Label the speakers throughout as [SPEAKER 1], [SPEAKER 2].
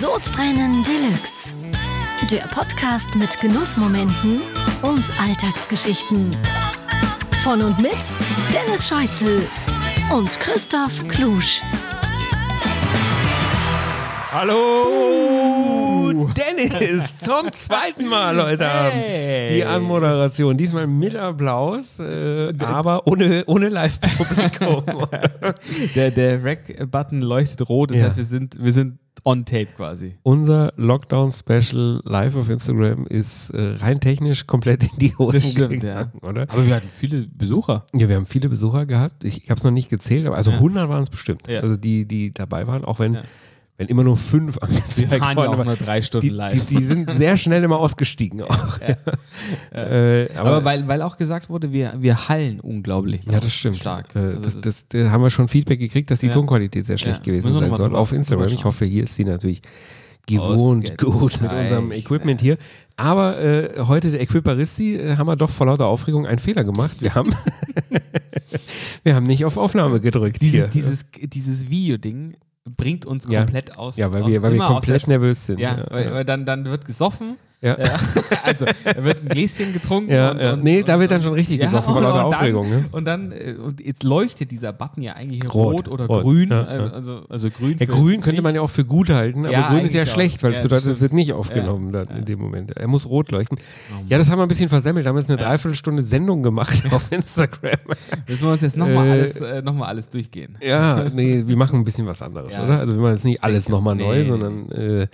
[SPEAKER 1] Sodbrennen Deluxe. Der Podcast mit Genussmomenten und Alltagsgeschichten. Von und mit Dennis Scheuzel und Christoph Klusch.
[SPEAKER 2] Hallo! Dennis, zum zweiten Mal heute Abend. Die Anmoderation. Diesmal mit Applaus, äh, aber ohne, ohne Live-Publikum.
[SPEAKER 3] Der, der Rack-Button leuchtet rot, das
[SPEAKER 2] Ja.
[SPEAKER 3] heißt, wir sind, wir sind on tape quasi.
[SPEAKER 2] Unser Lockdown-Special live auf Instagram ist äh, rein technisch komplett in die Hose
[SPEAKER 3] Das stimmt,
[SPEAKER 2] gegangen, oder?
[SPEAKER 3] Aber wir hatten viele Besucher.
[SPEAKER 2] Ja, wir haben viele Besucher gehabt. Ich, ich habe es noch nicht gezählt, aber also 100 waren es bestimmt.
[SPEAKER 3] Ja.
[SPEAKER 2] Also die, die dabei waren, auch wenn,
[SPEAKER 3] Ja.
[SPEAKER 2] wenn immer nur fünf
[SPEAKER 3] Wir
[SPEAKER 2] angezeigt
[SPEAKER 3] waren ja
[SPEAKER 2] wurden.
[SPEAKER 3] auch
[SPEAKER 2] aber
[SPEAKER 3] nur drei Stunden
[SPEAKER 2] Die,
[SPEAKER 3] live.
[SPEAKER 2] die, die sind sehr schnell immer ausgestiegen auch. Äh,
[SPEAKER 3] aber weil, weil auch gesagt wurde, wir, wir hallen unglaublich.
[SPEAKER 2] Ja, das stimmt.
[SPEAKER 3] Stark.
[SPEAKER 2] Äh,
[SPEAKER 3] Also
[SPEAKER 2] das,
[SPEAKER 3] es
[SPEAKER 2] das, da haben wir schon Feedback gekriegt, dass die
[SPEAKER 3] Ja.
[SPEAKER 2] Tonqualität sehr schlecht
[SPEAKER 3] Ja.
[SPEAKER 2] gewesen
[SPEAKER 3] Müssen wir
[SPEAKER 2] sein
[SPEAKER 3] noch mal
[SPEAKER 2] soll.
[SPEAKER 3] drüber-
[SPEAKER 2] auf Instagram.
[SPEAKER 3] drüber
[SPEAKER 2] Ich hoffe, hier ist sie natürlich gewohnt gut mit unserem
[SPEAKER 3] Ausgezeichnet.
[SPEAKER 2] Equipment hier. Aber äh, heute der Equiparisti äh, haben wir doch vor lauter Aufregung einen Fehler gemacht. Wir haben, wir haben nicht auf Aufnahme gedrückt hier.
[SPEAKER 3] dieses, dieses, dieses Video-Ding bringt uns
[SPEAKER 2] Ja.
[SPEAKER 3] komplett aus.
[SPEAKER 2] ja, weil
[SPEAKER 3] aus,
[SPEAKER 2] wir, weil wir
[SPEAKER 3] immer aus der
[SPEAKER 2] komplett nervös sind.
[SPEAKER 3] Ja, weil, weil dann, dann wird gesoffen.
[SPEAKER 2] Ja.
[SPEAKER 3] Äh, also, da wird ein Gläschen getrunken.
[SPEAKER 2] Ja, ja. Nee, da wird dann schon richtig gesoffen vor lauter
[SPEAKER 3] und
[SPEAKER 2] Aufregung,
[SPEAKER 3] Dann,
[SPEAKER 2] ne?
[SPEAKER 3] Und dann, äh, und jetzt leuchtet dieser Button ja eigentlich in
[SPEAKER 2] Rot,
[SPEAKER 3] rot, oder
[SPEAKER 2] rot,
[SPEAKER 3] grün.
[SPEAKER 2] ja,
[SPEAKER 3] äh,
[SPEAKER 2] ja.
[SPEAKER 3] Also, also grün.
[SPEAKER 2] Ja,
[SPEAKER 3] für-
[SPEAKER 2] grün könnte man ja auch für gut halten, aber
[SPEAKER 3] Ja,
[SPEAKER 2] grün ist ja
[SPEAKER 3] eigentlich auch.
[SPEAKER 2] schlecht, weil das
[SPEAKER 3] Ja,
[SPEAKER 2] bedeutet,
[SPEAKER 3] stimmt. Oh
[SPEAKER 2] es wird nicht aufgenommen dann in dem Moment. Er muss rot leuchten.
[SPEAKER 3] Mann.
[SPEAKER 2] ja, das haben wir ein bisschen versemmelt. Da haben wir jetzt eine Dreiviertelstunde Sendung gemacht auf Instagram.
[SPEAKER 3] Müssen wir uns jetzt
[SPEAKER 2] Äh,
[SPEAKER 3] nochmal mal alles, äh, noch mal alles durchgehen.
[SPEAKER 2] ja, nee, wir machen ein bisschen was anderes,
[SPEAKER 3] Ja.
[SPEAKER 2] oder? Also wir machen jetzt nicht alles nochmal neu,
[SPEAKER 3] Nee, nee,
[SPEAKER 2] sondern äh,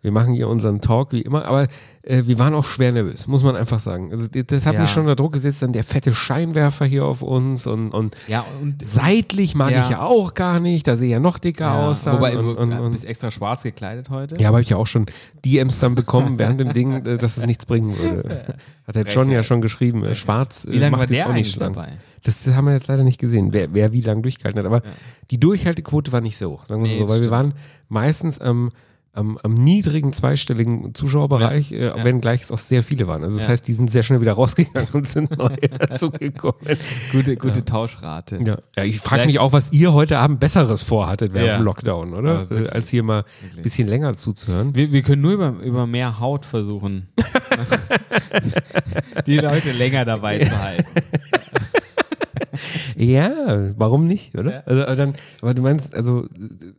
[SPEAKER 2] wir machen hier unseren Talk wie immer. Aber äh, wir waren auch schwer nervös, muss man einfach sagen. Also das das hat
[SPEAKER 3] Ja.
[SPEAKER 2] mich schon unter Druck gesetzt, dann der fette Scheinwerfer hier auf uns und, und
[SPEAKER 3] Ja, und.
[SPEAKER 2] seitlich mag
[SPEAKER 3] Ja.
[SPEAKER 2] ich ja auch gar nicht. Da sehe ich ja noch dicker
[SPEAKER 3] Ja,
[SPEAKER 2] aus. dann
[SPEAKER 3] wobei,
[SPEAKER 2] und, und,
[SPEAKER 3] du
[SPEAKER 2] und,
[SPEAKER 3] bist extra schwarz gekleidet heute.
[SPEAKER 2] Ja, aber hab ich ja auch schon DMs dann bekommen während dem Ding, äh, dass es nichts bringen würde. Hat der John ja schon geschrieben. äh, Schwarz äh,
[SPEAKER 3] Wie lange
[SPEAKER 2] macht
[SPEAKER 3] war
[SPEAKER 2] jetzt
[SPEAKER 3] der
[SPEAKER 2] auch
[SPEAKER 3] eigentlich
[SPEAKER 2] nicht lang.
[SPEAKER 3] dabei?
[SPEAKER 2] Das haben wir jetzt leider nicht gesehen, wer, wer wie lange durchgehalten hat. Aber die Durchhaltequote war nicht so hoch, sagen wir
[SPEAKER 3] Nee,
[SPEAKER 2] so,
[SPEAKER 3] das
[SPEAKER 2] weil wir
[SPEAKER 3] stimmt.
[SPEAKER 2] waren meistens am, am, am niedrigen zweistelligen Zuschauerbereich, äh, wenngleich es auch sehr viele waren. Also das
[SPEAKER 3] Ja.
[SPEAKER 2] heißt, die sind sehr schnell wieder rausgegangen und sind neu dazugekommen.
[SPEAKER 3] Gute, gute Tauschrate.
[SPEAKER 2] Ja, ja ich frage mich auch, was ihr heute Abend Besseres vorhattet während
[SPEAKER 3] Ja.
[SPEAKER 2] dem Lockdown, oder?
[SPEAKER 3] Aber wirklich.
[SPEAKER 2] Äh, Als hier mal ein bisschen länger zuzuhören.
[SPEAKER 3] Wir, wir können nur über, über mehr Haut versuchen, die Leute länger dabei zu halten.
[SPEAKER 2] Ja, warum nicht, oder?
[SPEAKER 3] Ja.
[SPEAKER 2] Also, aber dann, aber du meinst, also äh,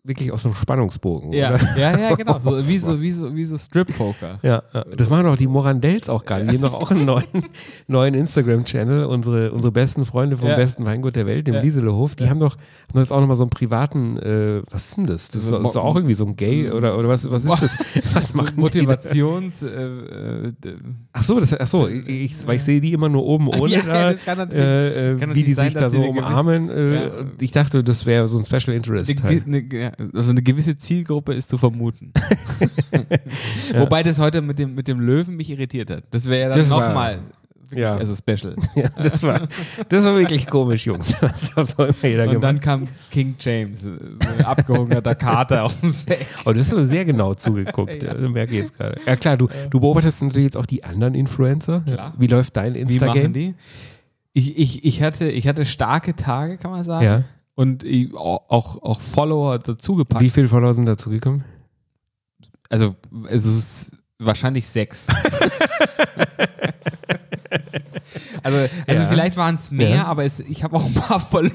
[SPEAKER 2] wirklich aus einem Spannungsbogen,
[SPEAKER 3] Ja,
[SPEAKER 2] oder?
[SPEAKER 3] ja, ja genau. So, wie so, wie so, wie so Strip-Poker.
[SPEAKER 2] Ja, ja. das machen doch die Morandells auch gerade. Die haben doch auch einen neuen, neuen Instagram-Channel. Unsere, unsere besten Freunde vom
[SPEAKER 3] Ja.
[SPEAKER 2] besten Weingut der Welt, dem
[SPEAKER 3] Ja.
[SPEAKER 2] Lieselehof, die haben doch haben doch jetzt auch nochmal so einen privaten, äh, was ist denn das? Das ist,
[SPEAKER 3] So
[SPEAKER 2] doch- ist doch
[SPEAKER 3] Also Mo-
[SPEAKER 2] auch irgendwie so ein Gay oder, oder was, was ist das? Was machen die da?
[SPEAKER 3] Motivations. Äh, äh, d-
[SPEAKER 2] Ach so, das, ach so ich, ich, weil ich sehe die immer nur oben ohne
[SPEAKER 3] äh, Ja,
[SPEAKER 2] da,
[SPEAKER 3] das kann natürlich-
[SPEAKER 2] äh, äh,
[SPEAKER 3] kann
[SPEAKER 2] wie
[SPEAKER 3] natürlich
[SPEAKER 2] die
[SPEAKER 3] sein,
[SPEAKER 2] sich da
[SPEAKER 3] dass
[SPEAKER 2] so
[SPEAKER 3] die eine gewisse-
[SPEAKER 2] umarmen. Äh,
[SPEAKER 3] Ja.
[SPEAKER 2] Ich dachte, das wäre so ein Special Interest.
[SPEAKER 3] ne,
[SPEAKER 2] Halt.
[SPEAKER 3] ne, ja, also eine gewisse Zielgruppe ist zu vermuten. Wobei das heute mit dem, mit dem Löwen mich irritiert hat. Das wäre ja dann
[SPEAKER 2] Das war-
[SPEAKER 3] nochmal.
[SPEAKER 2] ja.
[SPEAKER 3] Also special.
[SPEAKER 2] Ja, das war, das war wirklich komisch, Jungs. Das hat so immer jeder
[SPEAKER 3] Und
[SPEAKER 2] gemacht.
[SPEAKER 3] dann kam King James, äh, so ein abgehungerter Kater auf dem Set.
[SPEAKER 2] Oh, du hast aber sehr genau zugeguckt, ja. merke ich jetzt gerade. Ja klar, du, du beobachtest natürlich jetzt auch die anderen Influencer.
[SPEAKER 3] Klar.
[SPEAKER 2] Wie läuft dein
[SPEAKER 3] Wie machen
[SPEAKER 2] Instagram?
[SPEAKER 3] die? Ich, ich, ich, hatte, ich hatte starke Tage, kann man sagen.
[SPEAKER 2] Ja.
[SPEAKER 3] Und ich, au- auch, auch Follower dazugepackt.
[SPEAKER 2] Wie viele Follower sind dazugekommen?
[SPEAKER 3] Also, es ist wahrscheinlich sechs. also, also
[SPEAKER 2] Ja.
[SPEAKER 3] vielleicht waren es mehr,
[SPEAKER 2] Ja.
[SPEAKER 3] aber es, ich habe auch ein paar verloren.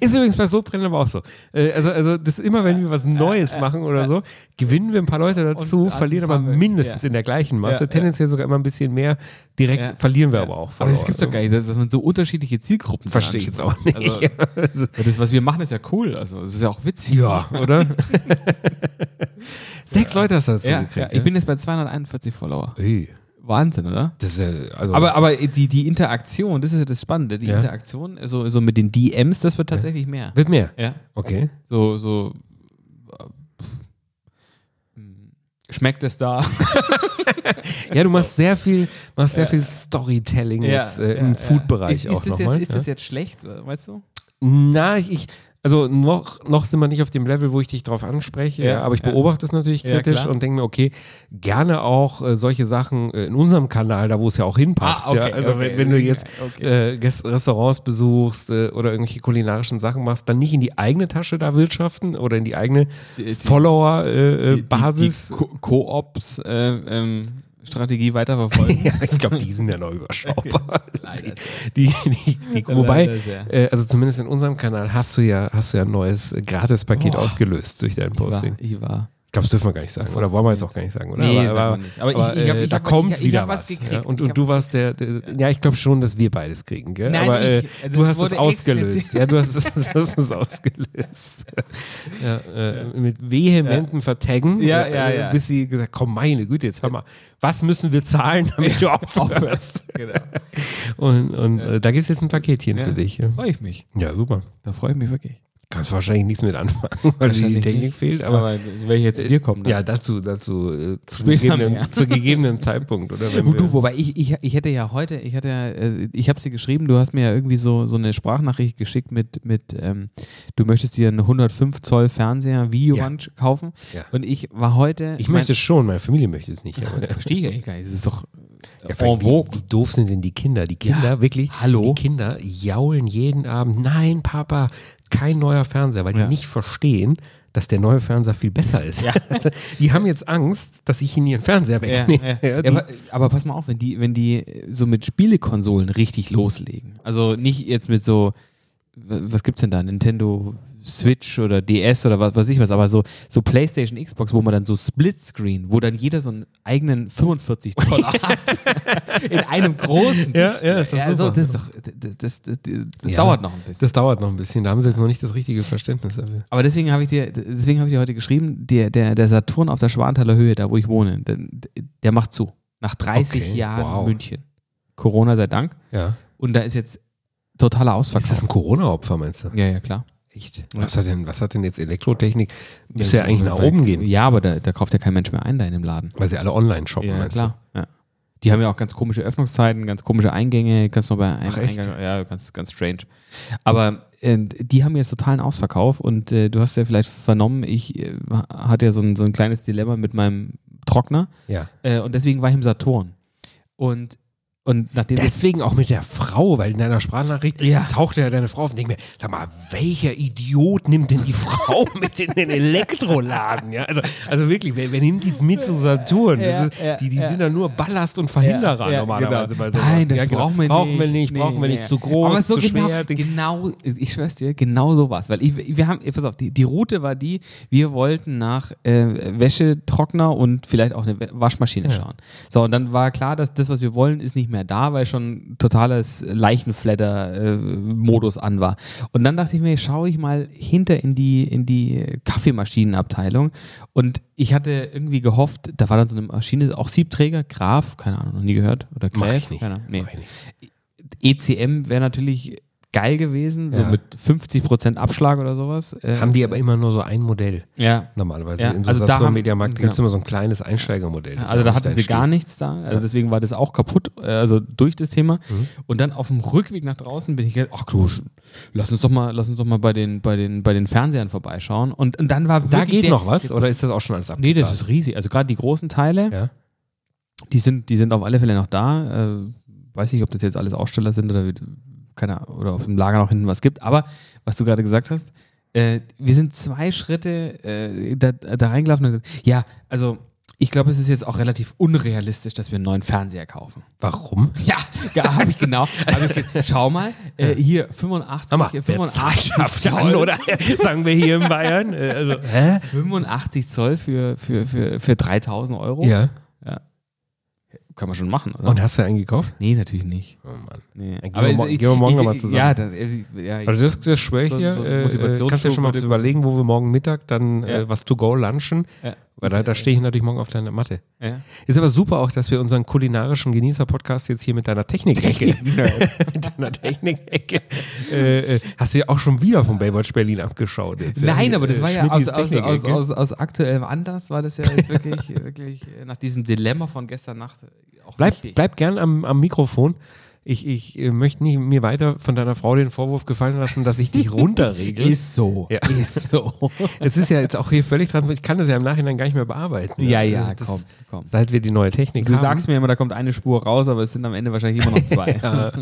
[SPEAKER 2] Ist übrigens bei Sobrennen aber auch so. Äh, Also, also das ist immer, wenn wir was Neues machen oder so, gewinnen wir ein paar Leute dazu,
[SPEAKER 3] Und dann
[SPEAKER 2] verlieren
[SPEAKER 3] ein paar
[SPEAKER 2] aber
[SPEAKER 3] weg.
[SPEAKER 2] mindestens
[SPEAKER 3] Ja.
[SPEAKER 2] in der gleichen Masse,
[SPEAKER 3] Ja, ja.
[SPEAKER 2] tendenziell sogar immer ein bisschen mehr. Direkt
[SPEAKER 3] Ja.
[SPEAKER 2] verlieren wir aber auch.
[SPEAKER 3] Aber das
[SPEAKER 2] Follower. Also
[SPEAKER 3] gibt's doch gar nicht, dass man so unterschiedliche Zielgruppen
[SPEAKER 2] Verstehe ich jetzt auch nicht.
[SPEAKER 3] Also,
[SPEAKER 2] Also-
[SPEAKER 3] Das, was wir machen, ist ja cool. Also, es ist ja auch witzig.
[SPEAKER 2] Ja, oder? Sechs Leute hast du dazu
[SPEAKER 3] Ja, ja,
[SPEAKER 2] gekriegt. ne?
[SPEAKER 3] ich bin jetzt bei 241 Follower.
[SPEAKER 2] Ey,
[SPEAKER 3] Wahnsinn, oder?
[SPEAKER 2] das ist ja, also
[SPEAKER 3] Aber, aber die, die Interaktion, das ist ja das Spannende. Die
[SPEAKER 2] Ja.
[SPEAKER 3] Interaktion, so, so mit den DMs, das wird tatsächlich mehr.
[SPEAKER 2] wird mehr.
[SPEAKER 3] Ja.
[SPEAKER 2] Okay.
[SPEAKER 3] So, so. äh, hm, Schmeckt es da?
[SPEAKER 2] Ja, du machst sehr viel, machst sehr viel Storytelling jetzt äh, im Food-Bereich
[SPEAKER 3] Ist,
[SPEAKER 2] auch
[SPEAKER 3] ist, das jetzt-
[SPEAKER 2] nochmal.
[SPEAKER 3] ist
[SPEAKER 2] Ja?
[SPEAKER 3] das jetzt schlecht, äh, weißt du?
[SPEAKER 2] Na, ich, ich also noch, noch sind wir nicht auf dem Level, wo ich dich drauf anspreche,
[SPEAKER 3] Ja,
[SPEAKER 2] ja, aber ich
[SPEAKER 3] ja.
[SPEAKER 2] beobachte es natürlich
[SPEAKER 3] Ja,
[SPEAKER 2] kritisch
[SPEAKER 3] klar.
[SPEAKER 2] und denke mir, okay, gerne auch äh, solche Sachen äh, in unserem Kanal, da wo es ja auch hinpasst.
[SPEAKER 3] Ah, okay,
[SPEAKER 2] ja? Also
[SPEAKER 3] okay,
[SPEAKER 2] wenn, wenn du
[SPEAKER 3] okay,
[SPEAKER 2] jetzt
[SPEAKER 3] okay.
[SPEAKER 2] äh, Gäste- Restaurants besuchst äh, oder irgendwelche kulinarischen Sachen machst, dann nicht in die eigene Tasche da wirtschaften oder in die eigene äh,
[SPEAKER 3] die- Die- die-
[SPEAKER 2] Follower-Basis.
[SPEAKER 3] Die Ko- Koops äh, ähm, Strategie weiterverfolgen.
[SPEAKER 2] ja, ich glaube, die sind ja noch überschaubar.
[SPEAKER 3] Leider sehr.
[SPEAKER 2] Die, die, die, die,
[SPEAKER 3] Leider
[SPEAKER 2] wobei,
[SPEAKER 3] sehr.
[SPEAKER 2] äh, also zumindest in unserem Kanal hast du ja, hast du ja ein neues äh, Gratispaket
[SPEAKER 3] Boah.
[SPEAKER 2] ausgelöst durch dein Posting.
[SPEAKER 3] Ich war.
[SPEAKER 2] Ich glaube, das dürfen wir gar nicht sagen. Oder wollen wir jetzt auch gar nicht sagen, oder?
[SPEAKER 3] Nee, sagen wir nicht. Aber ich- ich hab-
[SPEAKER 2] äh,
[SPEAKER 3] ich
[SPEAKER 2] da
[SPEAKER 3] hab-
[SPEAKER 2] kommt
[SPEAKER 3] ich- ich
[SPEAKER 2] wieder
[SPEAKER 3] hab was
[SPEAKER 2] was.
[SPEAKER 3] gekriegt.
[SPEAKER 2] ja? Und,
[SPEAKER 3] Ich
[SPEAKER 2] und
[SPEAKER 3] hab
[SPEAKER 2] du
[SPEAKER 3] was
[SPEAKER 2] warst der, der ja, ich glaube schon, dass wir beides kriegen, gell?
[SPEAKER 3] Nein,
[SPEAKER 2] Aber
[SPEAKER 3] ich-
[SPEAKER 2] äh,
[SPEAKER 3] also
[SPEAKER 2] du
[SPEAKER 3] das
[SPEAKER 2] hast es
[SPEAKER 3] wurde
[SPEAKER 2] ausgelöst.
[SPEAKER 3] explizit-
[SPEAKER 2] Ja, du hast es, du hast es ausgelöst. ja, äh, Mit vehementem Vertaggen,
[SPEAKER 3] Ja,
[SPEAKER 2] äh,
[SPEAKER 3] ja, ja.
[SPEAKER 2] bis sie gesagt komm, meine Güte, jetzt hör mal, was müssen wir zahlen, damit du aufhörst?
[SPEAKER 3] Genau.
[SPEAKER 2] Und, und äh, da gibt es jetzt ein Paketchen
[SPEAKER 3] Ja.
[SPEAKER 2] für dich. Ja,
[SPEAKER 3] Freue ich mich.
[SPEAKER 2] ja super.
[SPEAKER 3] Da freue ich mich wirklich.
[SPEAKER 2] Kannst wahrscheinlich nichts mit anfangen, weil dir die
[SPEAKER 3] Wahrscheinlich
[SPEAKER 2] Technik
[SPEAKER 3] nicht.
[SPEAKER 2] fehlt, aber
[SPEAKER 3] Aber wenn ich jetzt zu dir komme, dann.
[SPEAKER 2] ja, dazu, dazu äh, ne? zu,
[SPEAKER 3] Später
[SPEAKER 2] gegebenem,
[SPEAKER 3] mehr.
[SPEAKER 2] zu gegebenem Zeitpunkt, oder? Wenn
[SPEAKER 3] Wo-
[SPEAKER 2] wir,
[SPEAKER 3] Du, wobei ich, ich, ich hätte ja heute, ich hatte ja, äh, ich habe sie geschrieben, du hast mir ja irgendwie so, so eine Sprachnachricht geschickt mit, mit ähm, du möchtest dir einen 105 Zoll Fernseher, Videowand kaufen.
[SPEAKER 2] Ja.
[SPEAKER 3] Und ich war heute.
[SPEAKER 2] ich möchte es schon, meine Familie möchte es nicht. Aber,
[SPEAKER 3] Verstehe ich eigentlich gar nicht. Das ist doch
[SPEAKER 2] ja,
[SPEAKER 3] en vogue.
[SPEAKER 2] wie, wie doof sind denn die Kinder? Die Kinder,
[SPEAKER 3] Ja,
[SPEAKER 2] wirklich,
[SPEAKER 3] hallo?
[SPEAKER 2] die Kinder jaulen jeden Abend, nein, Papa, kein neuer Fernseher, weil
[SPEAKER 3] Ja.
[SPEAKER 2] die nicht verstehen, dass der neue Fernseher viel besser ist. Also, die haben jetzt Angst, dass ich ihnen ihren Fernseher
[SPEAKER 3] Ja,
[SPEAKER 2] wegnehme.
[SPEAKER 3] ja.
[SPEAKER 2] die-
[SPEAKER 3] Ja, aber, aber pass mal auf, wenn die, wenn die so mit Spielekonsolen richtig loslegen, also nicht jetzt mit so, wa- was gibt's denn da, Nintendo Switch oder DS oder was weiß ich was, aber so, so Playstation, Xbox, wo man dann so Splitscreen, wo dann jeder so einen eigenen 45 Dollar hat, in einem großen
[SPEAKER 2] Ja,
[SPEAKER 3] Display.
[SPEAKER 2] ja, ist doch
[SPEAKER 3] also,
[SPEAKER 2] super.
[SPEAKER 3] das, ist doch, das, das, das, das
[SPEAKER 2] Ja.
[SPEAKER 3] dauert noch ein bisschen.
[SPEAKER 2] Das dauert noch ein bisschen, da haben sie jetzt noch nicht das richtige Verständnis dafür.
[SPEAKER 3] Aber deswegen habe ich dir, deswegen habe ich dir heute geschrieben, der, der, der Saturn auf der Schwanthaler Höhe, da wo ich wohne, der, der macht zu. Nach 30
[SPEAKER 2] Okay,
[SPEAKER 3] Jahren
[SPEAKER 2] wow.
[SPEAKER 3] München. Corona sei Dank.
[SPEAKER 2] Ja.
[SPEAKER 3] Und da ist jetzt totaler Ausverkauf.
[SPEAKER 2] Ist das ein Corona-Opfer, meinst du?
[SPEAKER 3] ja, ja, klar.
[SPEAKER 2] Echt? Was hat denn, was hat denn jetzt Elektrotechnik? Müsste ja, eigentlich nach
[SPEAKER 3] Weil-
[SPEAKER 2] oben gehen,
[SPEAKER 3] Ja, aber da, da kauft ja kein Mensch mehr ein da in dem Laden.
[SPEAKER 2] weil sie alle online shoppen, meinst du?
[SPEAKER 3] Ja. Die haben ja auch ganz komische Öffnungszeiten, ganz komische Eingänge, ganz noch bei einem
[SPEAKER 2] Ach, echt?
[SPEAKER 3] Eingang, ja, ganz, ganz strange. Aber äh, die haben jetzt totalen Ausverkauf und äh, du hast ja vielleicht vernommen, ich äh, hatte ja so ein, so ein kleines Dilemma mit meinem Trockner
[SPEAKER 2] Ja.
[SPEAKER 3] äh, und deswegen war ich im Saturn. Und, und nachdem
[SPEAKER 2] Deswegen auch mit der Frau, weil in deiner Sprachnachricht
[SPEAKER 3] Ja.
[SPEAKER 2] tauchte ja deine Frau auf und denk mir, sag mal, welcher Idiot nimmt denn die Frau mit in den Elektroladen? Ja, also, also wirklich, wer, wer nimmt die jetzt mit zu Saturn?
[SPEAKER 3] Ja,
[SPEAKER 2] Das ist,
[SPEAKER 3] ja,
[SPEAKER 2] die die
[SPEAKER 3] ja.
[SPEAKER 2] sind da nur Ballast und Verhinderer
[SPEAKER 3] Ja, ja,
[SPEAKER 2] normalerweise
[SPEAKER 3] genau.
[SPEAKER 2] bei sowas.
[SPEAKER 3] Nein, das
[SPEAKER 2] Ja, genau.
[SPEAKER 3] brauchen wir nicht.
[SPEAKER 2] Brauchen wir nicht,
[SPEAKER 3] Nee,
[SPEAKER 2] brauchen wir
[SPEAKER 3] nee.
[SPEAKER 2] nicht. Zu groß,
[SPEAKER 3] Aber so
[SPEAKER 2] zu
[SPEAKER 3] genau,
[SPEAKER 2] schwer. Ding.
[SPEAKER 3] Genau, ich schwör's dir, genau sowas. Weil ich, wir haben, pass auf, die, die Route war die, wir wollten nach äh, Wäschetrockner und vielleicht auch eine We- Waschmaschine schauen. So, und dann war klar, dass das, was wir wollen, ist nicht mehr da, weil schon totales Leichenflatter-Modus an war. Und dann dachte ich mir, schaue ich mal hinter in die, in die Kaffeemaschinenabteilung und ich hatte irgendwie gehofft, da war dann so eine Maschine, auch Siebträger, Graf, keine Ahnung, noch nie gehört, oder
[SPEAKER 2] Mach
[SPEAKER 3] Gräf,
[SPEAKER 2] ich nicht.
[SPEAKER 3] keine Ahnung, nee.
[SPEAKER 2] Mach ich nicht.
[SPEAKER 3] E ECM wäre natürlich geil gewesen, so
[SPEAKER 2] Ja.
[SPEAKER 3] mit 50% Abschlag oder sowas. Äh,
[SPEAKER 2] Haben die aber immer nur so ein Modell.
[SPEAKER 3] ja.
[SPEAKER 2] Normalerweise
[SPEAKER 3] Ja,
[SPEAKER 2] in so
[SPEAKER 3] also da haben-
[SPEAKER 2] Saturn Mediamarkt gibt es
[SPEAKER 3] genau.
[SPEAKER 2] immer so ein kleines Einsteigermodell. Das
[SPEAKER 3] Also
[SPEAKER 2] ist
[SPEAKER 3] da
[SPEAKER 2] eigentlich
[SPEAKER 3] hatten
[SPEAKER 2] dein
[SPEAKER 3] sie gar
[SPEAKER 2] Stil.
[SPEAKER 3] nichts da. Also deswegen war das auch kaputt, äh, also durch das Thema.
[SPEAKER 2] Mhm.
[SPEAKER 3] Und dann auf dem Rückweg nach draußen bin ich gedacht, ach du, lass uns doch mal, lass uns doch mal bei den, bei den, bei den Fernsehern vorbeischauen. Und, und dann war
[SPEAKER 2] Da
[SPEAKER 3] wirklich
[SPEAKER 2] geht
[SPEAKER 3] der-
[SPEAKER 2] eh noch was oder ist das auch schon alles ab?
[SPEAKER 3] Nee, das ist riesig. Also gerade die großen Teile,
[SPEAKER 2] Ja.
[SPEAKER 3] die sind, die sind auf alle Fälle noch da. Äh, weiß nicht, ob das jetzt alles Aussteller sind oder, wie- keine Ahnung, oder ob im Lager noch hinten was gibt. Aber was du gerade gesagt hast, äh, wir sind zwei Schritte äh, da, da reingelaufen und gesagt, ja, also ich glaube, es ist jetzt auch relativ unrealistisch, dass wir einen neuen Fernseher kaufen.
[SPEAKER 2] Warum?
[SPEAKER 3] Ja, ja hab ich genau. Hab ich ge Schau mal, äh, hier 85,
[SPEAKER 2] Sag mal,
[SPEAKER 3] äh,
[SPEAKER 2] wer zahlt schafft
[SPEAKER 3] Zoll.
[SPEAKER 2] an, oder? Sagen wir hier in Bayern. Äh, Also, hä?
[SPEAKER 3] 85 Zoll für, für, für, für 3000 Euro.
[SPEAKER 2] Ja.
[SPEAKER 3] Kann man schon machen, oder?
[SPEAKER 2] Und hast du einen gekauft?
[SPEAKER 3] nee, natürlich nicht.
[SPEAKER 2] Oh Mann.
[SPEAKER 3] Nee.
[SPEAKER 2] Dann gehen wir mor- gehen wir morgen noch mal zusammen.
[SPEAKER 3] Ja, dann, äh, ja, ich-
[SPEAKER 2] Also das, das schwöre ich
[SPEAKER 3] So-
[SPEAKER 2] dir.
[SPEAKER 3] so ein
[SPEAKER 2] äh, äh,
[SPEAKER 3] Motivationsschub
[SPEAKER 2] kannst dir schon mal
[SPEAKER 3] würde-
[SPEAKER 2] überlegen, wo wir morgen Mittag dann
[SPEAKER 3] Ja.
[SPEAKER 2] äh, was to go lunchen.
[SPEAKER 3] ja.
[SPEAKER 2] Weil da, da stehe ich natürlich morgen auf deiner Matte.
[SPEAKER 3] Ja.
[SPEAKER 2] Ist aber super auch, dass wir unseren kulinarischen Genießer-Podcast jetzt hier mit deiner Technik-Ecke. mit deiner Technik-Ecke. Äh, äh, hast du ja auch schon wieder von Baywatch Berlin abgeschaut. Jetzt,
[SPEAKER 3] Nein, aber das war ja äh, aus,
[SPEAKER 2] Schmittis
[SPEAKER 3] aus, aus,
[SPEAKER 2] Technik-Ecke.
[SPEAKER 3] aus, aus aktuellem Anlass, war das ja jetzt wirklich, wirklich äh, nach diesem Dilemma von gestern Nacht auch
[SPEAKER 2] Bleib,
[SPEAKER 3] richtig.
[SPEAKER 2] bleib gern am, am Mikrofon. ich, ich äh, möchte nicht mir weiter von deiner Frau den Vorwurf gefallen lassen, dass ich dich runterregel.
[SPEAKER 3] Ist so.
[SPEAKER 2] Ja.
[SPEAKER 3] Ist so.
[SPEAKER 2] es ist ja jetzt auch hier völlig transparent. Ich kann das ja im Nachhinein gar nicht mehr bearbeiten.
[SPEAKER 3] Ja, ja,
[SPEAKER 2] Also
[SPEAKER 3] komm, komm.
[SPEAKER 2] Seit wir die neue Technik
[SPEAKER 3] Du
[SPEAKER 2] haben.
[SPEAKER 3] sagst mir immer, da kommt eine Spur raus, aber es sind am Ende wahrscheinlich immer noch zwei.
[SPEAKER 2] Ja.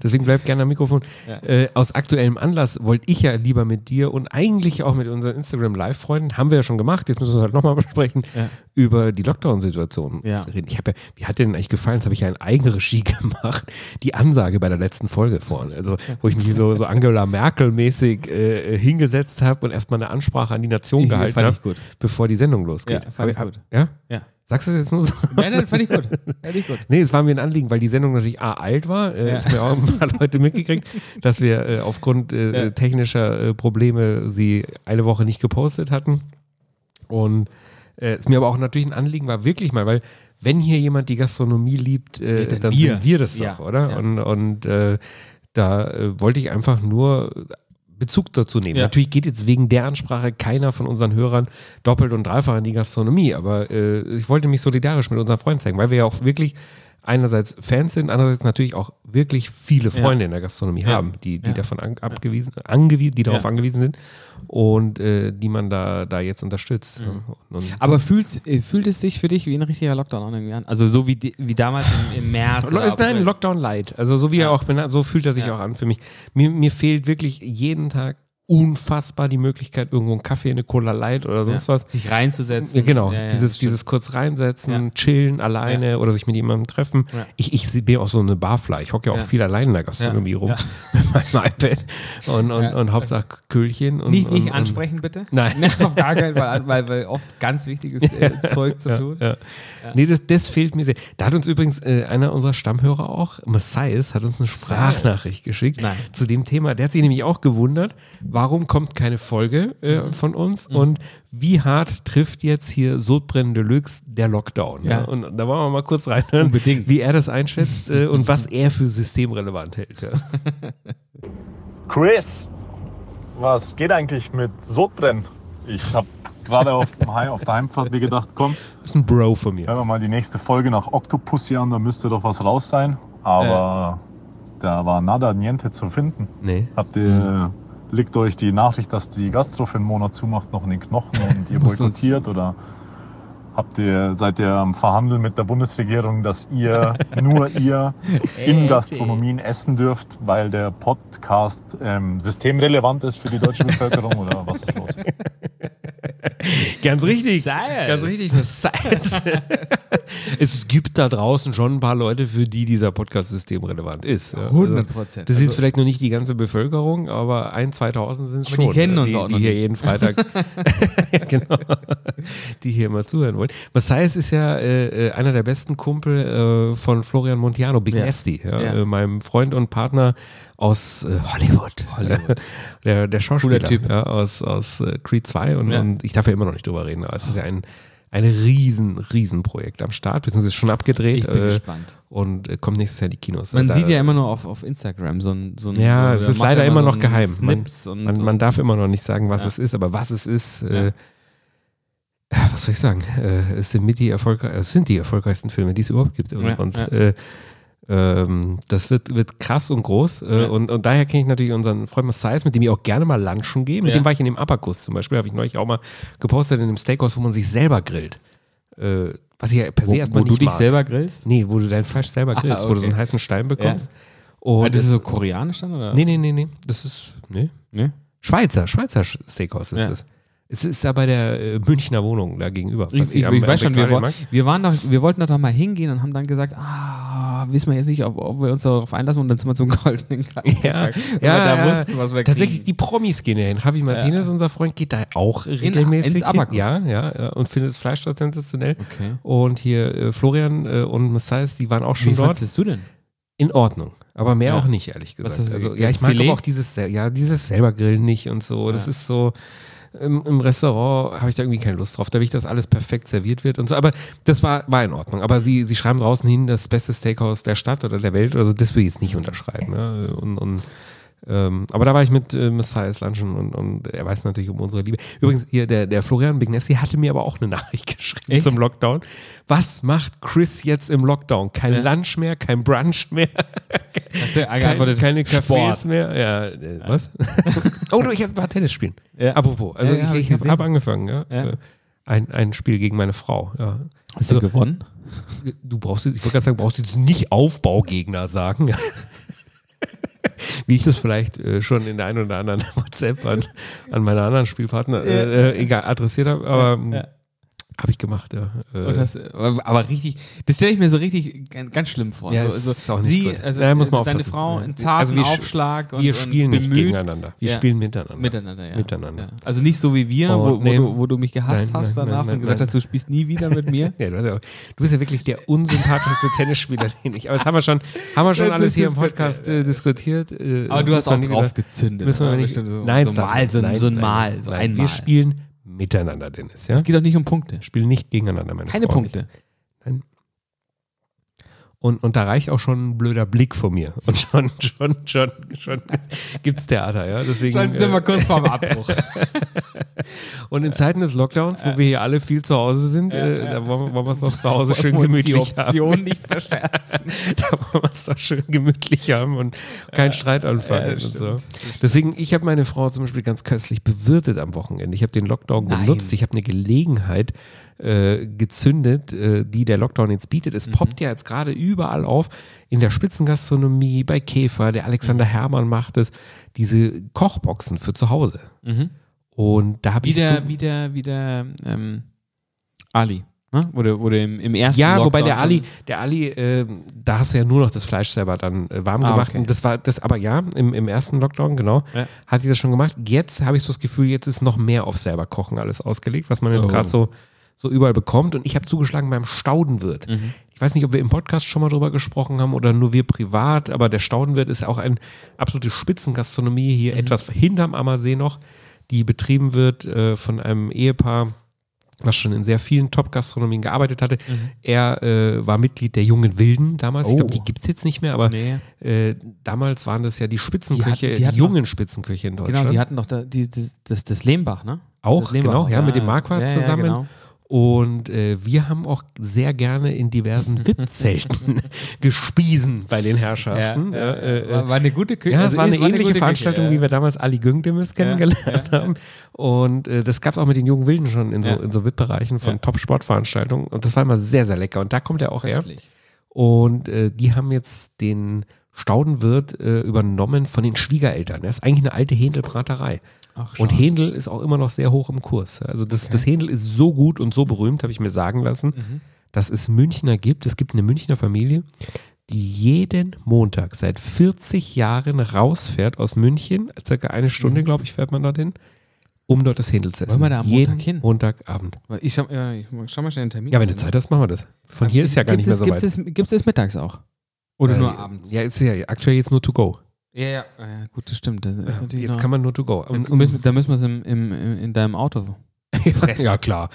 [SPEAKER 2] Deswegen bleibt gerne am Mikrofon. Äh, aus aktuellem Anlass wollte ich ja lieber mit dir und eigentlich auch mit unseren Instagram-Live-Freunden, haben wir ja schon gemacht, jetzt müssen wir es halt nochmal besprechen,
[SPEAKER 3] Ja.
[SPEAKER 2] über die Lockdown-Situation
[SPEAKER 3] Ja.
[SPEAKER 2] zu reden. Ich habe ja, wie hat dir denn eigentlich gefallen? Das habe ich ja in Eigenregie gemacht, die Ansage bei der letzten Folge vorne. Also, wo ich mich so, so Angela Merkel-mäßig äh, hingesetzt habe und erstmal eine Ansprache an die Nation
[SPEAKER 3] Ich-
[SPEAKER 2] gehalten
[SPEAKER 3] fand ich
[SPEAKER 2] habe,
[SPEAKER 3] gut.
[SPEAKER 2] bevor die Sendung losgeht.
[SPEAKER 3] Ja, fand
[SPEAKER 2] Hab
[SPEAKER 3] ich gut.
[SPEAKER 2] Ja?
[SPEAKER 3] Ja.
[SPEAKER 2] Sagst du das jetzt nur so?
[SPEAKER 3] Nein, nein, fand ich gut. Fand ich gut.
[SPEAKER 2] Nee, es war mir ein Anliegen, weil die Sendung natürlich A, alt war. Äh,
[SPEAKER 3] Ja.
[SPEAKER 2] Das haben ja auch ein paar Leute mitgekriegt, dass wir äh, aufgrund äh,
[SPEAKER 3] Ja.
[SPEAKER 2] technischer äh, Probleme sie eine Woche nicht gepostet hatten. Und äh, es mir aber auch natürlich ein Anliegen war, wirklich mal, weil wenn hier jemand die Gastronomie liebt, äh,
[SPEAKER 3] Ja, dann
[SPEAKER 2] dann
[SPEAKER 3] wir.
[SPEAKER 2] sind wir das
[SPEAKER 3] Ja.
[SPEAKER 2] doch, oder?
[SPEAKER 3] Ja.
[SPEAKER 2] Und, und äh, da äh, wollte ich einfach nur Bezug dazu nehmen.
[SPEAKER 3] Ja.
[SPEAKER 2] Natürlich geht jetzt wegen der Ansprache keiner von unseren Hörern doppelt und dreifach in die Gastronomie, aber äh, ich wollte mich solidarisch mit unseren Freunden zeigen, weil wir ja auch wirklich einerseits Fans sind, andererseits natürlich auch wirklich viele Freunde in der Gastronomie haben, die, die
[SPEAKER 3] Ja.
[SPEAKER 2] davon an, abgewiesen, angewiesen, die darauf
[SPEAKER 3] Ja.
[SPEAKER 2] angewiesen sind und äh, die man da, da jetzt unterstützt. ne? Und, und
[SPEAKER 3] Aber fühlt, äh, fühlt es sich für dich wie ein richtiger Lockdown auch irgendwie an? Also so wie, di- wie damals im, im März.
[SPEAKER 2] Lo-
[SPEAKER 3] oder
[SPEAKER 2] ist nein,
[SPEAKER 3] April.
[SPEAKER 2] Lockdown light. Also so wie er auch benannt, so fühlt er sich
[SPEAKER 3] Ja.
[SPEAKER 2] auch an für mich. Mir, mir fehlt wirklich jeden Tag unfassbar die Möglichkeit, irgendwo einen Kaffee, eine Cola light oder sonst was.
[SPEAKER 3] Sich reinzusetzen.
[SPEAKER 2] Ja, genau,
[SPEAKER 3] Ja, ja,
[SPEAKER 2] dieses,
[SPEAKER 3] stimmt.
[SPEAKER 2] dieses kurz reinsetzen,
[SPEAKER 3] Ja.
[SPEAKER 2] chillen alleine oder sich mit jemandem treffen.
[SPEAKER 3] Ja.
[SPEAKER 2] Ich, ich bin ja auch so eine Barfly. Ich hocke ja auch
[SPEAKER 3] Ja.
[SPEAKER 2] viel allein in der Gastronomie
[SPEAKER 3] Ja.
[SPEAKER 2] rum
[SPEAKER 3] Ja.
[SPEAKER 2] mit meinem iPad und, und,
[SPEAKER 3] Ja.
[SPEAKER 2] und Hauptsache Kühlchen. Und,
[SPEAKER 3] Nicht,
[SPEAKER 2] und,
[SPEAKER 3] nicht
[SPEAKER 2] und-
[SPEAKER 3] ansprechen, bitte.
[SPEAKER 2] Um, Nein.
[SPEAKER 3] Auf gar keinen Fall, weil, weil oft ganz wichtiges äh, Zeug zu tun.
[SPEAKER 2] Ja. Nee, das, das fehlt mir sehr. Da hat uns übrigens äh, einer unserer Stammhörer auch, Messias, hat uns eine Sprachnachricht geschickt
[SPEAKER 3] Nein.
[SPEAKER 2] zu dem Thema. Der hat sich nämlich auch gewundert, warum kommt keine Folge
[SPEAKER 3] Mhm.
[SPEAKER 2] äh, von uns und wie hart trifft jetzt hier Sodbrennen Deluxe der Lockdown. Ja.
[SPEAKER 3] Ja.
[SPEAKER 2] Und da wollen wir mal kurz reinhören,
[SPEAKER 3] Unbedingt.
[SPEAKER 2] wie er das einschätzt äh, und was er für systemrelevant hält. Ja.
[SPEAKER 4] Chris, was geht eigentlich mit Sodbrennen? Ich habe gerade auf, dem Heim- auf der Heimfahrt mir gedacht, komm,
[SPEAKER 2] Das ist ein Bro von mir.
[SPEAKER 4] hören wir mal die nächste Folge nach Octopussy an, da müsste doch was raus sein. Aber da war nada niente zu finden.
[SPEAKER 2] Nee.
[SPEAKER 4] Habt
[SPEAKER 3] Hm.
[SPEAKER 4] ihr, liegt euch die Nachricht, dass die Gastro für einen Monat zumacht, noch in den Knochen und ihr
[SPEAKER 3] Muss uns-
[SPEAKER 4] boykottiert oder habt ihr, seid ihr am Verhandeln mit der Bundesregierung, dass ihr, nur ihr in Gastronomien essen dürft, weil der Podcast ähm, systemrelevant ist für die deutsche Bevölkerung oder was ist los?
[SPEAKER 2] Ganz richtig.
[SPEAKER 3] Science.
[SPEAKER 2] Ganz richtig. das Science. es gibt da draußen schon ein paar Leute, für die dieser Podcast systemrelevant ist. Ja, also,
[SPEAKER 3] 100%.
[SPEAKER 2] Das ist vielleicht noch nicht die ganze Bevölkerung, aber ein, 2000 sind es
[SPEAKER 3] Aber die
[SPEAKER 2] schon. ne,
[SPEAKER 3] kennen uns
[SPEAKER 2] die,
[SPEAKER 3] auch
[SPEAKER 2] die
[SPEAKER 3] noch
[SPEAKER 2] hier
[SPEAKER 3] nicht.
[SPEAKER 2] jeden Freitag, genau, die hier immer zuhören wollen. Matthias ist ja äh, äh, einer der besten Kumpel äh, von Florian Montiano, Big
[SPEAKER 3] Ja.
[SPEAKER 2] Nasty, ja,
[SPEAKER 3] Ja.
[SPEAKER 2] Äh, meinem Freund und Partner aus äh, Hollywood.
[SPEAKER 3] Hollywood.
[SPEAKER 2] Der, der Schauspieler.
[SPEAKER 3] Cooler Typ.
[SPEAKER 2] Ja, aus, aus äh, Creed 2 und,
[SPEAKER 3] Ja.
[SPEAKER 2] und ich darf ja immer noch nicht drüber reden, aber es ist ja ein, ein riesen, riesen Projekt am Start, beziehungsweise schon abgedreht.
[SPEAKER 3] Ich bin
[SPEAKER 2] äh,
[SPEAKER 3] gespannt.
[SPEAKER 2] Und äh, kommt nächstes Jahr in die Kinos.
[SPEAKER 3] Man
[SPEAKER 2] Da-
[SPEAKER 3] sieht ja immer nur auf, auf Instagram so ein. So ein
[SPEAKER 2] ja,
[SPEAKER 3] so,
[SPEAKER 2] es
[SPEAKER 3] man
[SPEAKER 2] ist
[SPEAKER 3] macht
[SPEAKER 2] leider
[SPEAKER 3] ja
[SPEAKER 2] immer
[SPEAKER 3] so
[SPEAKER 2] noch
[SPEAKER 3] ein
[SPEAKER 2] geheim.
[SPEAKER 3] Snips
[SPEAKER 2] man,
[SPEAKER 3] und,
[SPEAKER 2] man, man darf immer noch nicht sagen, was
[SPEAKER 3] Ja.
[SPEAKER 2] es ist, aber was es ist, äh, was soll ich sagen? Äh, es sind mit die erfolgreich, es sind die erfolgreichsten Filme, die es überhaupt gibt. Und,
[SPEAKER 3] Ja,
[SPEAKER 2] und
[SPEAKER 3] ja.
[SPEAKER 2] Äh, ähm, das wird, wird krass und groß. Äh,
[SPEAKER 3] Ja.
[SPEAKER 2] und, und daher kenne ich natürlich unseren Freund Matthias, mit dem ich auch gerne mal lunchen gehe. Mit
[SPEAKER 3] Ja.
[SPEAKER 2] dem war ich in dem Abakus zum Beispiel, habe ich neulich auch mal gepostet in dem Steakhouse, wo man sich selber grillt. Äh, was ich ja per
[SPEAKER 3] wo,
[SPEAKER 2] se erstmal
[SPEAKER 3] wo
[SPEAKER 2] nicht
[SPEAKER 3] du dich
[SPEAKER 2] mag.
[SPEAKER 3] selber grillst?
[SPEAKER 2] Nee, wo du dein Fleisch selber
[SPEAKER 3] Ah,
[SPEAKER 2] grillst, wo du so
[SPEAKER 3] okay.
[SPEAKER 2] einen heißen Stein bekommst. Und
[SPEAKER 3] Ah, das ist so koreanisch dann? Oder?
[SPEAKER 2] Nee, nee, nee, nee. Das ist. Nee.
[SPEAKER 3] Nee?
[SPEAKER 2] Schweizer, Schweizer Sch- Steakhouse ist
[SPEAKER 3] Ja.
[SPEAKER 2] das. Es ist da bei der äh, Münchner Wohnung da gegenüber.
[SPEAKER 3] Ich,
[SPEAKER 2] falls
[SPEAKER 3] ich,
[SPEAKER 2] ihr am-
[SPEAKER 3] ich
[SPEAKER 2] am
[SPEAKER 3] weiß schon, wir, woll-
[SPEAKER 2] Viktualienmarkt-
[SPEAKER 3] wir, waren doch, wir wollten doch da mal hingehen und haben dann gesagt, ah, wissen wir jetzt nicht, ob, ob wir uns darauf einlassen und dann sind wir zum goldenen Garten.
[SPEAKER 2] Ja, ja,
[SPEAKER 3] gegangen. Weil wir
[SPEAKER 2] ja,
[SPEAKER 3] da wussten, was wir
[SPEAKER 2] tatsächlich
[SPEAKER 3] kriegen.
[SPEAKER 2] die Promis gehen dahin. Javi Martinez, unser Freund, geht da auch regelmäßig
[SPEAKER 3] ins Abacus.
[SPEAKER 2] hin. Ja, ja, ja, und findet das Fleisch dort sensationell.
[SPEAKER 3] Okay.
[SPEAKER 2] Und hier äh, Florian äh, und Messias, die waren auch schon
[SPEAKER 3] Wie
[SPEAKER 2] dort.
[SPEAKER 3] fandest du denn?
[SPEAKER 2] In Ordnung. Aber mehr
[SPEAKER 3] Ja.
[SPEAKER 2] auch nicht, ehrlich
[SPEAKER 3] Was
[SPEAKER 2] gesagt.
[SPEAKER 3] ist das?
[SPEAKER 2] also, ja, ich mag
[SPEAKER 3] Filet?
[SPEAKER 2] aber auch dieses, sel- ja, dieses selber Grillen nicht und so. Das
[SPEAKER 3] Ja.
[SPEAKER 2] ist so, im, im Restaurant habe ich da irgendwie keine Lust drauf. Da will ich, dass alles perfekt serviert wird und so. Aber das war, war in Ordnung. Aber sie, sie schreiben draußen hin, das beste Steakhouse der Stadt oder der Welt. Also, das will ich jetzt nicht unterschreiben. Ja? ne? Und, und Ähm, aber da war ich mit äh, Messias Lunchen und, und er weiß natürlich um unsere Liebe. Übrigens, hier, der, der Florian Bignessi hatte mir aber auch eine Nachricht geschrieben
[SPEAKER 3] Echt?
[SPEAKER 2] zum Lockdown. Was macht Chris jetzt im Lockdown? Kein Lunch mehr, kein Brunch mehr,
[SPEAKER 3] Hast du
[SPEAKER 2] keine,
[SPEAKER 3] geantwortet,
[SPEAKER 2] keine Cafés
[SPEAKER 3] Sport.
[SPEAKER 2] mehr. Ja, äh, was? oh, du, ich hab- war Tennis spielen.
[SPEAKER 3] Ja.
[SPEAKER 2] Apropos, also
[SPEAKER 3] Ja, ja, hab
[SPEAKER 2] ich, ich
[SPEAKER 3] ich
[SPEAKER 2] habe
[SPEAKER 3] gesehen.
[SPEAKER 2] hab angefangen, ja.
[SPEAKER 3] Ja.
[SPEAKER 2] Äh, Ein, ein Spiel gegen meine Frau. Ja.
[SPEAKER 3] Hast du gewonnen?
[SPEAKER 2] Du brauchst jetzt, ich wollte gerade sagen, brauchst du jetzt nicht Aufbaugegner sagen. Wie ich das vielleicht äh, schon in der einen oder anderen WhatsApp an, an meine anderen Spielpartner äh, äh, egal, adressiert habe, aber
[SPEAKER 3] Ja.
[SPEAKER 2] habe ich gemacht, ja. Äh,
[SPEAKER 3] Und hast, aber aber richtig, das stelle ich mir so richtig ganz, ganz schlimm vor.
[SPEAKER 2] Ja,
[SPEAKER 3] so,
[SPEAKER 2] es
[SPEAKER 3] also
[SPEAKER 2] ist auch nicht
[SPEAKER 3] sie,
[SPEAKER 2] gut.
[SPEAKER 3] also
[SPEAKER 2] Ja, muss man
[SPEAKER 3] deine
[SPEAKER 2] aufpassen.
[SPEAKER 3] Frau,
[SPEAKER 2] Ja.
[SPEAKER 3] einen
[SPEAKER 2] Also
[SPEAKER 3] zarten
[SPEAKER 2] wir sch-
[SPEAKER 3] Aufschlag und
[SPEAKER 2] wir spielen
[SPEAKER 3] und
[SPEAKER 2] nicht
[SPEAKER 3] bemüht
[SPEAKER 2] gegeneinander. Wir
[SPEAKER 3] Ja.
[SPEAKER 2] spielen miteinander.
[SPEAKER 3] Miteinander, ja.
[SPEAKER 2] Miteinander.
[SPEAKER 3] Ja. Also nicht so wie wir,
[SPEAKER 2] Oh,
[SPEAKER 3] wo, wo,
[SPEAKER 2] nee.
[SPEAKER 3] du, wo du mich gehasst
[SPEAKER 2] Nein,
[SPEAKER 3] hast
[SPEAKER 2] nein,
[SPEAKER 3] danach
[SPEAKER 2] nein,
[SPEAKER 3] und gesagt
[SPEAKER 2] nein.
[SPEAKER 3] hast, du spielst nie wieder mit mir.
[SPEAKER 2] Ja, du, hast ja, auch- du bist ja wirklich der unsympathischste Tennisspieler, den ich. Aber das haben wir schon, haben wir schon
[SPEAKER 3] Ja, das
[SPEAKER 2] alles hier im
[SPEAKER 3] ist-
[SPEAKER 2] Podcast äh, diskutiert. äh,
[SPEAKER 3] Aber du
[SPEAKER 2] muss
[SPEAKER 3] hast
[SPEAKER 2] man
[SPEAKER 3] auch
[SPEAKER 2] nie
[SPEAKER 3] drauf
[SPEAKER 2] wieder-
[SPEAKER 3] gezündet.
[SPEAKER 2] Müssen wir
[SPEAKER 3] Ja,
[SPEAKER 2] nicht.
[SPEAKER 3] bestimmt so,
[SPEAKER 2] nein,
[SPEAKER 3] so,
[SPEAKER 2] das darf
[SPEAKER 3] mal,
[SPEAKER 2] man-
[SPEAKER 3] so,
[SPEAKER 2] nein,
[SPEAKER 3] so ein
[SPEAKER 2] nein,
[SPEAKER 3] Mal, so
[SPEAKER 2] nein.
[SPEAKER 3] einmal.
[SPEAKER 2] Wir spielen miteinander, Dennis. Ja?
[SPEAKER 3] Es geht doch nicht um Punkte.
[SPEAKER 2] spielen nicht gegeneinander, meine
[SPEAKER 3] Keine
[SPEAKER 2] Frau
[SPEAKER 3] Punkte.
[SPEAKER 2] Und, und da reicht auch schon ein blöder Blick von mir. Und schon, schon, schon, schon gibt's Theater, ja. Deswegen, äh,
[SPEAKER 3] Dann sind wir kurz vorm Abbruch.
[SPEAKER 2] und in Zeiten des Lockdowns, wo wir hier alle viel zu Hause sind, äh, da wollen, wir- wollen wir es doch zu Hause schön
[SPEAKER 3] Wollen wir uns
[SPEAKER 2] gemütlich
[SPEAKER 3] die
[SPEAKER 2] haben.
[SPEAKER 3] Option nicht verscherzen.
[SPEAKER 2] Da wollen wir es doch schön gemütlich haben und keinen Streit anfangen
[SPEAKER 3] ja,
[SPEAKER 2] und
[SPEAKER 3] stimmt,
[SPEAKER 2] so. Deswegen, ich habe meine Frau zum Beispiel ganz köstlich bewirtet am Wochenende. Ich habe den Lockdown
[SPEAKER 3] Nein.
[SPEAKER 2] genutzt. Ich habe eine Gelegenheit äh, gezündet, äh, die der Lockdown jetzt bietet.
[SPEAKER 3] Mhm.
[SPEAKER 2] Es poppt ja jetzt gerade überall auf. In der Spitzengastronomie, bei Käfer, der Alexander
[SPEAKER 3] Mhm.
[SPEAKER 2] Hermann macht es. Diese Kochboxen für zu Hause.
[SPEAKER 3] Mhm.
[SPEAKER 2] Und da habe ich so-
[SPEAKER 3] Wieder, wieder, wieder ähm, Ali. Ne? Wurde, wurde im, im ersten
[SPEAKER 2] Ja, wobei
[SPEAKER 3] Lockdown
[SPEAKER 2] der Ali,
[SPEAKER 3] schon-
[SPEAKER 2] der Ali, ähm, da hast du ja nur noch das Fleisch selber dann äh, warm
[SPEAKER 3] Ah,
[SPEAKER 2] gemacht.
[SPEAKER 3] okay.
[SPEAKER 2] Und das war das, aber ja, im, im ersten Lockdown, genau,
[SPEAKER 3] Ja.
[SPEAKER 2] hat sie das schon gemacht. Jetzt habe ich so das Gefühl, jetzt ist noch mehr auf selber kochen alles ausgelegt, was man jetzt
[SPEAKER 3] Oh.
[SPEAKER 2] gerade so, so überall bekommt. Und ich habe zugeschlagen beim Staudenwirt.
[SPEAKER 3] Mhm.
[SPEAKER 2] Ich weiß nicht, ob wir im Podcast schon mal drüber gesprochen haben oder nur wir privat, aber der Staudenwirt ist auch eine absolute Spitzengastronomie hier,
[SPEAKER 3] Mhm.
[SPEAKER 2] etwas hinterm Ammersee noch, die betrieben wird äh, von einem Ehepaar was schon in sehr vielen Top-Gastronomien gearbeitet hatte. Er äh, war Mitglied der Jungen Wilden damals. Ich glaube,
[SPEAKER 3] Mhm. Oh.
[SPEAKER 2] die gibt es jetzt nicht mehr, aber
[SPEAKER 3] Nee.
[SPEAKER 2] äh, damals waren das ja die Spitzenköche, die,
[SPEAKER 3] hatten- die hatten
[SPEAKER 2] jungen Spitzenköche in Deutschland.
[SPEAKER 3] Genau, die hatten doch da, die, das, das, das Lehmbach, ne?
[SPEAKER 2] Auch,
[SPEAKER 3] das Lehmbach,
[SPEAKER 2] genau, ja, mit dem Marquardt zusammen.
[SPEAKER 3] genau.
[SPEAKER 2] Und äh, wir haben auch sehr gerne in diversen VIP-Zelten gespiesen bei den Herrschaften.
[SPEAKER 3] Ja,
[SPEAKER 2] Ja, äh, äh,
[SPEAKER 3] War, war eine gute Küche.
[SPEAKER 2] ja,
[SPEAKER 3] also
[SPEAKER 2] es war eine
[SPEAKER 3] ist-
[SPEAKER 2] ähnliche
[SPEAKER 3] gute
[SPEAKER 2] Veranstaltung,
[SPEAKER 3] Küche,
[SPEAKER 2] wie wir damals Ali Güngdemis kennengelernt haben. Und äh, das gab es auch mit den jungen Wilden schon in so,
[SPEAKER 3] Ja.
[SPEAKER 2] in so VIP-Bereichen von
[SPEAKER 3] Ja.
[SPEAKER 2] Top-Sportveranstaltungen. Und das war immer sehr, sehr lecker. Und da kommt er auch her.
[SPEAKER 3] Köstlich.
[SPEAKER 2] Und äh, die haben jetzt den Staudenwirt äh, übernommen von den Schwiegereltern. Das ist eigentlich eine alte Händel-Braterei.
[SPEAKER 3] Ach, schau.
[SPEAKER 2] Und Händel ist auch immer noch sehr hoch im Kurs. Also das, das Händel ist so gut und so berühmt, habe ich mir sagen lassen,
[SPEAKER 3] Mhm.
[SPEAKER 2] dass es Münchner gibt. Es gibt eine Münchner Familie, die jeden Montag seit 40 Jahren rausfährt aus München. Circa eine Stunde, glaube ich, fährt man dorthin, um dort das Händel zu essen.
[SPEAKER 3] Mhm. Wollen wir da am
[SPEAKER 2] jeden
[SPEAKER 3] Montag hin?
[SPEAKER 2] Montagabend.
[SPEAKER 3] Ich schau, ja, ich schau mal schnell den Termin.
[SPEAKER 2] Ja, wenn du Zeit hast, machen wir das. Von hier ist ja gar nicht mehr so
[SPEAKER 3] Gibt
[SPEAKER 2] weit.
[SPEAKER 3] es, gibt's das mittags auch? Oder
[SPEAKER 2] Äh,
[SPEAKER 3] nur abends?
[SPEAKER 2] Ja, ist ja aktuell jetzt nur to go.
[SPEAKER 3] Ja, ja. Ah, ja gut, das stimmt. Das ist natürlich
[SPEAKER 2] Jetzt
[SPEAKER 3] noch-
[SPEAKER 2] kann man nur to go. Ähm,
[SPEAKER 3] Dann müssen, da müssen wir es im, im, im, in deinem Auto fressen.
[SPEAKER 2] ja, klar.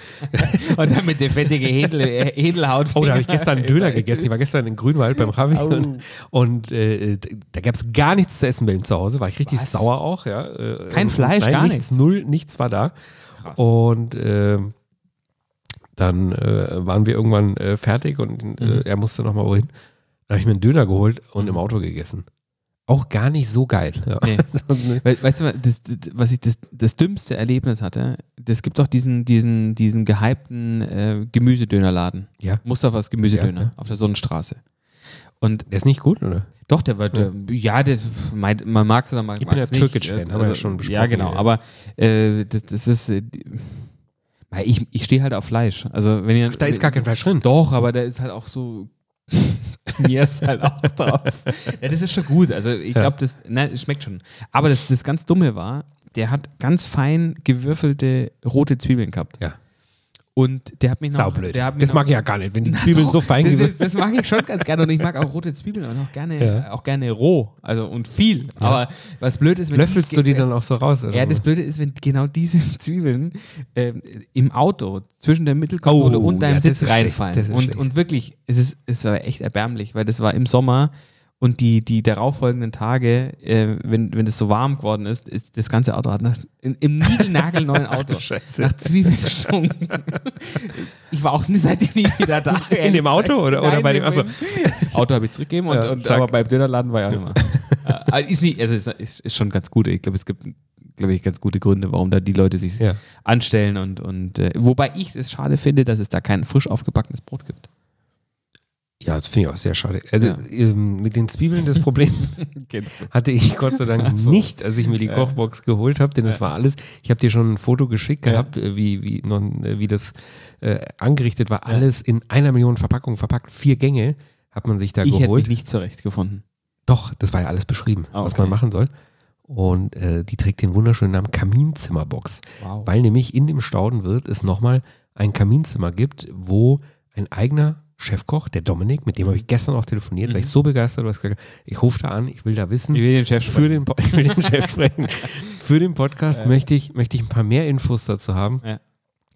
[SPEAKER 3] Und dann mit der fettigen Händel, Händelhaut.
[SPEAKER 2] Oh, da habe ich gestern einen Döner gegessen. Ich war gestern in Grünwald beim Ravi
[SPEAKER 3] Au.
[SPEAKER 2] und, und äh, d- da gab es gar nichts zu essen bei ihm zu Hause. War ich richtig
[SPEAKER 3] Was?
[SPEAKER 2] sauer auch, ja. Äh,
[SPEAKER 3] Kein
[SPEAKER 2] ähm,
[SPEAKER 3] Fleisch,
[SPEAKER 2] nein,
[SPEAKER 3] gar nichts.
[SPEAKER 2] Null, nichts war da.
[SPEAKER 3] Krass.
[SPEAKER 2] Und ähm, dann äh, waren wir irgendwann äh, fertig und
[SPEAKER 3] Mhm.
[SPEAKER 2] äh, er musste nochmal wohin. Da habe ich mir einen Döner geholt und im Auto gegessen. Auch gar nicht so geil. Ja.
[SPEAKER 3] Nee.
[SPEAKER 2] So, ne.
[SPEAKER 3] We weißt du, was- das, das, was ich das, das dümmste Erlebnis hatte? Das gibt doch diesen, diesen, diesen gehypten äh, Gemüsedönerladen.
[SPEAKER 2] Ja.
[SPEAKER 3] Mustafas Gemüsedöner
[SPEAKER 2] Ja, ja.
[SPEAKER 3] auf der Sonnenstraße. Und
[SPEAKER 2] Der ist nicht gut, oder?
[SPEAKER 3] doch, der war, der, ja, der, meint- man mag es oder man
[SPEAKER 2] Ich
[SPEAKER 3] mag
[SPEAKER 2] bin
[SPEAKER 3] es
[SPEAKER 2] ja
[SPEAKER 3] nicht.
[SPEAKER 2] Türkic-Fan,
[SPEAKER 3] Äh,
[SPEAKER 2] haben wir ja schon besprochen
[SPEAKER 3] Ja, genau,
[SPEAKER 2] hier.
[SPEAKER 3] aber äh, das, das ist, äh, die- Weil ich, ich stehe halt auf Fleisch. Also wenn ihr,
[SPEAKER 2] Da ist gar kein Fleisch drin.
[SPEAKER 3] Doch, aber da ist halt auch so. Mir ist halt auch drauf. ja, das ist schon gut. Also ich glaube, das, nein, es schmeckt schon. Aber das, das ganz Dumme war, der hat ganz fein gewürfelte rote Zwiebeln gehabt.
[SPEAKER 2] Ja.
[SPEAKER 3] Und der hat mich noch.
[SPEAKER 2] Saublöd.
[SPEAKER 3] Der hat mich
[SPEAKER 2] Das
[SPEAKER 3] noch,
[SPEAKER 2] mag ich ja gar nicht, wenn die Zwiebeln so fein
[SPEAKER 3] das,
[SPEAKER 2] gewürzt
[SPEAKER 3] ist, das mag ich schon ganz gerne und ich mag auch rote Zwiebeln und auch gerne, auch gerne roh. Also und viel. Aber was blöd ist, wenn
[SPEAKER 2] Löffelst
[SPEAKER 3] die-
[SPEAKER 2] du die dann auch so raus? Oder?
[SPEAKER 3] ja, das Blöde ist, wenn genau diese Zwiebeln ähm, im Auto zwischen der Mittelkonsole
[SPEAKER 2] Oh,
[SPEAKER 3] und deinem
[SPEAKER 2] ja, das
[SPEAKER 3] Sitz
[SPEAKER 2] ist schlecht,
[SPEAKER 3] reinfallen.
[SPEAKER 2] das ist
[SPEAKER 3] Und,
[SPEAKER 2] schlecht.
[SPEAKER 3] und wirklich, es, ist, es war echt erbärmlich, weil das war im Sommer Und die, die darauffolgenden Tage, äh, wenn, wenn es so warm geworden ist, ist das ganze Auto hat nach, in, im niegelnagelneuen Auto
[SPEAKER 2] Scheiße.
[SPEAKER 3] nach Zwiebeln gestunken. ich war auch nie- seitdem nie wieder da.
[SPEAKER 2] In dem Auto oder- oder bei dem-
[SPEAKER 3] Also Auto habe ich zurückgegeben, und,
[SPEAKER 2] Ja,
[SPEAKER 3] und,
[SPEAKER 2] zack.
[SPEAKER 3] aber beim Dönerladen war ich auch nicht mehr. Äh, ist, nicht, also ist, ist, ist schon ganz gut. Ich glaube, es gibt, glaube ich, ganz gute Gründe, warum da die Leute sich
[SPEAKER 2] Ja.
[SPEAKER 3] anstellen. und, und äh, Wobei ich es schade finde, dass es da kein frisch aufgebackenes Brot gibt.
[SPEAKER 2] Ja, das finde ich auch sehr schade. Also
[SPEAKER 3] Ja.
[SPEAKER 2] ähm, mit den Zwiebeln das Problem
[SPEAKER 3] Kennst du.
[SPEAKER 2] hatte ich Gott sei Dank
[SPEAKER 3] Ach so.
[SPEAKER 2] nicht, als ich mir die
[SPEAKER 3] Ja.
[SPEAKER 2] Kochbox geholt habe, denn das war alles. Ich habe dir schon ein Foto geschickt
[SPEAKER 3] Ja.
[SPEAKER 2] gehabt, äh, wie, wie, noch, äh, wie das äh, angerichtet war. Alles in einer Million Verpackungen verpackt. Vier Gänge hat man sich da
[SPEAKER 3] Ich hätte
[SPEAKER 2] geholt.
[SPEAKER 3] mich nicht zurechtgefunden.
[SPEAKER 2] Doch, das war ja alles beschrieben,
[SPEAKER 3] Ah,
[SPEAKER 2] was
[SPEAKER 3] okay.
[SPEAKER 2] man machen soll. Und äh, die trägt den wunderschönen Namen Kaminzimmerbox,
[SPEAKER 3] Wow.
[SPEAKER 2] weil nämlich in dem Staudenwirt es nochmal ein Kaminzimmer gibt, wo ein eigener Chefkoch, der Dominik, mit dem habe ich gestern auch telefoniert, weil ich so begeistert war, dass ich gesagt habe, ich rufe da an, ich will da wissen.
[SPEAKER 3] Ich will den Chef
[SPEAKER 2] für den, Po- ich will den Chef sprechen. Für den Podcast möchte, ich, möchte ich ein paar mehr Infos dazu haben.
[SPEAKER 3] Ja.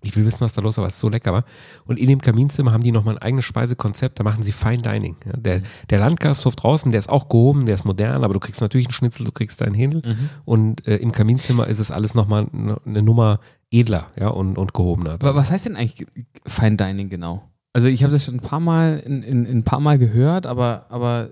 [SPEAKER 2] Ich will wissen, was da los war, weil es so lecker war. Und in dem Kaminzimmer haben die nochmal ein eigenes Speisekonzept, da machen sie Fine Dining. Ja,
[SPEAKER 3] Mhm.
[SPEAKER 2] der, der Landgasthof draußen, der ist auch gehoben, der ist modern, aber du kriegst natürlich einen Schnitzel, du kriegst deinen Händel.
[SPEAKER 3] Mhm.
[SPEAKER 2] Und äh, im Kaminzimmer ist es alles nochmal eine Nummer edler ja, und, und gehobener.
[SPEAKER 3] Wa- was heißt denn eigentlich Fine Dining genau? Also ich habe das schon ein paar Mal in, in, in ein paar Mal gehört, aber, aber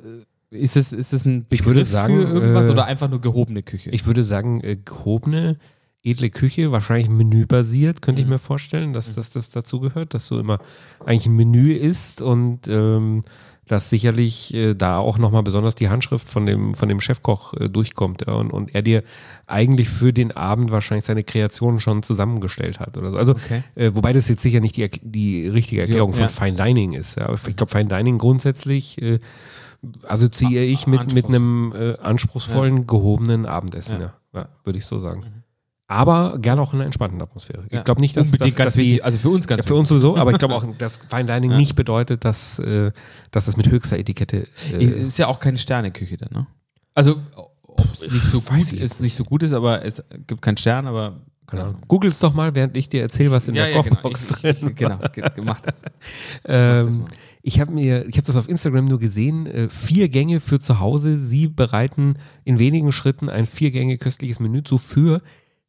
[SPEAKER 3] äh, ist es, ist es ein
[SPEAKER 2] Ich
[SPEAKER 3] Begriff
[SPEAKER 2] würde sagen,
[SPEAKER 3] für irgendwas
[SPEAKER 2] äh,
[SPEAKER 3] oder einfach nur gehobene Küche?
[SPEAKER 2] Ich würde sagen, äh, gehobene, edle Küche, wahrscheinlich menübasiert, könnte
[SPEAKER 3] Mhm.
[SPEAKER 2] ich mir vorstellen, dass, dass das dazu gehört, dass so immer eigentlich ein Menü ist und ähm, dass sicherlich äh, da auch nochmal besonders die Handschrift von dem, von dem Chefkoch äh, durchkommt ja, und, und er dir eigentlich für den Abend wahrscheinlich seine Kreationen schon zusammengestellt hat oder so. Also,
[SPEAKER 3] Okay.
[SPEAKER 2] äh, wobei das jetzt sicher nicht die, Erkl- die richtige Erklärung von
[SPEAKER 3] Ja, ja.
[SPEAKER 2] Fine Dining ist. Ja. Aber ich glaube, Fine Dining grundsätzlich äh, assoziiere ich mit, mit
[SPEAKER 3] Anspruchs-
[SPEAKER 2] einem äh, anspruchsvollen, gehobenen Abendessen, ja.
[SPEAKER 3] Ja. Mhm.
[SPEAKER 2] Ja, würde ich so sagen. Aber gerne auch in einer entspannten Atmosphäre. Ich glaube nicht, dass,
[SPEAKER 3] Unbedingt
[SPEAKER 2] dass, dass
[SPEAKER 3] ganz
[SPEAKER 2] die,
[SPEAKER 3] wichtig, also für uns ganz
[SPEAKER 2] ja, für uns sowieso, aber ich glaube auch, dass Fine Dining nicht bedeutet, dass, äh, dass das mit höchster Etikette äh,
[SPEAKER 3] wichtig. Ist ja auch keine Sterneküche dann, ne? Also ob es nicht so
[SPEAKER 2] Weiß
[SPEAKER 3] gut
[SPEAKER 2] ich
[SPEAKER 3] ist, nicht so gut ist, aber es gibt keinen Stern, aber
[SPEAKER 2] keine Ahnung. Google's doch mal, während ich dir erzähle, was in der Kochbox
[SPEAKER 3] genau. Ich, ich,
[SPEAKER 2] drin
[SPEAKER 3] ich, genau, ge- gemacht ist. das
[SPEAKER 2] Ähm,
[SPEAKER 3] mal.
[SPEAKER 2] ich habe mir, ich habe das auf Instagram nur gesehen. Äh, vier Gänge für zu Hause. Sie bereiten in wenigen Schritten ein vier Gänge köstliches Menü zu für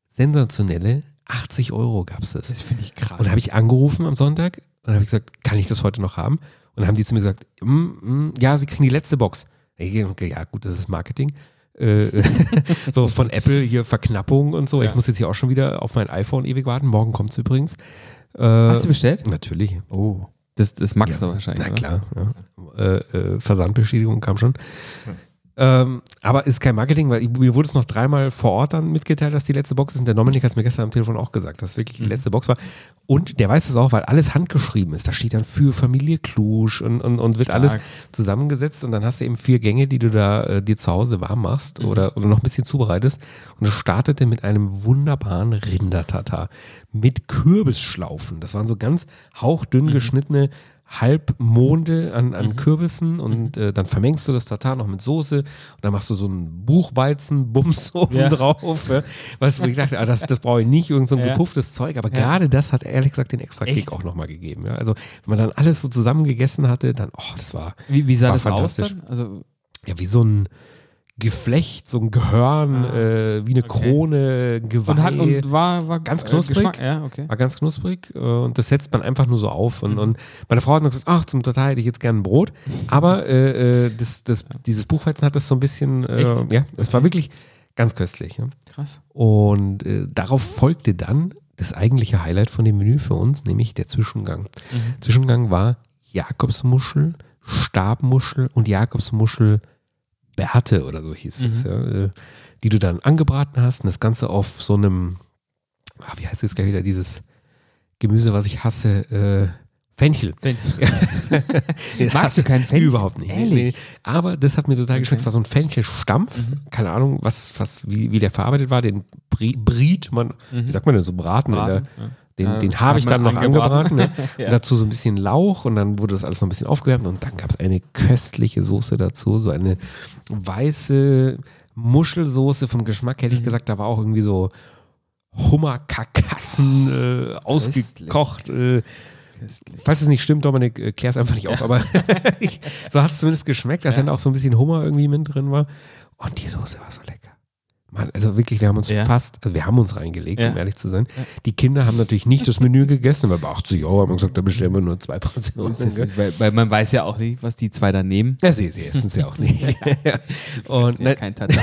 [SPEAKER 2] sensationelle 80 Euro gab es das.
[SPEAKER 3] Das finde ich krass.
[SPEAKER 2] Und da habe ich angerufen am Sonntag und habe ich gesagt, kann ich das heute noch haben? Und dann haben die zu mir gesagt, mm, mm, ja, sie kriegen die letzte Box. Ich gesagt, okay, ja, gut, das ist Marketing. Äh, so von Apple hier Verknappung und so. Ich
[SPEAKER 3] Ja.
[SPEAKER 2] muss jetzt hier auch schon wieder auf mein iPhone ewig warten. Morgen kommt es übrigens. Äh,
[SPEAKER 3] Hast du bestellt?
[SPEAKER 2] natürlich.
[SPEAKER 3] Oh. Das, das magst du wahrscheinlich.
[SPEAKER 2] Na
[SPEAKER 3] oder?
[SPEAKER 2] klar, Ne? ja. äh, äh, Versandbeschädigung kam schon. Ähm, aber ist kein Marketing, weil ich, mir wurde es noch dreimal vor Ort dann mitgeteilt, dass die letzte Box ist. Und der Dominik hat es mir gestern am Telefon auch gesagt, dass wirklich die letzte Box war. Und der weiß es auch, weil alles handgeschrieben ist. Da steht dann für Familie Klusch und, und, und wird alles zusammengesetzt. Und dann hast du eben vier Gänge, die du da äh, dir zu Hause warm machst oder, oder noch ein bisschen zubereitest. Und es startete mit einem wunderbaren Rindertatar mit Kürbisschlaufen. Das waren so ganz hauchdünn geschnittene Halbmonde an,
[SPEAKER 3] Mhm.
[SPEAKER 2] an Kürbissen und äh, dann vermengst du das Tatar noch mit Soße und dann machst du so einen Buchweizen-Bums oben
[SPEAKER 3] Ja.
[SPEAKER 2] drauf. Ja. Weißt du, wo ich dachte, ah, das, das brauche ich nicht, irgend so ein
[SPEAKER 3] Ja.
[SPEAKER 2] gepufftes Zeug. Aber gerade das hat ehrlich gesagt den extra Kick
[SPEAKER 3] Echt?
[SPEAKER 2] auch nochmal gegeben. Ja. Also, wenn man dann alles so zusammen gegessen hatte, dann, oh, das war
[SPEAKER 3] Wie, wie sah
[SPEAKER 2] War
[SPEAKER 3] das aus
[SPEAKER 2] fantastisch.
[SPEAKER 3] dann? Also,
[SPEAKER 2] ja wie so ein Geflecht, so ein Gehörn, äh, wie eine
[SPEAKER 3] Ah. okay.
[SPEAKER 2] Krone, Geweih.
[SPEAKER 3] und, hat, und war, war
[SPEAKER 2] eh Ganz
[SPEAKER 3] äh,
[SPEAKER 2] knusprig.
[SPEAKER 3] Geschmack, ja, okay. Mhm.
[SPEAKER 2] War ganz knusprig äh, und das setzt man einfach nur so auf. Und, und meine Frau hat noch gesagt, ach, zum Total hätte ich jetzt gern ein Brot. Aber äh, äh, das, das, dieses Buchweizen hat das so ein bisschen, äh,
[SPEAKER 3] Echt?
[SPEAKER 2] ja, es war wirklich ganz köstlich. Ja.
[SPEAKER 3] Krass.
[SPEAKER 2] Und äh, darauf folgte dann das eigentliche Highlight von dem Menü für uns, nämlich der Zwischengang.
[SPEAKER 3] Mhm.
[SPEAKER 2] Zwischengang war Jakobsmuschel, Stabmuschel und Jakobsmuschel Bärte oder so hieß
[SPEAKER 3] Mhm.
[SPEAKER 2] es, ja, äh, die du dann angebraten hast und das Ganze auf so einem, ah, wie heißt jetzt gleich wieder dieses Gemüse, was ich hasse, äh, Fenchel. Den
[SPEAKER 3] Magst
[SPEAKER 2] hasse
[SPEAKER 3] du keinen
[SPEAKER 2] ich
[SPEAKER 3] Fenchel?
[SPEAKER 2] Überhaupt nicht.
[SPEAKER 3] Ehrlich?
[SPEAKER 2] Aber das hat mir total geschmeckt. Es war so ein Fenchelstampf. Keine Ahnung, was, was, wie, wie der verarbeitet war. Den Bri Briet, man, wie sagt man denn so, Braten. Braten.
[SPEAKER 3] Braten, ja.
[SPEAKER 2] Den,
[SPEAKER 3] Ja,
[SPEAKER 2] den habe ich
[SPEAKER 3] hat
[SPEAKER 2] dann
[SPEAKER 3] man
[SPEAKER 2] noch angebraten.
[SPEAKER 3] angebraten.
[SPEAKER 2] ne? Und Dazu so ein bisschen Lauch und dann wurde das alles noch ein bisschen aufgewärmt und dann gab es eine köstliche Soße dazu, so eine weiße Muschelsoße vom Geschmack, hätte ich
[SPEAKER 3] Mhm.
[SPEAKER 2] gesagt, da war auch irgendwie so Hummerkarkassen äh, ausgekocht. Äh,
[SPEAKER 3] Köstlich.
[SPEAKER 2] Falls es nicht stimmt, Dominik, äh, klär's einfach nicht auf, aber ich, so hat es zumindest geschmeckt, dass dann auch so ein bisschen Hummer irgendwie mit drin war. Und die Soße war so lecker. Mann, also wirklich, wir haben uns
[SPEAKER 3] Ja.
[SPEAKER 2] fast, also wir haben uns reingelegt,
[SPEAKER 3] Ja.
[SPEAKER 2] um ehrlich zu sein. Die Kinder haben natürlich nicht das Menü gegessen, weil bei 80 Euro haben wir gesagt, da bestellen wir nur zwei Portionen. gell?
[SPEAKER 3] Weil, weil man weiß ja auch nicht, was die zwei da nehmen.
[SPEAKER 2] Ja, sie, sie essen es ja auch nicht. Und
[SPEAKER 3] ja
[SPEAKER 2] ne,
[SPEAKER 3] kein Tatar.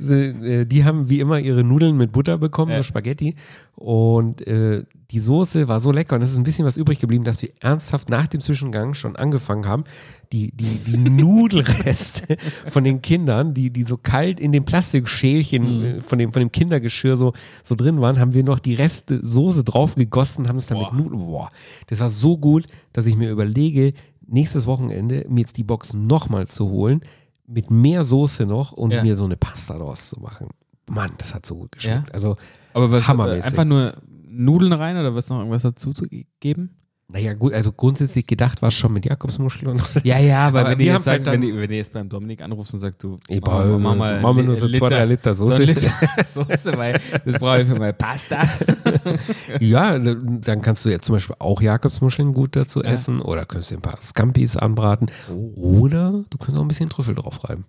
[SPEAKER 2] äh, die haben wie immer ihre Nudeln mit Butter bekommen, so Spaghetti. Und äh, die Soße war so lecker und es ist ein bisschen was übrig geblieben, dass wir ernsthaft nach dem Zwischengang schon angefangen haben, die, die, die Nudelreste von den Kindern, die, die so kalt in dem Plastikschälchen äh, von, dem, von dem Kindergeschirr so, so drin waren, haben wir noch die Reste Soße drauf gegossen, haben es dann mit Nudeln. Boah, das war so gut, dass ich mir überlege, nächstes Wochenende mir jetzt die Box nochmal zu holen, mit mehr Soße noch und
[SPEAKER 3] Ja.
[SPEAKER 2] mir so eine Pasta draus zu machen. Mann, das hat so gut geschmeckt.
[SPEAKER 3] Ja?
[SPEAKER 2] Also,
[SPEAKER 3] Aber was,
[SPEAKER 2] Hammermäßig.
[SPEAKER 3] einfach nur Nudeln rein oder was noch irgendwas dazu zu ge- geben?
[SPEAKER 2] naja, gut, also grundsätzlich gedacht war es schon mit Jakobsmuscheln und alles.
[SPEAKER 3] ja,
[SPEAKER 2] Aber wir haben's halt dann-
[SPEAKER 3] wenn, ihr, wenn ihr jetzt beim Dominik anrufst und sagt, du,
[SPEAKER 2] Ich
[SPEAKER 3] Oh,
[SPEAKER 2] brauche- machen wir nur so zwei, drei Liter
[SPEAKER 3] so ein
[SPEAKER 2] Soße.
[SPEAKER 3] Liter Soße, weil das brauche ich für meine Pasta.
[SPEAKER 2] Ja, ne, dann kannst du jetzt zum Beispiel auch Jakobsmuscheln gut dazu essen oder könntest dir ein paar Scampis anbraten
[SPEAKER 3] Oh.
[SPEAKER 2] oder du könntest auch ein bisschen Trüffel drauf reiben.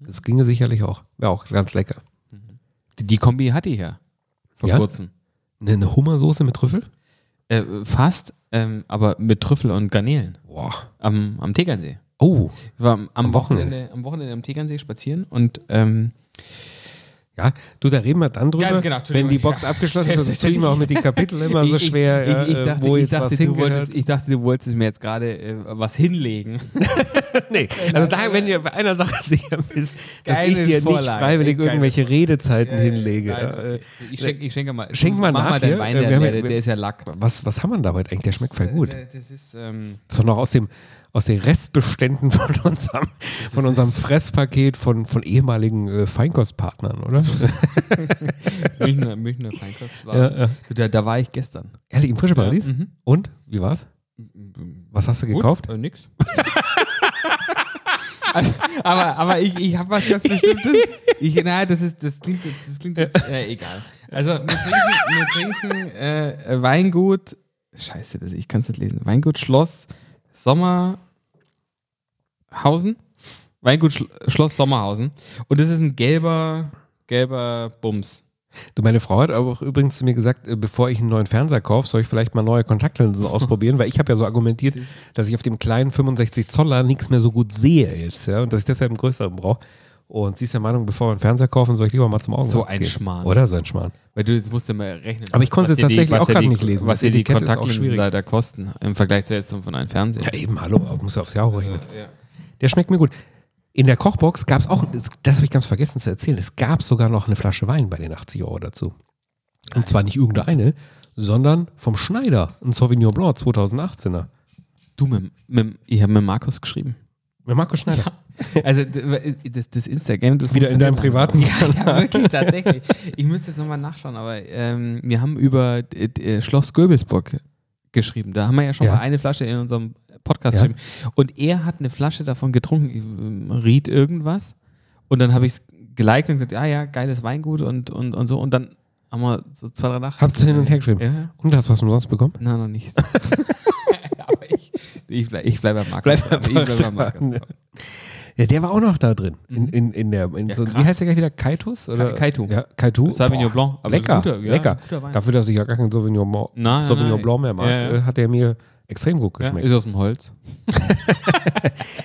[SPEAKER 2] Das
[SPEAKER 3] Hm.
[SPEAKER 2] ginge sicherlich auch. Wäre auch ganz lecker.
[SPEAKER 3] Die, die Kombi hatte ich ja vor
[SPEAKER 2] Ja?
[SPEAKER 3] kurzem.
[SPEAKER 2] Eine- Eine Hummersoße mit Trüffel?
[SPEAKER 3] Äh, fast, ähm, aber mit Trüffel und Garnelen
[SPEAKER 2] Boah.
[SPEAKER 3] am, am Tegernsee.
[SPEAKER 2] Oh.
[SPEAKER 3] Ich war am, am,
[SPEAKER 2] Am Wochenende.
[SPEAKER 3] Wochenende. am Wochenende am Tegernsee spazieren und ähm,
[SPEAKER 2] Ja, du, da reden wir dann drüber,
[SPEAKER 3] Ganz genau,
[SPEAKER 2] wenn
[SPEAKER 3] Entschuldigung.
[SPEAKER 2] die Box
[SPEAKER 3] Ja,
[SPEAKER 2] abgeschlossen ist. Das tue ich
[SPEAKER 3] selbstverständlich.
[SPEAKER 2] mir auch mit den Kapiteln immer so
[SPEAKER 3] ich- ich-
[SPEAKER 2] schwer, ja,
[SPEAKER 3] ich, ich, dachte,
[SPEAKER 2] wo
[SPEAKER 3] ich,
[SPEAKER 2] jetzt was
[SPEAKER 3] dachte, du
[SPEAKER 2] hingehört.
[SPEAKER 3] wolltest, ich dachte, du wolltest mir jetzt gerade äh, was hinlegen.
[SPEAKER 2] Nee, also da, wenn ihr bei einer Sache sicher bist, dass
[SPEAKER 3] Genau. Geile
[SPEAKER 2] ich dir nicht
[SPEAKER 3] Vorlage.
[SPEAKER 2] freiwillig
[SPEAKER 3] Geile
[SPEAKER 2] irgendwelche Redezeiten hinlege.
[SPEAKER 3] Nein,
[SPEAKER 2] ja, äh,
[SPEAKER 3] okay. ich, schenk, ich schenke mal.
[SPEAKER 2] Schenk mal
[SPEAKER 3] mach
[SPEAKER 2] nach
[SPEAKER 3] mal den
[SPEAKER 2] hier.
[SPEAKER 3] Wein,
[SPEAKER 2] Äh,
[SPEAKER 3] der,
[SPEAKER 2] wir haben
[SPEAKER 3] der,
[SPEAKER 2] ja-
[SPEAKER 3] der ist ja Lack.
[SPEAKER 2] was, was haben wir denn da heute eigentlich? Der schmeckt voll gut.
[SPEAKER 3] Äh, Das ist, ähm,
[SPEAKER 2] Das ist doch noch aus, dem, aus den Restbeständen von unserem, von unserem Fresspaket von, von ehemaligen äh, Feinkostpartnern, oder?
[SPEAKER 3] Münchner, Münchner Feinkostladen.
[SPEAKER 2] ja, ja.
[SPEAKER 3] Du, Da, da war ich gestern.
[SPEAKER 2] Ehrlich, im frischen Paradies?
[SPEAKER 3] mhm.
[SPEAKER 2] Und? Wie war's? Was hast du gekauft?
[SPEAKER 3] Äh, nix. Also, aber aber ich, ich habe was ganz Bestimmtes. Ich, naja, das, ist, das klingt, jetzt- das klingt jetzt, äh, egal. Also, wir trinken, wir trinken äh, Weingut, Scheiße, das, ich kann es nicht lesen. Weingut Schloss Sommerhausen. Weingut Schl Schloss Sommerhausen. Und das ist ein gelber, gelber Bums.
[SPEAKER 2] Du, meine Frau hat aber auch übrigens zu mir gesagt, äh, bevor ich einen neuen Fernseher kaufe, soll ich vielleicht mal neue Kontaktlinsen ausprobieren, weil ich habe ja so argumentiert, dass ich auf dem kleinen 65 Zoller nichts mehr so gut sehe jetzt, ja, und dass ich deshalb einen größeren brauche. Und sie ist der Meinung, bevor wir einen Fernseher kaufen, soll ich lieber mal zum Augenarzt
[SPEAKER 3] So ein
[SPEAKER 2] gehen.
[SPEAKER 3] Schmarrn.
[SPEAKER 2] Oder so ein Schmarrn.
[SPEAKER 3] Weil du jetzt musst ja mal rechnen.
[SPEAKER 2] Aber ich konnte es
[SPEAKER 3] was dir die-
[SPEAKER 2] tatsächlich
[SPEAKER 3] was
[SPEAKER 2] auch
[SPEAKER 3] dir
[SPEAKER 2] grad
[SPEAKER 3] die-
[SPEAKER 2] nicht lesen.
[SPEAKER 3] Was
[SPEAKER 2] Das
[SPEAKER 3] dir die
[SPEAKER 2] Etikett ist auch schwierig.
[SPEAKER 3] Kontaktlinsen da, da kosten im Vergleich zu jetzt zum von einem Fernseher.
[SPEAKER 2] Ja, eben, hallo, aber muss ja aufs Jahr hochrechnen. Der schmeckt mir gut. In der Kochbox gab es auch, das- das habe ich ganz vergessen zu erzählen, es gab sogar noch eine Flasche Wein bei den 80 Euro dazu. Und zwar nicht irgendeine, sondern vom Schneider, ein Sauvignon Blanc 2018er.
[SPEAKER 3] Du, mit, mit, ich habe mit Markus geschrieben.
[SPEAKER 2] Mit Marco Schneider.
[SPEAKER 3] Also d- das, das Instagram, das
[SPEAKER 2] Wieder in deinem
[SPEAKER 3] funktioniert
[SPEAKER 2] privaten
[SPEAKER 3] dann. Ja, ja, wirklich, tatsächlich. Ich müsste jetzt nochmal nachschauen, aber ähm, wir haben über äh, äh, Schloss Göbelsburg geschrieben. Da haben wir ja schon
[SPEAKER 2] Ja.
[SPEAKER 3] mal eine Flasche in unserem Podcast
[SPEAKER 2] Ja.
[SPEAKER 3] geschrieben. Und er hat eine Flasche davon getrunken, äh, riet irgendwas. Und dann habe ich es geliked und gesagt, ja, ja, geiles Weingut und, und, und so. Und dann haben wir so zwei, drei Nacht.
[SPEAKER 2] Habt ihr hin und her geschrieben?
[SPEAKER 3] Ja, ja.
[SPEAKER 2] Und hast du was umsonst bekommen?
[SPEAKER 3] Nein, noch nicht. aber ich, ich bleibe ich bleib bei Markus.
[SPEAKER 2] Bleib
[SPEAKER 3] dran. ich
[SPEAKER 2] einfach
[SPEAKER 3] bleib bei
[SPEAKER 2] dran,
[SPEAKER 3] Markus.
[SPEAKER 2] ja.
[SPEAKER 3] dran.
[SPEAKER 2] Ja, der war auch noch da drin. In, in, in der, in so, wie
[SPEAKER 3] Mhm. krass.
[SPEAKER 2] heißt der gleich wieder? Kaitus? Oder?
[SPEAKER 3] Ka- Kaitu.
[SPEAKER 2] Ja, Kaitu.
[SPEAKER 3] Sauvignon Blanc. Aber
[SPEAKER 2] lecker,
[SPEAKER 3] das ist ein guter, ja,
[SPEAKER 2] lecker.
[SPEAKER 3] ein guter Wein.
[SPEAKER 2] Dafür, dass ich ja gar kein Sauvignon, Blanc-
[SPEAKER 3] Nein,
[SPEAKER 2] Sauvignon
[SPEAKER 3] nein, nein.
[SPEAKER 2] Blanc mehr mag,
[SPEAKER 3] Ja, ja.
[SPEAKER 2] äh, hat der mir extrem gut
[SPEAKER 3] Ja,
[SPEAKER 2] geschmeckt.
[SPEAKER 3] ist aus dem Holz.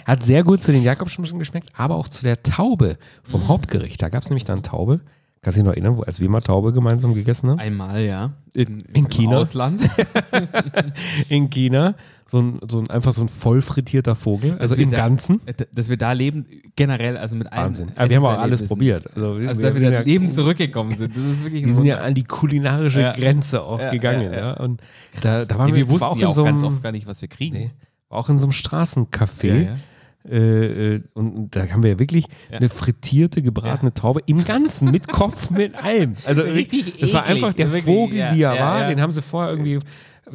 [SPEAKER 2] Hat sehr gut zu den Jakobsmuscheln geschmeckt, aber auch zu der Taube
[SPEAKER 3] Mhm.
[SPEAKER 2] vom Hauptgericht. Da gab es nämlich dann Taube. Kannst du dich noch erinnern, wo, als wir mal Taube gemeinsam gegessen haben?
[SPEAKER 3] Einmal, ja. In,
[SPEAKER 2] In China?
[SPEAKER 3] Im Ausland.
[SPEAKER 2] In China. So ein, so ein, einfach so ein voll frittierter Vogel. Also
[SPEAKER 3] wir
[SPEAKER 2] im
[SPEAKER 3] da-
[SPEAKER 2] Ganzen.
[SPEAKER 3] Äh, d- Dass wir da leben, generell, also mit allem.
[SPEAKER 2] Wahnsinn. Aber wir haben auch alles
[SPEAKER 3] Essenserlebnissen.
[SPEAKER 2] probiert. Also, wir,
[SPEAKER 3] Also,
[SPEAKER 2] wir,
[SPEAKER 3] dass wir
[SPEAKER 2] wir,
[SPEAKER 3] da
[SPEAKER 2] wir,
[SPEAKER 3] lebend zurückgekommen sind. Das ist wirklich ein
[SPEAKER 2] sind ja
[SPEAKER 3] Wunder.
[SPEAKER 2] an die kulinarische
[SPEAKER 3] Ja.
[SPEAKER 2] Grenze auch
[SPEAKER 3] Ja,
[SPEAKER 2] gegangen. Ja,
[SPEAKER 3] ja, ja.
[SPEAKER 2] Und da, da waren
[SPEAKER 3] Nee,
[SPEAKER 2] wir,
[SPEAKER 3] wir
[SPEAKER 2] zwar
[SPEAKER 3] wussten
[SPEAKER 2] auch
[SPEAKER 3] ja
[SPEAKER 2] in
[SPEAKER 3] auch
[SPEAKER 2] so einem,
[SPEAKER 3] ganz oft gar nicht, was wir kriegen.
[SPEAKER 2] Nee. War auch in so einem Straßencafé.
[SPEAKER 3] Ja, ja.
[SPEAKER 2] Äh, äh, und, und da haben wir ja wirklich eine frittierte, gebratene Taube im Ganzen, mit Kopf, mit allem. Also
[SPEAKER 3] Richtig
[SPEAKER 2] Das war
[SPEAKER 3] eklig,
[SPEAKER 2] einfach der
[SPEAKER 3] wirklich,
[SPEAKER 2] Vogel,
[SPEAKER 3] ja,
[SPEAKER 2] wie er
[SPEAKER 3] ja,
[SPEAKER 2] war.
[SPEAKER 3] ja.
[SPEAKER 2] Den haben sie vorher irgendwie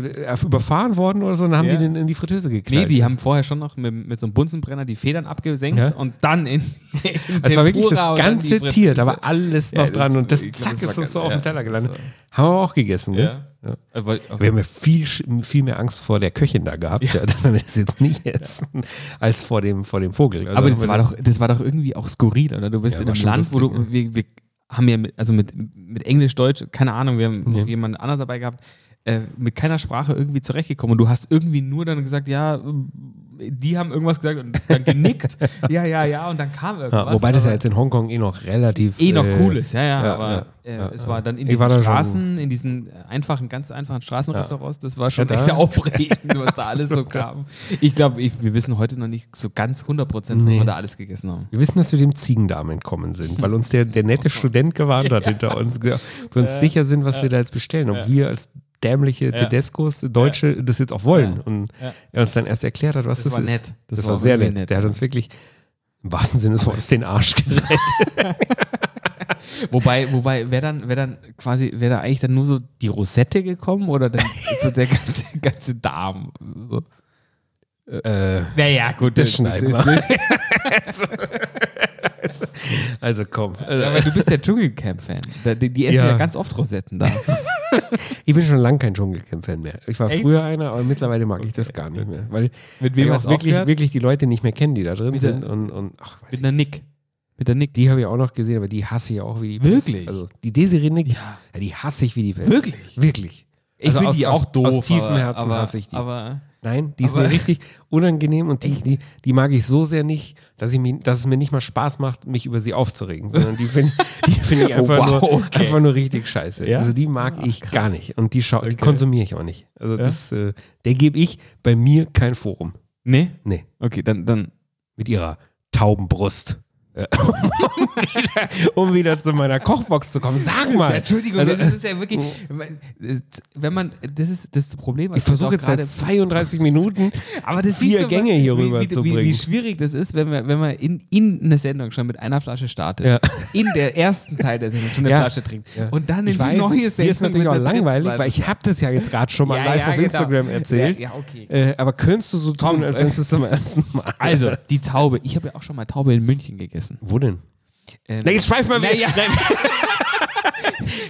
[SPEAKER 2] äh, überfahren worden oder so. Und dann haben
[SPEAKER 3] Ja.
[SPEAKER 2] die den in die Fritteuse geknallt.
[SPEAKER 3] Nee, die haben vorher schon noch mit, mit so einem Bunsenbrenner die Federn abgesenkt
[SPEAKER 2] Ja.
[SPEAKER 3] und dann in, in
[SPEAKER 2] das Also war wirklich
[SPEAKER 3] Tempura
[SPEAKER 2] das
[SPEAKER 3] und dann
[SPEAKER 2] ganze
[SPEAKER 3] die Frit-
[SPEAKER 2] Tier. Da war alles noch
[SPEAKER 3] Ja, das-
[SPEAKER 2] dran. Und das
[SPEAKER 3] ich glaub,
[SPEAKER 2] zack
[SPEAKER 3] das war
[SPEAKER 2] ist uns so
[SPEAKER 3] ganz-
[SPEAKER 2] auf
[SPEAKER 3] ja,
[SPEAKER 2] den Teller gelandet.
[SPEAKER 3] das
[SPEAKER 2] Haben wir aber auch gegessen. ne?
[SPEAKER 3] Ja.
[SPEAKER 2] gell?
[SPEAKER 3] Äh, weil- auf-
[SPEAKER 2] Wir haben ja viel, sch- viel mehr Angst vor der Köchin da gehabt, ja. wenn wir das jetzt nicht essen, als vor dem, vor dem Vogel. Also
[SPEAKER 3] aber
[SPEAKER 2] haben
[SPEAKER 3] das
[SPEAKER 2] wir
[SPEAKER 3] war, doch, das war doch irgendwie auch skurril, oder? Du bist
[SPEAKER 2] Ja,
[SPEAKER 3] in
[SPEAKER 2] war
[SPEAKER 3] einem
[SPEAKER 2] schon
[SPEAKER 3] Land, wo du,
[SPEAKER 2] lustig,
[SPEAKER 3] wir, wir haben ja mit, also mit, mit Englisch, Deutsch, keine Ahnung, wir haben
[SPEAKER 2] Ja.
[SPEAKER 3] noch jemand anders dabei gehabt, äh, mit keiner Sprache irgendwie zurechtgekommen. Und du hast irgendwie nur dann gesagt, ja, die haben irgendwas gesagt und dann genickt, ja, ja, ja, und dann kam irgendwas.
[SPEAKER 2] ja, wobei das ja
[SPEAKER 3] aber-
[SPEAKER 2] jetzt in Hongkong eh noch relativ.
[SPEAKER 3] eh noch
[SPEAKER 2] äh,
[SPEAKER 3] cool ist, ja, ja,
[SPEAKER 2] ja,
[SPEAKER 3] aber
[SPEAKER 2] ja,
[SPEAKER 3] äh,
[SPEAKER 2] ja,
[SPEAKER 3] es
[SPEAKER 2] ja.
[SPEAKER 3] war dann in
[SPEAKER 2] Die
[SPEAKER 3] diesen
[SPEAKER 2] war da schon-
[SPEAKER 3] Straßen, in diesen einfachen, ganz einfachen Straßenrestaurants, das war schon
[SPEAKER 2] Ja, da-
[SPEAKER 3] echt aufregend, was da alles so kam. Ich glaube, ich- wir wissen heute noch nicht so ganz 100 Prozent, was
[SPEAKER 2] Nee.
[SPEAKER 3] wir da alles gegessen haben.
[SPEAKER 2] Wir wissen, dass wir dem Ziegendarm entkommen sind, weil uns der, der nette Student gewarnt hat hinter uns, gesagt, ob wir uns sicher sind, was wir da jetzt bestellen. Ob wir als dämliche Tedescos, Deutsche, das jetzt auch wollen. Und er uns dann erst erklärt hat, was das,
[SPEAKER 3] Das war
[SPEAKER 2] ist.
[SPEAKER 3] nett.
[SPEAKER 2] Das,
[SPEAKER 3] Das
[SPEAKER 2] war
[SPEAKER 3] war
[SPEAKER 2] sehr
[SPEAKER 3] wirklich
[SPEAKER 2] nett.
[SPEAKER 3] nett.
[SPEAKER 2] Der hat uns wirklich im wahrsten Sinne des Wortes den Arsch gerettet.
[SPEAKER 3] Wobei, wobei, wäre dann, wär dann quasi, wäre da eigentlich dann nur so die Rosette gekommen oder dann so der ganze, ganze Darm? So.
[SPEAKER 2] äh,
[SPEAKER 3] Naja, gut,
[SPEAKER 2] das schneiden
[SPEAKER 3] ist-
[SPEAKER 2] wir. also, also komm.
[SPEAKER 3] Ja, aber du bist der Dschungelcamp-Fan. Da- Die, die essen ja.
[SPEAKER 2] Ja.
[SPEAKER 3] ganz oft Rosetten da.
[SPEAKER 2] Ich bin schon lange kein Dschungelcamp-Fan mehr. Ich war
[SPEAKER 3] Echt?
[SPEAKER 2] früher einer, aber mittlerweile mag ich das gar nicht mehr. Weil
[SPEAKER 3] Mit
[SPEAKER 2] wir
[SPEAKER 3] wem
[SPEAKER 2] auch
[SPEAKER 3] hat's
[SPEAKER 2] wirklich,
[SPEAKER 3] aufgehört?
[SPEAKER 2] wirklich die Leute nicht mehr kennen, die da drin
[SPEAKER 3] Mit der-
[SPEAKER 2] sind. Und, und ach, weiß
[SPEAKER 3] Mit
[SPEAKER 2] ich,
[SPEAKER 3] einer Nick. Mit der Nick.
[SPEAKER 2] die habe ich auch noch gesehen, aber die hasse ich auch wie die Pest.
[SPEAKER 3] Wirklich?
[SPEAKER 2] Also die Desiree Nick,
[SPEAKER 3] Ja.
[SPEAKER 2] ja. die hasse ich wie die Pest.
[SPEAKER 3] Wirklich?
[SPEAKER 2] Wirklich.
[SPEAKER 3] Ich
[SPEAKER 2] Also
[SPEAKER 3] finde
[SPEAKER 2] aus-
[SPEAKER 3] die
[SPEAKER 2] aus-
[SPEAKER 3] auch doof.
[SPEAKER 2] aus tiefem
[SPEAKER 3] aber,
[SPEAKER 2] Herzen
[SPEAKER 3] aber,
[SPEAKER 2] hasse ich die.
[SPEAKER 3] Aber
[SPEAKER 2] Nein, die ist
[SPEAKER 3] Aber-
[SPEAKER 2] mir richtig unangenehm und die, die, die mag ich so sehr nicht, dass, ich mir, dass es mir nicht mal Spaß macht, mich über sie aufzuregen, sondern die finde die find ich
[SPEAKER 3] Oh,
[SPEAKER 2] einfach,
[SPEAKER 3] wow,
[SPEAKER 2] nur,
[SPEAKER 3] okay.
[SPEAKER 2] einfach nur richtig scheiße.
[SPEAKER 3] Ja?
[SPEAKER 2] Also die mag ich gar nicht und die, schau, die
[SPEAKER 3] Okay.
[SPEAKER 2] konsumiere ich auch nicht. Also das, äh, der gebe ich bei mir kein Forum.
[SPEAKER 3] nee?
[SPEAKER 2] Nee,
[SPEAKER 3] Okay, dann, dann.
[SPEAKER 2] mit ihrer tauben Brust. Äh, um, wieder, um wieder zu meiner Kochbox zu kommen. Sag mal.
[SPEAKER 3] Entschuldigung,
[SPEAKER 2] Also,
[SPEAKER 3] das ist ja wirklich, äh, wenn man, das ist das Problem. was
[SPEAKER 2] ich versuche
[SPEAKER 3] auch
[SPEAKER 2] jetzt seit 32 Minuten
[SPEAKER 3] aber das
[SPEAKER 2] vier
[SPEAKER 3] siehst du mal,
[SPEAKER 2] Gänge hier
[SPEAKER 3] wie-
[SPEAKER 2] rüber
[SPEAKER 3] wie,
[SPEAKER 2] zu
[SPEAKER 3] wie, Wie
[SPEAKER 2] bringen.
[SPEAKER 3] schwierig das ist, wenn man, wenn man in, in eine Sendung schon mit einer Flasche startet,
[SPEAKER 2] Ja.
[SPEAKER 3] in der ersten Teil der Sendung schon eine
[SPEAKER 2] Ja.
[SPEAKER 3] Flasche trinkt
[SPEAKER 2] Ja.
[SPEAKER 3] und dann in
[SPEAKER 2] ich
[SPEAKER 3] die
[SPEAKER 2] weiß,
[SPEAKER 3] neue
[SPEAKER 2] Hier
[SPEAKER 3] Sendung
[SPEAKER 2] ist natürlich
[SPEAKER 3] mit
[SPEAKER 2] auch
[SPEAKER 3] der dritten
[SPEAKER 2] langweilig,
[SPEAKER 3] Flasche.
[SPEAKER 2] weil ich habe das ja jetzt gerade schon mal
[SPEAKER 3] Ja,
[SPEAKER 2] live
[SPEAKER 3] ja,
[SPEAKER 2] auf
[SPEAKER 3] genau.
[SPEAKER 2] Instagram erzählt.
[SPEAKER 3] Ja, ja, okay.
[SPEAKER 2] Äh, aber könntest du so tun,
[SPEAKER 3] Komm,
[SPEAKER 2] als
[SPEAKER 3] äh,
[SPEAKER 2] wenn es zum ersten Mal.
[SPEAKER 3] Also, die Taube. Ich habe ja auch schon mal Taube in München gegessen.
[SPEAKER 2] Wo denn?
[SPEAKER 3] Ähm,
[SPEAKER 2] Na, jetzt schweif mal wieder.
[SPEAKER 3] Naja.
[SPEAKER 2] Nein.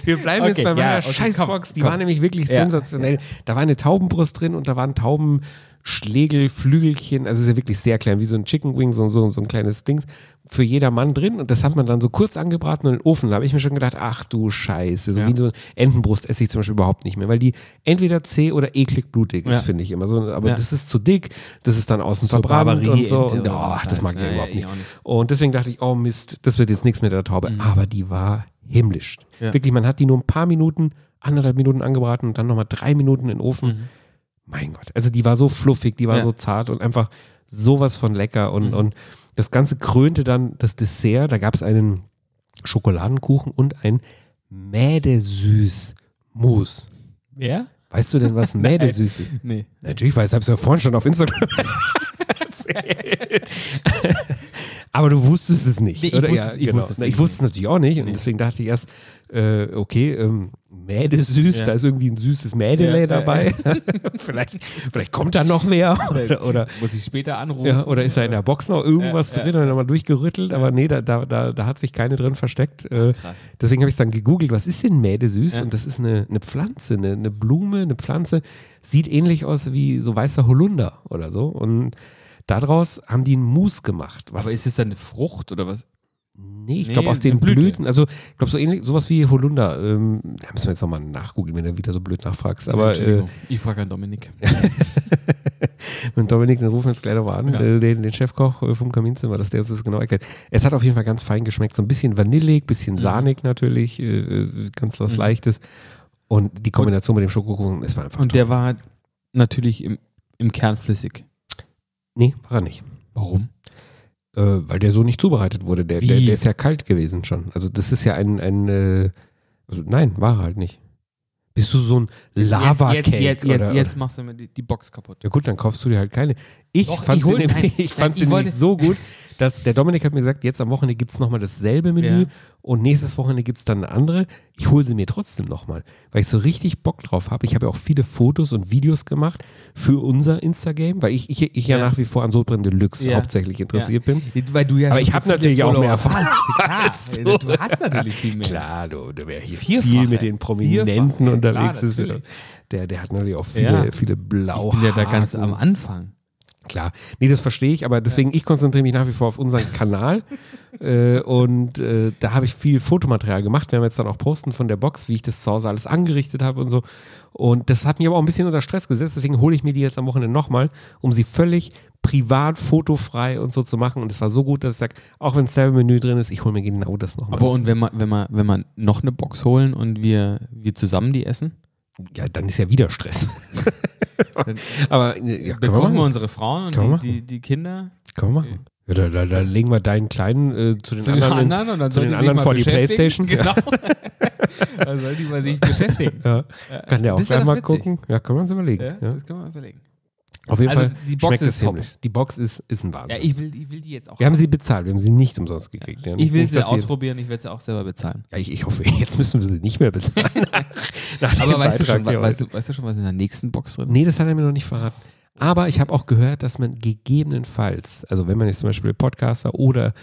[SPEAKER 2] Wir bleiben jetzt
[SPEAKER 3] Okay,
[SPEAKER 2] bei meiner
[SPEAKER 3] ja, okay,
[SPEAKER 2] Scheißbox.
[SPEAKER 3] komm,
[SPEAKER 2] die
[SPEAKER 3] komm.
[SPEAKER 2] war nämlich wirklich
[SPEAKER 3] Ja.
[SPEAKER 2] sensationell. Da war eine Taubenbrust drin und da waren Taubenschlägel, Flügelchen. Also es ist ja wirklich sehr klein, wie so ein Chicken Wing, so, so, so ein kleines Ding. Für jedermann drin. Und das hat man dann so kurz angebraten und in den Ofen. Da habe ich mir schon gedacht, ach du Scheiße. So
[SPEAKER 3] Ja.
[SPEAKER 2] wie so eine Entenbrust esse ich zum Beispiel überhaupt nicht mehr, weil die entweder zäh oder eklig blutig ist,
[SPEAKER 3] Ja.
[SPEAKER 2] finde ich immer so. Aber
[SPEAKER 3] Ja.
[SPEAKER 2] das ist zu dick, das ist dann außen
[SPEAKER 3] So
[SPEAKER 2] verbrannt und so.
[SPEAKER 3] Barbarie-Ente
[SPEAKER 2] Und,
[SPEAKER 3] oder
[SPEAKER 2] oh,
[SPEAKER 3] was
[SPEAKER 2] das
[SPEAKER 3] weiß.
[SPEAKER 2] mag ich
[SPEAKER 3] Ja, ja,
[SPEAKER 2] überhaupt
[SPEAKER 3] ich
[SPEAKER 2] nicht.
[SPEAKER 3] auch nicht.
[SPEAKER 2] Und deswegen dachte ich, oh Mist, das wird jetzt nichts mit der Taube. Aber die war himmlisch.
[SPEAKER 3] Ja.
[SPEAKER 2] Wirklich, man hat die nur ein paar Minuten, anderthalb Minuten angebraten und dann nochmal drei Minuten in den Ofen. Mein Gott. Also die war so fluffig, die war
[SPEAKER 3] Mhm. Ja. Mhm.
[SPEAKER 2] so zart und einfach sowas von lecker. Und, und das Ganze krönte dann das Dessert. Da gab es einen Schokoladenkuchen und ein Mädesüß-Mousse.
[SPEAKER 3] Wer?
[SPEAKER 2] Weißt du denn, was Mädesüß ist?
[SPEAKER 3] Nee.
[SPEAKER 2] Natürlich weiß, hab's ja vorhin schon auf Instagram erzählt. Aber du wusstest es nicht.
[SPEAKER 3] Nee, ich
[SPEAKER 2] oder?
[SPEAKER 3] wusste es- ich
[SPEAKER 2] genau.
[SPEAKER 3] wusste es
[SPEAKER 2] Na,
[SPEAKER 3] nicht.
[SPEAKER 2] ich wusste es natürlich auch nicht. Und deswegen dachte ich erst, äh, okay, ähm, Mäde süß,
[SPEAKER 3] Ja.
[SPEAKER 2] da ist irgendwie ein süßes Mädele
[SPEAKER 3] Ja, ja,
[SPEAKER 2] dabei. vielleicht, vielleicht kommt da noch mehr. Oder, oder,
[SPEAKER 3] Äh, Muss ich später anrufen?
[SPEAKER 2] ja, oder ist da in der Box noch irgendwas
[SPEAKER 3] Äh, Ja, ja.
[SPEAKER 2] drin? Und dann mal durchgerüttelt. Aber nee, da, da, da, da hat sich keine drin versteckt. Äh,
[SPEAKER 3] Krass.
[SPEAKER 2] Deswegen habe ich dann gegoogelt, was ist denn Mädesüß?
[SPEAKER 3] Ja.
[SPEAKER 2] Und das ist eine, eine Pflanze, eine, eine Blume, eine Pflanze. Sieht ähnlich aus wie so weißer Holunder oder so. Und daraus haben die einen Mousse gemacht. Was,
[SPEAKER 3] Aber ist es dann eine Frucht oder was?
[SPEAKER 2] nee, ich
[SPEAKER 3] Nee,
[SPEAKER 2] glaube aus den
[SPEAKER 3] eine Blüte.
[SPEAKER 2] Blüten. Also ich glaube so ähnlich, sowas wie Holunder. Ähm, da müssen wir jetzt nochmal nachgoogeln, wenn du wieder so blöd nachfragst. Aber äh,
[SPEAKER 3] Entschuldigung. ich frage an Dominik.
[SPEAKER 2] Und Dominik, den rufen wir jetzt gleich nochmal an,
[SPEAKER 3] Ja.
[SPEAKER 2] äh, den, den Chefkoch äh, vom Kaminzimmer, dass der uns das genau erklärt. Es hat auf jeden Fall ganz fein geschmeckt, so ein bisschen vanillig,
[SPEAKER 3] Mhm.
[SPEAKER 2] bisschen sahnig natürlich, äh, äh, ganz was Leichtes. Und die Kombination mit dem Schokokuchen, es war einfach.
[SPEAKER 3] Und der war natürlich im, im Kern flüssig.
[SPEAKER 2] nee, war er nicht.
[SPEAKER 3] Warum?
[SPEAKER 2] Äh, weil der so nicht zubereitet wurde. Der,
[SPEAKER 3] Wie?
[SPEAKER 2] der, der ist ja kalt gewesen schon. Also, das ist ja ein. ein äh, also, nein, war er halt nicht. Bist du so ein
[SPEAKER 3] jetzt,
[SPEAKER 2] Lava-Cake?
[SPEAKER 3] jetzt, jetzt,
[SPEAKER 2] oder-
[SPEAKER 3] jetzt machst du mir die, die Box kaputt.
[SPEAKER 2] Ja gut, dann kaufst du dir halt keine. Ich
[SPEAKER 3] Doch,
[SPEAKER 2] fand
[SPEAKER 3] ich
[SPEAKER 2] sie
[SPEAKER 3] hol-
[SPEAKER 2] nämlich,
[SPEAKER 3] nein,
[SPEAKER 2] ich
[SPEAKER 3] nein,
[SPEAKER 2] fand's
[SPEAKER 3] ich
[SPEAKER 2] nämlich
[SPEAKER 3] wollte-
[SPEAKER 2] so gut, dass der Dominik hat mir gesagt, jetzt am Wochenende gibt es nochmal dasselbe Menü
[SPEAKER 3] Ja.
[SPEAKER 2] und nächstes Wochenende gibt es dann eine andere. Ich hole sie mir trotzdem nochmal, weil ich so richtig Bock drauf habe. Ich habe ja auch viele Fotos und Videos gemacht für unser Instagame, weil ich, ich, ich ja, nach wie vor an Sodbrennen Deluxe
[SPEAKER 3] Ja.
[SPEAKER 2] hauptsächlich interessiert bin.
[SPEAKER 3] Weil du ja
[SPEAKER 2] Aber
[SPEAKER 3] schon
[SPEAKER 2] ich
[SPEAKER 3] so
[SPEAKER 2] hab
[SPEAKER 3] viele
[SPEAKER 2] natürlich auch
[SPEAKER 3] Follower
[SPEAKER 2] mehr
[SPEAKER 3] hast.
[SPEAKER 2] als
[SPEAKER 3] Klar,
[SPEAKER 2] du.
[SPEAKER 3] du. hast natürlich viel mehr.
[SPEAKER 2] Klar, du, du wär hier
[SPEAKER 3] Vierfache.
[SPEAKER 2] viel mit den
[SPEAKER 3] Vierfache,
[SPEAKER 2] Prominenten
[SPEAKER 3] ja,
[SPEAKER 2] unterwegs.
[SPEAKER 3] klar,
[SPEAKER 2] ist.
[SPEAKER 3] natürlich.
[SPEAKER 2] Der, der hat natürlich auch viele,
[SPEAKER 3] Ja.
[SPEAKER 2] viele
[SPEAKER 3] Ich
[SPEAKER 2] blaue
[SPEAKER 3] bin ja da ganz am Anfang.
[SPEAKER 2] Klar, nee, das verstehe ich, aber deswegen, ich konzentriere mich nach wie vor auf unseren Kanal äh, und äh, da habe ich viel Fotomaterial gemacht. Wir haben jetzt dann auch Posten von der Box, wie ich das zu Hause alles angerichtet habe und so. Und das hat mich aber auch ein bisschen unter Stress gesetzt, deswegen hole ich mir die jetzt am Wochenende nochmal, um sie völlig privat, fotofrei und so zu machen. Und es war so gut, dass ich sage, auch wenn dasselbe Menü drin ist, ich hole mir genau das nochmal.
[SPEAKER 3] Aber und wenn man, wenn man, wenn man noch eine Box holen und wir, wir zusammen die essen,
[SPEAKER 2] ja, dann ist ja wieder Stress. aber äh, ja, können
[SPEAKER 3] dann
[SPEAKER 2] wir
[SPEAKER 3] kochen wir
[SPEAKER 2] machen.
[SPEAKER 3] unsere Frauen
[SPEAKER 2] Kann man
[SPEAKER 3] und die, die, die Kinder
[SPEAKER 2] Können wir machen. Ja, da, da, da legen wir deinen Kleinen äh, zu den anderen, ins-
[SPEAKER 3] und dann
[SPEAKER 2] zu den
[SPEAKER 3] sollen sich
[SPEAKER 2] anderen
[SPEAKER 3] mal
[SPEAKER 2] vor die
[SPEAKER 3] beschäftigen.
[SPEAKER 2] Playstation. Ja.
[SPEAKER 3] Genau. da soll die mal sich beschäftigen.
[SPEAKER 2] Ja. Kann der auch
[SPEAKER 3] Das wär
[SPEAKER 2] gleich
[SPEAKER 3] doch
[SPEAKER 2] mal
[SPEAKER 3] witzig.
[SPEAKER 2] gucken. Ja, können wir uns überlegen.
[SPEAKER 3] Ja,
[SPEAKER 2] Ja.
[SPEAKER 3] Das können wir überlegen.
[SPEAKER 2] Auf jeden
[SPEAKER 3] Also
[SPEAKER 2] Fall
[SPEAKER 3] die Box
[SPEAKER 2] schmeckt es
[SPEAKER 3] ist top.
[SPEAKER 2] himmlisch. Die Box ist, ist ein Wahnsinn.
[SPEAKER 3] Ja, ich will, ich will die jetzt auch.
[SPEAKER 2] wir haben sie bezahlt, wir haben sie nicht umsonst gekriegt. Ja.
[SPEAKER 3] ich will
[SPEAKER 2] Nicht,
[SPEAKER 3] sie
[SPEAKER 2] dass ihr-
[SPEAKER 3] ausprobieren, ich werde sie auch selber bezahlen.
[SPEAKER 2] Ja, ich, ich hoffe, jetzt müssen wir sie nicht mehr bezahlen. Nach dem
[SPEAKER 3] Aber weißt du,
[SPEAKER 2] Beitrag
[SPEAKER 3] schon,
[SPEAKER 2] hier
[SPEAKER 3] wa- weißt,
[SPEAKER 2] heute.
[SPEAKER 3] du, weißt du schon, was in der nächsten Box drin ist?
[SPEAKER 2] Nee, das hat er mir noch nicht verraten. Aber ich habe auch gehört, dass man gegebenenfalls, also wenn man jetzt zum Beispiel Podcaster oder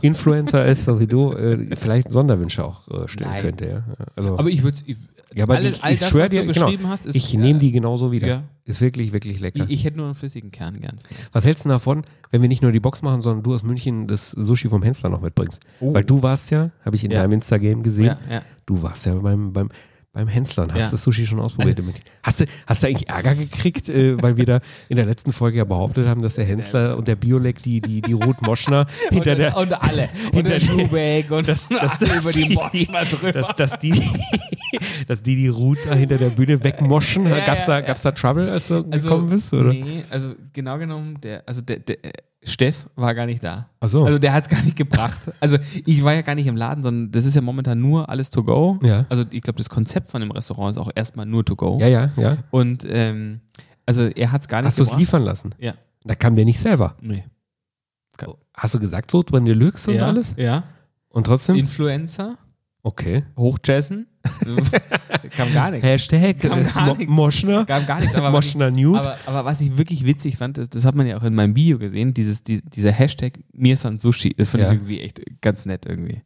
[SPEAKER 2] Influencer ist, so wie du, äh, vielleicht Sonderwünsche auch äh, stellen
[SPEAKER 3] Nein.
[SPEAKER 2] könnte. Ja. Also,
[SPEAKER 3] Aber ich würde. Ich,
[SPEAKER 2] ja, aber
[SPEAKER 3] alles,
[SPEAKER 2] ich,
[SPEAKER 3] all
[SPEAKER 2] ich
[SPEAKER 3] das,
[SPEAKER 2] schwör
[SPEAKER 3] was
[SPEAKER 2] dir,
[SPEAKER 3] du
[SPEAKER 2] genau,
[SPEAKER 3] beschrieben hast, ist.
[SPEAKER 2] ich nehme die genauso wieder.
[SPEAKER 3] Ja.
[SPEAKER 2] Ist wirklich, wirklich lecker.
[SPEAKER 3] Ich, ich hätte nur einen flüssigen Kern gern.
[SPEAKER 2] Was hältst du denn davon, wenn wir nicht nur die Box machen, sondern du aus München das Sushi vom Hensler noch mitbringst? Weil du warst ja, habe ich in
[SPEAKER 3] Oh. Ja.
[SPEAKER 2] deinem Instagram gesehen,
[SPEAKER 3] Ja, ja.
[SPEAKER 2] du warst ja beim, beim, beim Hensler und hast
[SPEAKER 3] Ja. Also
[SPEAKER 2] das Sushi schon ausprobiert. in München. hast, du, hast du eigentlich Ärger gekriegt, äh, weil wir da in der letzten Folge ja behauptet haben, dass der Hensler und der Biolek, die, die, die Ruth Moschner, hinter
[SPEAKER 3] und,
[SPEAKER 2] der,
[SPEAKER 3] und alle. Und
[SPEAKER 2] hinter
[SPEAKER 3] der
[SPEAKER 2] der-
[SPEAKER 3] Schuhbag und das, alle über die Box mal
[SPEAKER 2] dass,
[SPEAKER 3] drüber.
[SPEAKER 2] dass, die, dass die die Ruth da hinter der Bühne wegmoschen.
[SPEAKER 3] Ja,
[SPEAKER 2] Gab's da,
[SPEAKER 3] ja,
[SPEAKER 2] gab's da Trouble, als du gekommen bist? Oder?
[SPEAKER 3] Also, Nee, also genau genommen, der, also der, der äh, Steff war gar nicht da.
[SPEAKER 2] Ach so.
[SPEAKER 3] Also der hat es gar nicht gebracht. Also ich war ja gar nicht im Laden, sondern das ist ja momentan nur alles to go.
[SPEAKER 2] Ja.
[SPEAKER 3] Also ich glaube, das Konzept von dem Restaurant ist auch erstmal nur to go.
[SPEAKER 2] Ja, ja, ja.
[SPEAKER 3] Und ähm, also er hat es gar nicht
[SPEAKER 2] Hast du es
[SPEAKER 3] gebracht.
[SPEAKER 2] liefern lassen?
[SPEAKER 3] Ja.
[SPEAKER 2] Da kam der nicht selber.
[SPEAKER 3] Nee.
[SPEAKER 2] Hast du gesagt, so Brand Deluxe und
[SPEAKER 3] ja,
[SPEAKER 2] alles?
[SPEAKER 3] Ja.
[SPEAKER 2] Und trotzdem?
[SPEAKER 3] Influencer,
[SPEAKER 2] Okay.
[SPEAKER 3] Hochjessen. kam gar nichts.
[SPEAKER 2] Hashtag äh,
[SPEAKER 3] Kam gar
[SPEAKER 2] Mo-
[SPEAKER 3] nichts.
[SPEAKER 2] Moschner.
[SPEAKER 3] Kam gar nichts. Aber was ich-
[SPEAKER 2] Moschner Nude.
[SPEAKER 3] Aber, aber was ich wirklich witzig fand, das, das hat man ja auch in meinem Video gesehen, dieses, die, dieser Hashtag Mirsan Sushi, das fand
[SPEAKER 2] Ja.
[SPEAKER 3] ich irgendwie echt ganz nett irgendwie.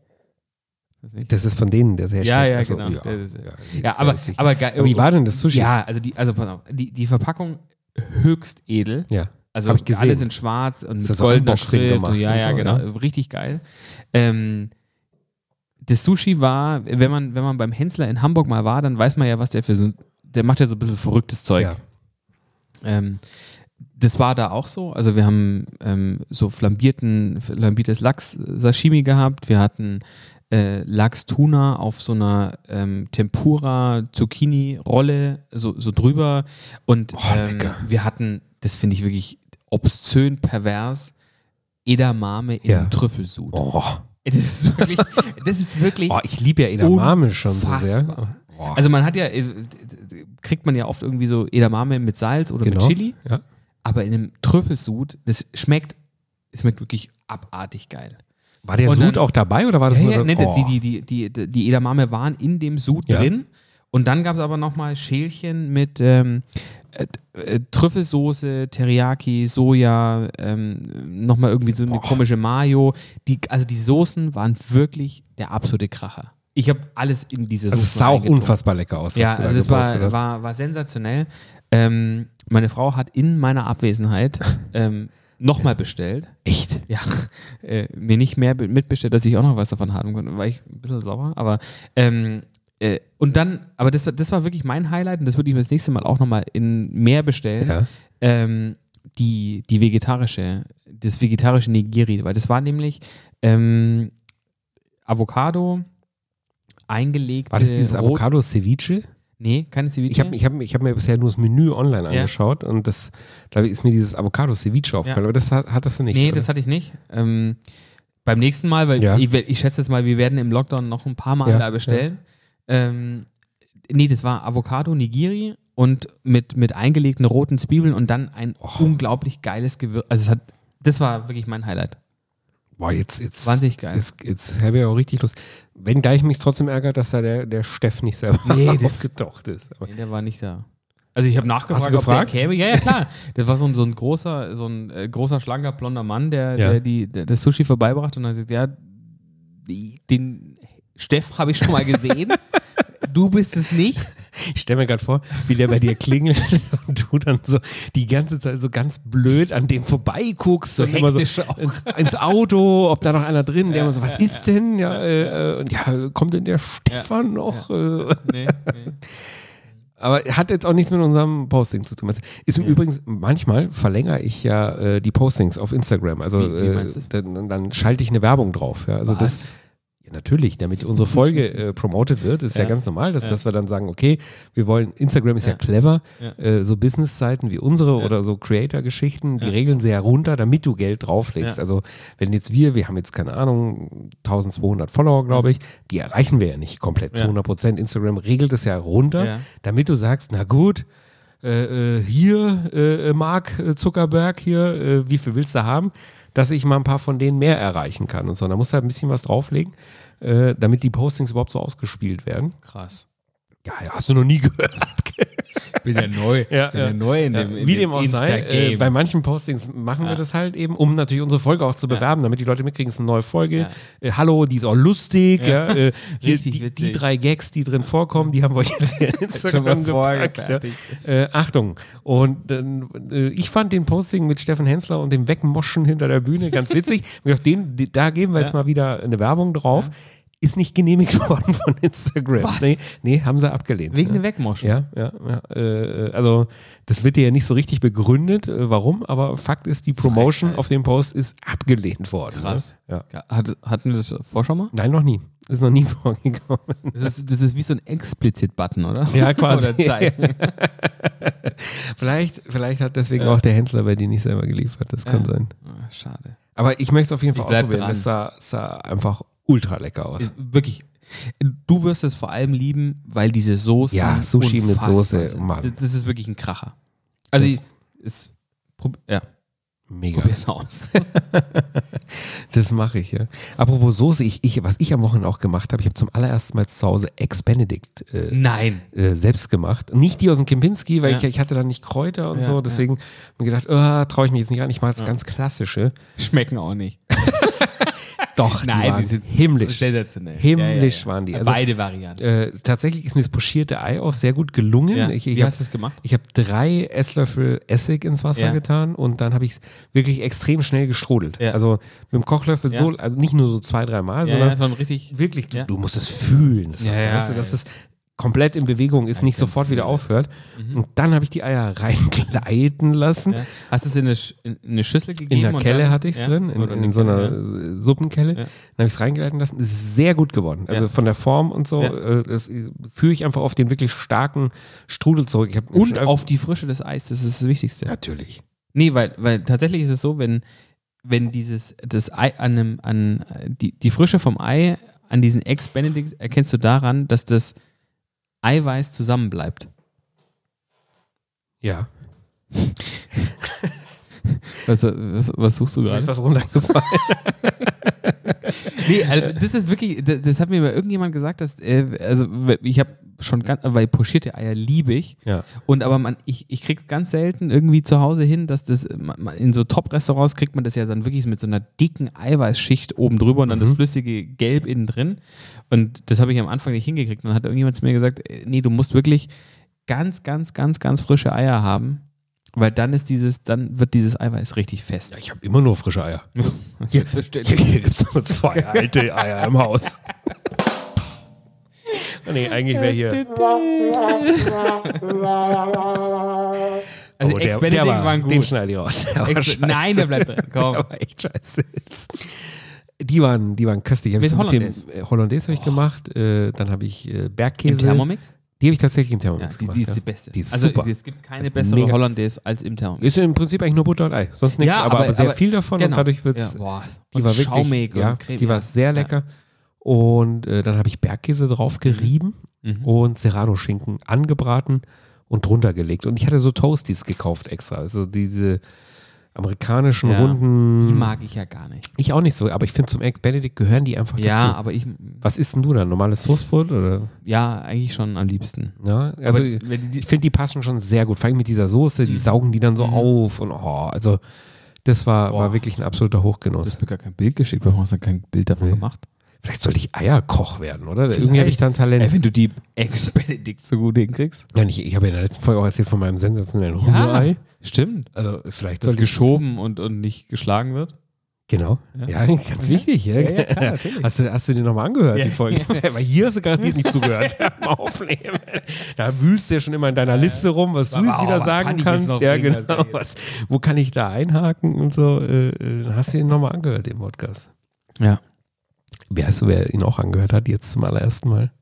[SPEAKER 3] Weiß nicht.
[SPEAKER 2] das ist von denen, der Hashtag.
[SPEAKER 3] Ja, ja,
[SPEAKER 2] Achso,
[SPEAKER 3] genau.
[SPEAKER 2] Ja,
[SPEAKER 3] Der- der-
[SPEAKER 2] ja,
[SPEAKER 3] Ja, aber,
[SPEAKER 2] witzig.
[SPEAKER 3] aber, ge-
[SPEAKER 2] Aber wie war denn das Sushi?
[SPEAKER 3] Ja, also die, also pass auf, die, die Verpackung höchst edel.
[SPEAKER 2] ja.
[SPEAKER 3] Also
[SPEAKER 2] Hab ich gesehen.
[SPEAKER 3] alles in schwarz und
[SPEAKER 2] Ist
[SPEAKER 3] mit
[SPEAKER 2] das so
[SPEAKER 3] goldener
[SPEAKER 2] Unboxing
[SPEAKER 3] Schrift.
[SPEAKER 2] gemacht
[SPEAKER 3] Und, ja,
[SPEAKER 2] und so,
[SPEAKER 3] ja,
[SPEAKER 2] ne?
[SPEAKER 3] genau. Richtig geil. Ähm, das Sushi war, wenn man, wenn man beim Hensler in Hamburg mal war, dann weiß man ja, was der für so, der macht ja so ein bisschen verrücktes Zeug.
[SPEAKER 2] Ja.
[SPEAKER 3] Ähm, das war da auch so. Also wir haben ähm, so flambierten, flambiertes Lachs-Sashimi gehabt. Wir hatten äh, Lachs-Tuna auf so einer ähm, Tempura-Zucchini-Rolle so, so drüber. Und ähm,
[SPEAKER 2] Oh, lecker.
[SPEAKER 3] wir hatten, das finde ich wirklich obszön pervers, Edamame im
[SPEAKER 2] Ja.
[SPEAKER 3] Trüffelsud.
[SPEAKER 2] Oh,
[SPEAKER 3] Das ist wirklich, das ist wirklich
[SPEAKER 2] oh, ich liebe ja Edamame schon so sehr.
[SPEAKER 3] Unfassbar. Also man hat ja, äh, kriegt man ja oft irgendwie so Edamame mit Salz oder mit Chili,
[SPEAKER 2] Genau, Ja.
[SPEAKER 3] aber in einem Trüffelsud, das schmeckt, es schmeckt wirklich abartig geil.
[SPEAKER 2] War der
[SPEAKER 3] Und
[SPEAKER 2] Sud
[SPEAKER 3] dann-
[SPEAKER 2] auch dabei oder war das
[SPEAKER 3] Ja,
[SPEAKER 2] nur
[SPEAKER 3] ja,
[SPEAKER 2] dann-
[SPEAKER 3] nee,
[SPEAKER 2] oh.
[SPEAKER 3] die, die, die, die, die Edamame waren in dem Sud
[SPEAKER 2] Ja.
[SPEAKER 3] drin und dann gab es aber nochmal Schälchen mit ähm, äh, äh, Trüffelsoße, Teriyaki, Soja, ähm, nochmal irgendwie so eine komische Mayo. Die, also die Soßen waren wirklich der absolute Kracher. Ich habe alles in diese
[SPEAKER 2] Also
[SPEAKER 3] Soßen
[SPEAKER 2] es sah auch
[SPEAKER 3] reingetan.
[SPEAKER 2] unfassbar lecker aus. was
[SPEAKER 3] Ja,
[SPEAKER 2] du da
[SPEAKER 3] also es
[SPEAKER 2] gepostet
[SPEAKER 3] war,
[SPEAKER 2] hast.
[SPEAKER 3] war, war sensationell. Ähm, meine Frau hat in meiner Abwesenheit ähm, nochmal bestellt.
[SPEAKER 2] echt.
[SPEAKER 3] Ja, äh, mir nicht mehr be- mitbestellt, dass ich auch noch was davon haben konnte. War ich ein bisschen sauer, aber ähm, äh, und dann, aber das, war- das war wirklich mein Highlight und das würde ich mir das nächste Mal auch nochmal in mehr bestellen.
[SPEAKER 2] Ja.
[SPEAKER 3] Ähm, die, die vegetarische, das vegetarische Nigiri, weil das war nämlich ähm, Avocado eingelegt.
[SPEAKER 2] War das dieses Avocado Ceviche?
[SPEAKER 3] Nee, keine Ceviche.
[SPEAKER 2] Ich habe ich hab, ich hab mir bisher nur das Menü online
[SPEAKER 3] Mhm. Ja.
[SPEAKER 2] angeschaut und das, da ist mir dieses Avocado-Ceviche aufgefallen, aber das hat, hattest du nicht.
[SPEAKER 3] Nee,
[SPEAKER 2] oder?
[SPEAKER 3] das hatte ich nicht. Ähm, beim nächsten Mal, weil
[SPEAKER 2] Ja.
[SPEAKER 3] ich, we- ich schätze jetzt mal, wir werden im Lockdown noch ein paar Mal
[SPEAKER 2] Ja,
[SPEAKER 3] da bestellen. Ähm, nee, das war Avocado Nigiri und mit, mit eingelegten roten Zwiebeln und dann ein unglaublich geiles Gewürz. Also es hat, das war wirklich mein Highlight.
[SPEAKER 2] Boah, jetzt, jetzt.
[SPEAKER 3] Wahnsinnig geil.
[SPEAKER 2] Jetzt, jetzt habe ich auch richtig Lust. Wenn gleich mich trotzdem ärgert, dass da der, der Steff nicht selber
[SPEAKER 3] Nee, der-
[SPEAKER 2] aufgetaucht ist. Aber
[SPEAKER 3] Nee, der war nicht da. Also ich habe nachgefragt,
[SPEAKER 2] Hast du gefragt?
[SPEAKER 3] ob der käme. Ja, ja, klar. Das war so ein, so ein großer, so ein äh, großer, schlanker, blonder Mann, der,
[SPEAKER 2] Ja.
[SPEAKER 3] der, die, der das Sushi vorbeibrachte und hat gesagt, ja, die- den Steff habe ich schon mal gesehen. du bist es nicht.
[SPEAKER 2] ich stelle mir gerade vor, wie der bei dir klingelt und du dann so die ganze Zeit so ganz blöd an dem vorbeiguckst
[SPEAKER 3] So
[SPEAKER 2] und immer so
[SPEAKER 3] hektisch auch.
[SPEAKER 2] ins, ins Auto, ob da noch einer drin, der immer so, was ist denn? Ja, äh, äh, und ja, kommt denn der Stefan noch? Äh,
[SPEAKER 3] Nee, nee.
[SPEAKER 2] Aber hat jetzt auch nichts mit unserem Posting zu tun. Also Ist im Übrigen, manchmal verlängere ich ja äh, die Postings auf Instagram. Also
[SPEAKER 3] Wie- wie
[SPEAKER 2] äh,
[SPEAKER 3] meinst du's?
[SPEAKER 2] dann, dann schalte ich eine Werbung drauf. Ja. Also das ja, natürlich, damit unsere Folge äh, promoted wird, ist ja,
[SPEAKER 3] Ja.
[SPEAKER 2] ganz normal, dass,
[SPEAKER 3] Ja.
[SPEAKER 2] dass wir dann sagen, okay, wir wollen, Instagram ist ja,
[SPEAKER 3] Ja.
[SPEAKER 2] clever,
[SPEAKER 3] Ja.
[SPEAKER 2] Äh, so Business-Seiten wie unsere oder so Creator-Geschichten, die regeln sie ja runter, damit du Geld drauflegst.
[SPEAKER 3] Ja.
[SPEAKER 2] Also wenn jetzt wir, wir haben jetzt keine Ahnung, 1200 Follower, glaube ich, die erreichen wir ja nicht komplett zu
[SPEAKER 3] Ja.
[SPEAKER 2] 100 Prozent. Instagram regelt es ja runter,
[SPEAKER 3] Ja.
[SPEAKER 2] damit du sagst, na gut, äh, äh, hier, äh, äh, Mark äh, Zuckerberg, hier, äh, wie viel willst du haben, dass ich mal ein paar von denen mehr erreichen kann und so. Da musst du halt ein bisschen was drauflegen, äh, damit die Postings überhaupt so ausgespielt werden.
[SPEAKER 3] Krass.
[SPEAKER 2] Ja, ja, hast du noch nie gehört.
[SPEAKER 3] Ich bin ja neu.
[SPEAKER 2] Ja,
[SPEAKER 3] bin
[SPEAKER 2] ja.
[SPEAKER 3] ja. neu in
[SPEAKER 2] Ja,
[SPEAKER 3] dem, in
[SPEAKER 2] wie dem auch sei, äh,
[SPEAKER 3] Insta-Game.
[SPEAKER 2] bei manchen Postings machen wir
[SPEAKER 3] Ja.
[SPEAKER 2] das halt eben, um natürlich unsere Folge auch zu bewerben, damit die Leute mitkriegen, es ist eine neue Folge.
[SPEAKER 3] Ja.
[SPEAKER 2] Äh, hallo, die ist auch lustig. Ja.
[SPEAKER 3] Ja.
[SPEAKER 2] äh, hier,
[SPEAKER 3] Richtig
[SPEAKER 2] die, die
[SPEAKER 3] witzig.
[SPEAKER 2] drei Gags, die drin vorkommen, die haben wir jetzt hier in Instagram gepackt. Ja.
[SPEAKER 3] vorgefertigt.
[SPEAKER 2] Äh, Achtung. Und dann, äh, ich fand den Posting mit Steffen Hensler und dem Wegmoschen hinter der Bühne ganz witzig. Ich hab gedacht, den, die- da geben wir jetzt
[SPEAKER 3] Ja.
[SPEAKER 2] mal wieder eine Werbung drauf. Ist nicht genehmigt worden von Instagram.
[SPEAKER 3] Was?
[SPEAKER 2] Nee, nee, haben sie abgelehnt.
[SPEAKER 3] Wegen der Wegmoschung.
[SPEAKER 2] Ja, ja, ja. Äh, äh, also das wird dir ja nicht so richtig begründet, äh, warum, aber Fakt ist, die Promotion auf dem Post ist abgelehnt worden.
[SPEAKER 3] Krass.
[SPEAKER 2] Ne? Ja.
[SPEAKER 3] Hat, hatten wir das vor schon mal?
[SPEAKER 2] Nein, noch nie. Ist noch nie vorgekommen.
[SPEAKER 3] Das ist, das ist wie so ein Explizit-Button, oder?
[SPEAKER 2] Ja, quasi.
[SPEAKER 3] oder Zeichen.
[SPEAKER 2] Vielleicht, vielleicht hat deswegen auch der Händler bei dir nicht selber geliefert. Das kann
[SPEAKER 3] Ja.
[SPEAKER 2] sein.
[SPEAKER 3] Ah, Schade.
[SPEAKER 2] Aber ich möchte es auf jeden Fall
[SPEAKER 3] Ich bleib
[SPEAKER 2] ausprobieren.
[SPEAKER 3] dran.
[SPEAKER 2] Es sah, sah einfach ultra lecker aus.
[SPEAKER 3] Ist Wirklich. Du wirst es vor allem lieben, weil diese Soße.
[SPEAKER 2] Ja, Sushi mit
[SPEAKER 3] unfassbar
[SPEAKER 2] Soße,
[SPEAKER 3] sind.
[SPEAKER 2] Mann.
[SPEAKER 3] Das- Das ist wirklich ein Kracher. Also,
[SPEAKER 2] Das-
[SPEAKER 3] ich- ist, prob, ja,
[SPEAKER 2] Mega.
[SPEAKER 3] probier's aus.
[SPEAKER 2] Das mache ich, ja. Apropos Soße, ich, ich, was ich am Wochenende auch gemacht habe, ich habe zum allerersten Mal zu Hause Ex-Benedict äh,
[SPEAKER 3] Nein.
[SPEAKER 2] äh, selbst gemacht. Nicht die aus dem Kempinski, weil
[SPEAKER 3] Ja.
[SPEAKER 2] ich, ich hatte da nicht Kräuter und
[SPEAKER 3] Ja,
[SPEAKER 2] so.
[SPEAKER 3] ja.
[SPEAKER 2] Deswegen hab mir gedacht, ah, traue ich mich jetzt nicht an. Ich mache jetzt ganz klassische.
[SPEAKER 3] Schmecken auch nicht.
[SPEAKER 2] Doch, die waren himmlisch.
[SPEAKER 3] Sensationell.
[SPEAKER 2] Himmlisch waren die. Also-
[SPEAKER 3] Beide Varianten.
[SPEAKER 2] Äh, tatsächlich ist mir das pochierte Ei auch sehr gut gelungen.
[SPEAKER 3] Ja.
[SPEAKER 2] Ich, ich
[SPEAKER 3] Wie
[SPEAKER 2] hab-
[SPEAKER 3] hast du es gemacht?
[SPEAKER 2] Ich habe drei Esslöffel Essig ins Wasser
[SPEAKER 3] Ja.
[SPEAKER 2] getan und dann habe ich es wirklich extrem schnell gestrudelt.
[SPEAKER 3] Ja.
[SPEAKER 2] Also mit dem Kochlöffel
[SPEAKER 3] Ja.
[SPEAKER 2] so, also nicht nur so zwei, dreimal,
[SPEAKER 3] Ja,
[SPEAKER 2] sondern
[SPEAKER 3] ja, schon richtig.
[SPEAKER 2] wirklich, du,
[SPEAKER 3] Ja.
[SPEAKER 2] du musst es fühlen. Das
[SPEAKER 3] Ja,
[SPEAKER 2] heißt,
[SPEAKER 3] ja,
[SPEAKER 2] weißt du,
[SPEAKER 3] ja,
[SPEAKER 2] dass
[SPEAKER 3] ja.
[SPEAKER 2] es komplett in Bewegung ist, nicht sofort wieder aufhört. Und dann habe ich die Eier reingleiten lassen.
[SPEAKER 3] Mhm. Ja. Hast du es in eine, Sch- in eine Schüssel gegeben?
[SPEAKER 2] In der
[SPEAKER 3] und
[SPEAKER 2] Kelle
[SPEAKER 3] dann-
[SPEAKER 2] hatte ich es
[SPEAKER 3] ja?
[SPEAKER 2] drin, in,
[SPEAKER 3] Oder
[SPEAKER 2] in,
[SPEAKER 3] eine
[SPEAKER 2] so einer
[SPEAKER 3] Kelle,
[SPEAKER 2] äh, Suppenkelle. Dann
[SPEAKER 3] Ja.
[SPEAKER 2] habe ich es reingeleiten lassen. Ist sehr gut geworden. Also
[SPEAKER 3] Ja.
[SPEAKER 2] von der Form und so.
[SPEAKER 3] Ja.
[SPEAKER 2] äh, Das äh, führe ich einfach auf den wirklich starken Strudel zurück. Ich hab-
[SPEAKER 3] ja. Und
[SPEAKER 2] ich hab-
[SPEAKER 3] auf die Frische des Eis, das ist das Wichtigste.
[SPEAKER 2] Natürlich.
[SPEAKER 3] Nee, weil, weil tatsächlich ist es so, wenn, wenn dieses das Ei an einem, an äh, die, die Frische vom Ei an diesen Ex-Benedict erkennst du daran, dass das Eiweiß zusammenbleibt.
[SPEAKER 2] Ja.
[SPEAKER 3] Was, was, was suchst du
[SPEAKER 2] Da ist
[SPEAKER 3] gerade?
[SPEAKER 2] was runtergefallen.
[SPEAKER 3] Nee, also das ist wirklich, das, das hat mir mal irgendjemand gesagt, dass, äh, also ich habe schon ganz, weil pochierte Eier liebe ich.
[SPEAKER 2] ja.
[SPEAKER 3] Und aber man, ich, ich krieg's ganz selten irgendwie zu Hause hin, dass das, man, man, in so Top-Restaurants kriegt man das ja dann wirklich mit so einer dicken Eiweißschicht oben drüber und dann
[SPEAKER 2] Mhm.
[SPEAKER 3] das flüssige Gelb innen drin. Und das habe ich am Anfang nicht hingekriegt. Und dann hat irgendjemand zu mir gesagt, äh, nee, du musst wirklich ganz, ganz, ganz, ganz frische Eier haben. Weil dann ist dieses, dann wird dieses Eiweiß richtig fest.
[SPEAKER 2] Ich habe immer nur frische Eier.
[SPEAKER 3] Ja, verständlich.
[SPEAKER 2] Hier gibt es nur zwei alte Eier im Haus. Oh nee, eigentlich wäre hier.
[SPEAKER 3] Also
[SPEAKER 2] Oh, der, der
[SPEAKER 3] Ex-Benedict
[SPEAKER 2] war,
[SPEAKER 3] Also waren
[SPEAKER 2] Den
[SPEAKER 3] gut.
[SPEAKER 2] schneide ich raus. Der war
[SPEAKER 3] Ex
[SPEAKER 2] scheiße.
[SPEAKER 3] Nein, der bleibt drin. Komm.
[SPEAKER 2] Der war echt scheiße. Die waren, die waren köstlich. Ich
[SPEAKER 3] Mit
[SPEAKER 2] hab so ein bisschen
[SPEAKER 3] Hollandaise. Oh.
[SPEAKER 2] äh, Hollandaise habe ich gemacht. Äh, dann habe ich äh, Bergkäse.
[SPEAKER 3] Im Thermomix?
[SPEAKER 2] Die habe ich tatsächlich im
[SPEAKER 3] Ja,
[SPEAKER 2] Thermomix
[SPEAKER 3] die,
[SPEAKER 2] gemacht.
[SPEAKER 3] die ist
[SPEAKER 2] ja.
[SPEAKER 3] die beste.
[SPEAKER 2] Die ist
[SPEAKER 3] also
[SPEAKER 2] super.
[SPEAKER 3] es gibt keine bessere
[SPEAKER 2] Mega.
[SPEAKER 3] Hollandaise als im Thermomix.
[SPEAKER 2] Ist im Prinzip eigentlich nur Butter und Ei. Sonst nichts, aber, aber sehr viel davon
[SPEAKER 3] genau.
[SPEAKER 2] und dadurch wird es
[SPEAKER 3] Boah,
[SPEAKER 2] Die war wirklich, ja, die war sehr lecker. Und äh, dann habe ich Bergkäse drauf gerieben
[SPEAKER 3] Mhm.
[SPEAKER 2] und Serrano-Schinken angebraten und drunter gelegt. Und ich hatte so Toasties gekauft extra. Also diese amerikanischen
[SPEAKER 3] Ja. Die
[SPEAKER 2] runden.
[SPEAKER 3] mag ich ja gar nicht.
[SPEAKER 2] Ich auch nicht so, aber ich finde zum Egg Benedict gehören die einfach
[SPEAKER 3] Ja,
[SPEAKER 2] dazu.
[SPEAKER 3] aber ich,
[SPEAKER 2] Was isst denn du dann? Normales Toastbrot oder?
[SPEAKER 3] ja, eigentlich schon am liebsten.
[SPEAKER 2] Ja, also
[SPEAKER 3] Aber Mhm.
[SPEAKER 2] ich finde, die passen schon sehr gut. Vor allem mit dieser Soße, die saugen die dann so auf und oh, also das war, war
[SPEAKER 3] Boah.
[SPEAKER 2] wirklich ein absoluter
[SPEAKER 3] Du
[SPEAKER 2] Hochgenuss.
[SPEAKER 3] hast mir gar kein Bild geschickt, warum hast du kein Bild davon gemacht?
[SPEAKER 2] Vielleicht sollte ich Eierkoch werden, oder? Irgendwie habe ich da ein Talent.
[SPEAKER 3] Ey, wenn du die Ex-Benedict so gut hinkriegst.
[SPEAKER 2] ja, nicht, ich habe ja in der letzten Folge auch erzählt von meinem sensationellen Rührei.
[SPEAKER 3] stimmt.
[SPEAKER 2] Also vielleicht
[SPEAKER 3] Dass
[SPEAKER 2] sollte ich,
[SPEAKER 3] geschoben und, und nicht geschlagen wird.
[SPEAKER 2] Genau. Ja, ganz wichtig. Ja. hast, du, hast du dir nochmal angehört, die Folge? Weil hier hast du garantiert nicht zugehört beim Aufnehmen. Da wühlst du ja schon immer in deiner Liste rum, was du
[SPEAKER 3] Aber
[SPEAKER 2] jetzt wieder
[SPEAKER 3] was
[SPEAKER 2] sagen
[SPEAKER 3] kann ich
[SPEAKER 2] kannst.
[SPEAKER 3] jetzt noch
[SPEAKER 2] ja,
[SPEAKER 3] bringen? Was kann
[SPEAKER 2] genau.
[SPEAKER 3] ich
[SPEAKER 2] Was, wo kann ich da einhaken und so? Äh, äh, Dann hast du ihn nochmal angehört, den Podcast.
[SPEAKER 3] Ja.
[SPEAKER 2] Wer, weißt du, wer ihn auch angehört hat, jetzt zum allerersten Mal?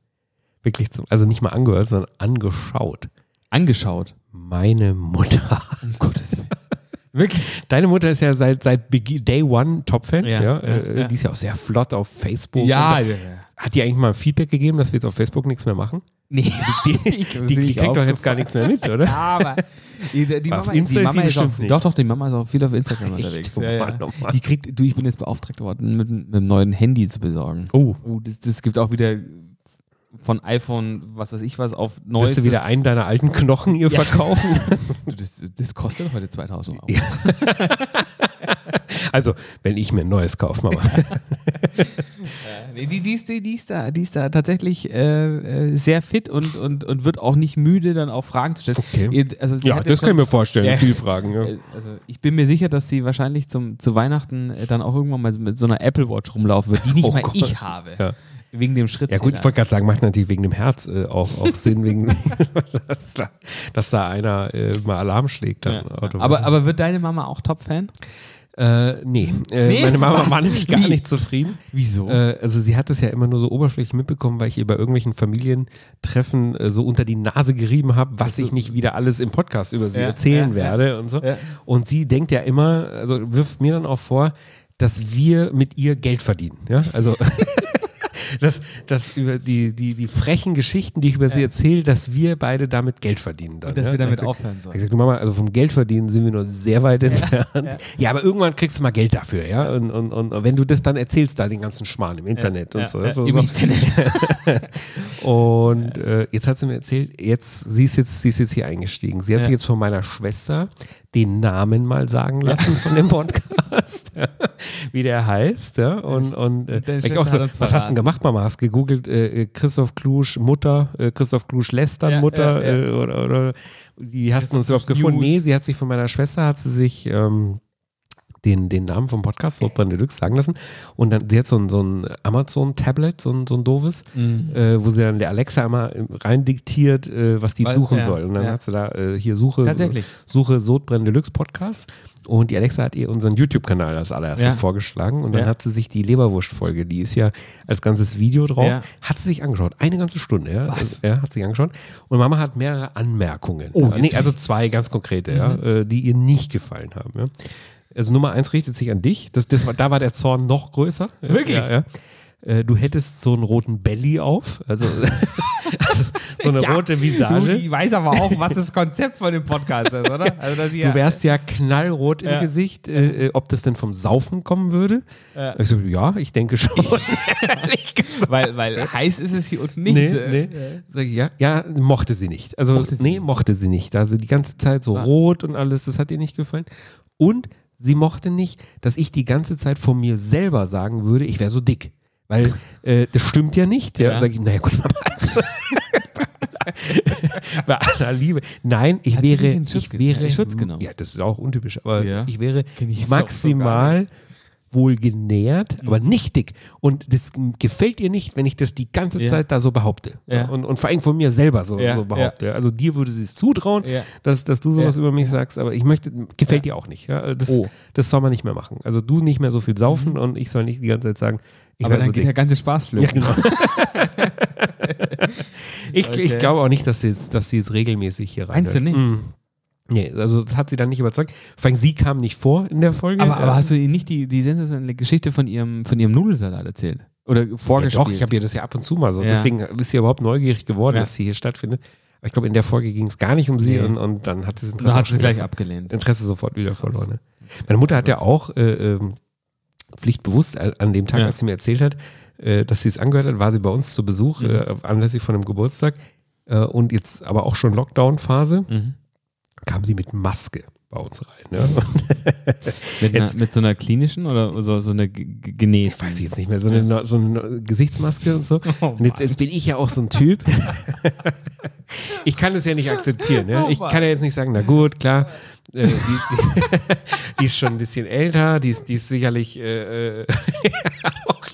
[SPEAKER 2] Wirklich zum, also nicht mal angehört, sondern angeschaut.
[SPEAKER 3] Angeschaut.
[SPEAKER 2] Meine Mutter.
[SPEAKER 3] Um Gottes Willen.
[SPEAKER 2] Wirklich? Deine Mutter ist ja seit, seit Begi- Day One Top-Fan. Ja,
[SPEAKER 3] Ja,
[SPEAKER 2] äh,
[SPEAKER 3] ja, ja.
[SPEAKER 2] Die ist ja auch sehr flott auf Facebook.
[SPEAKER 3] Ja,
[SPEAKER 2] Und,
[SPEAKER 3] ja, ja.
[SPEAKER 2] hat die eigentlich mal ein Feedback gegeben, dass wir jetzt auf Facebook nichts mehr machen?
[SPEAKER 3] Nee,
[SPEAKER 2] Die, die, die kriegt doch jetzt gar nichts mehr mit, oder?
[SPEAKER 3] Aber die, die
[SPEAKER 2] Auf Insta
[SPEAKER 3] Mama,
[SPEAKER 2] ist
[SPEAKER 3] die Mama
[SPEAKER 2] sie
[SPEAKER 3] ist auch,
[SPEAKER 2] bestimmt nicht.
[SPEAKER 3] Doch, doch, die Mama ist auch viel auf
[SPEAKER 2] Echt?
[SPEAKER 3] Instagram unterwegs.
[SPEAKER 2] Oh
[SPEAKER 3] Ja,
[SPEAKER 2] Mann, oh
[SPEAKER 3] ja.
[SPEAKER 2] Mann.
[SPEAKER 3] Die kriegt, du, ich bin jetzt beauftragt worden, mit, mit einem neuen Handy zu besorgen.
[SPEAKER 2] Oh.
[SPEAKER 3] Oh, das, das gibt auch wieder von iPhone, was weiß ich was, auf neues.
[SPEAKER 2] Willst du wieder einen deiner alten Knochen ihr verkaufen?
[SPEAKER 3] das, das kostet heute 2000 Euro.
[SPEAKER 2] Also, wenn ich mir ein neues kaufe, Mama.
[SPEAKER 3] Nee, die, die, ist, die, die, ist da, die ist da tatsächlich äh, äh, sehr fit und, und, und wird auch nicht müde, dann auch Fragen zu stellen.
[SPEAKER 2] Okay.
[SPEAKER 3] Ihr- Also sie
[SPEAKER 2] Ja,
[SPEAKER 3] hat
[SPEAKER 2] das
[SPEAKER 3] jetzt
[SPEAKER 2] kann ich
[SPEAKER 3] schon-
[SPEAKER 2] mir vorstellen.
[SPEAKER 3] Ja.
[SPEAKER 2] Viel Fragen. Ja.
[SPEAKER 3] äh, Also ich bin mir sicher, dass sie wahrscheinlich zum, zu Weihnachten äh, dann auch irgendwann mal mit so einer Apple Watch rumlaufen wird, die nicht
[SPEAKER 2] Oh
[SPEAKER 3] mal
[SPEAKER 2] Gott.
[SPEAKER 3] ich habe.
[SPEAKER 2] Ja.
[SPEAKER 3] Wegen dem Schritt.
[SPEAKER 2] Ja gut, ich wollte gerade sagen, macht natürlich wegen dem Herz äh, auch, auch Sinn, wegen, dass, da, dass da einer äh, mal Alarm schlägt. Dann automatisch.
[SPEAKER 3] aber, aber wird deine Mama auch Top-Fan?
[SPEAKER 2] Äh, nee, äh,
[SPEAKER 3] Nee?
[SPEAKER 2] meine Mama
[SPEAKER 3] Was?
[SPEAKER 2] war nämlich gar
[SPEAKER 3] Wie?
[SPEAKER 2] nicht zufrieden.
[SPEAKER 3] Wieso?
[SPEAKER 2] Äh, also sie hat es ja immer nur so oberflächlich mitbekommen, weil ich ihr bei irgendwelchen Familientreffen äh, so unter die Nase gerieben habe, was ich nicht wieder alles im Podcast über sie
[SPEAKER 3] Ja,
[SPEAKER 2] erzählen
[SPEAKER 3] ja,
[SPEAKER 2] werde und so.
[SPEAKER 3] ja.
[SPEAKER 2] Und sie denkt ja immer, also wirft mir dann auch vor, dass wir mit ihr Geld verdienen. Ja? Also dass, dass über die, die, die frechen Geschichten, die ich über sie erzähle, dass wir beide damit Geld verdienen. Dann,
[SPEAKER 3] Und dass
[SPEAKER 2] ja?
[SPEAKER 3] wir damit
[SPEAKER 2] Dann hab ich
[SPEAKER 3] aufhören
[SPEAKER 2] gesagt-
[SPEAKER 3] sollen.
[SPEAKER 2] hab Ich gesagt, du Mama, also vom Geld verdienen sind wir noch sehr weit entfernt. Ja, aber irgendwann kriegst du mal Geld dafür, ja. Und, und, und wenn du das dann erzählst, da den ganzen Schmarrn im Internet und so.
[SPEAKER 3] ja,
[SPEAKER 2] so,
[SPEAKER 3] im
[SPEAKER 2] so.
[SPEAKER 3] Internet.
[SPEAKER 2] Und äh, jetzt hat sie mir erzählt, jetzt, sie, ist jetzt, sie ist jetzt hier eingestiegen. Sie hat
[SPEAKER 3] Ja.
[SPEAKER 2] sich jetzt von meiner Schwester den Namen mal sagen lassen von dem Podcast, ja, wie der heißt. Ja? Und, und äh,
[SPEAKER 3] Deine
[SPEAKER 2] ich
[SPEAKER 3] Schwester
[SPEAKER 2] auch so,
[SPEAKER 3] hat uns
[SPEAKER 2] was hast du denn gemacht, Mama? Hast gegoogelt, äh, äh, Christoph Klusch Mutter, äh, Christoph Klusch lästern
[SPEAKER 3] Ja,
[SPEAKER 2] Mutter
[SPEAKER 3] ja, ja.
[SPEAKER 2] Äh, oder, oder wie hast du uns überhaupt gefunden?
[SPEAKER 3] News.
[SPEAKER 2] Nee, sie hat sich von meiner Schwester, hat sie sich ähm, den, den Namen vom Podcast Rotbrand Deluxe sagen lassen. Und dann, sie hat so ein, so ein Amazon-Tablet, so ein, so ein doofes,
[SPEAKER 3] Mhm.
[SPEAKER 2] äh, wo sie dann der Alexa immer rein diktiert, äh, was die
[SPEAKER 3] Was-
[SPEAKER 2] suchen
[SPEAKER 3] ja,
[SPEAKER 2] soll. Und dann
[SPEAKER 3] ja.
[SPEAKER 2] hat sie da äh, hier Suche,
[SPEAKER 3] Tatsächlich.
[SPEAKER 2] Suche Sodbrennen Deluxe Podcast. Und die Alexa hat ihr unseren YouTube-Kanal als allererstes
[SPEAKER 3] Ja.
[SPEAKER 2] vorgeschlagen. Und dann
[SPEAKER 3] Ja.
[SPEAKER 2] hat sie sich die Leberwurst-Folge, die ist ja als ganzes Video drauf,
[SPEAKER 3] Ja.
[SPEAKER 2] hat sie sich angeschaut. Eine ganze Stunde, ja. Also,
[SPEAKER 3] Was?
[SPEAKER 2] Ja, hat sie sich angeschaut. Und Mama hat mehrere Anmerkungen.
[SPEAKER 3] Oh,
[SPEAKER 2] Ja, nee,
[SPEAKER 3] jetzt- Mhm.
[SPEAKER 2] also zwei ganz konkrete, ja, äh, die ihr nicht gefallen haben. Ja. Also Nummer eins richtet sich an dich. Das, das war, da war der Zorn noch größer.
[SPEAKER 3] Wirklich?
[SPEAKER 2] Ja, ja. Äh, Du hättest so einen roten Belly auf, also, also so eine rote Visage.
[SPEAKER 3] Du, die weiß aber auch, was das Konzept von dem Podcast ist, oder? Also, dass ihr,
[SPEAKER 2] Du wärst ja knallrot im
[SPEAKER 3] Ja.
[SPEAKER 2] Gesicht, äh, äh, ob das denn vom Saufen kommen würde. Ja. Ich so, ja, ich denke schon. Ehrlich gesagt.
[SPEAKER 3] weil, weil heiß ist es hier unten nicht.
[SPEAKER 2] Nee,
[SPEAKER 3] Äh,
[SPEAKER 2] nee. Sag ich, ja, ja, mochte sie nicht. Also, nee, mochte sie nicht. Also die ganze Zeit
[SPEAKER 3] Ah.
[SPEAKER 2] so rot und alles, das hat ihr nicht gefallen. Und sie mochte nicht, dass ich die ganze Zeit von mir selber sagen würde, ich wäre so dick. Weil äh, das stimmt ja nicht. Ja.
[SPEAKER 3] Ja.
[SPEAKER 2] Sag ich, naja, gut, Mama. Also, bei aller Liebe. Nein, ich
[SPEAKER 3] Hat sie
[SPEAKER 2] wäre.
[SPEAKER 3] dich in Schutz
[SPEAKER 2] ich
[SPEAKER 3] ge-
[SPEAKER 2] wäre
[SPEAKER 3] in Schutz genommen?
[SPEAKER 2] Ja, das ist auch untypisch, aber
[SPEAKER 3] Ja.
[SPEAKER 2] ich wäre
[SPEAKER 3] Kenn ich jetzt auch Mhm. so gar
[SPEAKER 2] maximal wohl genährt, aber nicht dick. Und das gefällt ihr nicht, wenn ich das die ganze
[SPEAKER 3] Ja.
[SPEAKER 2] Zeit da so behaupte.
[SPEAKER 3] Ja.
[SPEAKER 2] Und, und vor allem von mir selber so,
[SPEAKER 3] Ja,
[SPEAKER 2] so behaupte. Also dir würde sie es zutrauen,
[SPEAKER 3] Ja.
[SPEAKER 2] dass, dass du sowas
[SPEAKER 3] Ja.
[SPEAKER 2] über mich sagst, aber ich möchte, gefällt dir auch nicht. Ja? Das,
[SPEAKER 3] Oh. Mhm.
[SPEAKER 2] das soll man nicht mehr machen. Also du nicht mehr so viel saufen und ich soll nicht die ganze Zeit sagen, ich
[SPEAKER 3] Aber
[SPEAKER 2] wär
[SPEAKER 3] dann
[SPEAKER 2] so
[SPEAKER 3] geht
[SPEAKER 2] dick.
[SPEAKER 3] der ganze Spaß
[SPEAKER 2] Ja,
[SPEAKER 3] flöten.
[SPEAKER 2] genau. ich, ich
[SPEAKER 3] Okay.
[SPEAKER 2] glaube auch nicht, dass sie jetzt, dass sie jetzt regelmäßig hier rein.
[SPEAKER 3] Meinst du nicht?
[SPEAKER 2] Nee, also das hat sie dann nicht überzeugt. Vor allem sie kam nicht vor in der Folge.
[SPEAKER 3] Aber, aber
[SPEAKER 2] Ja.
[SPEAKER 3] hast du ihr nicht die, die sensationelle Geschichte von ihrem, von ihrem Nudelsalat erzählt? Oder
[SPEAKER 2] ja,
[SPEAKER 3] vorgespielt?
[SPEAKER 2] doch, ich habe ihr das ja ab und zu mal so.
[SPEAKER 3] Ja.
[SPEAKER 2] Deswegen ist sie überhaupt neugierig geworden,
[SPEAKER 3] Ja.
[SPEAKER 2] dass sie hier stattfindet. Aber ich glaube, in der Folge ging es gar nicht um sie
[SPEAKER 3] Nee.
[SPEAKER 2] und, und dann hat sie das
[SPEAKER 3] Da
[SPEAKER 2] auch
[SPEAKER 3] hat sie
[SPEAKER 2] schon
[SPEAKER 3] gleich
[SPEAKER 2] wieder-
[SPEAKER 3] abgelehnt.
[SPEAKER 2] Interesse sofort wieder verloren. Ne? Meine Mutter hat ja auch äh, ähm, pflichtbewusst al- an dem Tag,
[SPEAKER 3] Ja.
[SPEAKER 2] als sie mir erzählt hat, äh, dass sie es angehört hat, war sie bei uns zu Besuch,
[SPEAKER 3] Mhm.
[SPEAKER 2] äh, anlässlich von einem Geburtstag äh, und jetzt aber auch schon Lockdown-Phase,
[SPEAKER 3] Mhm.
[SPEAKER 2] kam sie mit Maske bei uns rein. Ne? Und,
[SPEAKER 3] Mit, einer,
[SPEAKER 2] Jetzt-
[SPEAKER 3] mit so einer klinischen oder so, so einer g- g- genähten?
[SPEAKER 2] weiß ich jetzt nicht mehr, so eine, neu- so eine neu- Gesichtsmaske und so.
[SPEAKER 3] Oh
[SPEAKER 2] Und jetzt, jetzt bin ich ja auch so ein Typ. ich kann das ja nicht akzeptieren. Ne?
[SPEAKER 3] Oh
[SPEAKER 2] Ich
[SPEAKER 3] Mann.
[SPEAKER 2] kann ja jetzt nicht sagen, na gut, klar, äh, die, die, die ist schon ein bisschen älter, die ist, die ist sicherlich äh, äh, auch,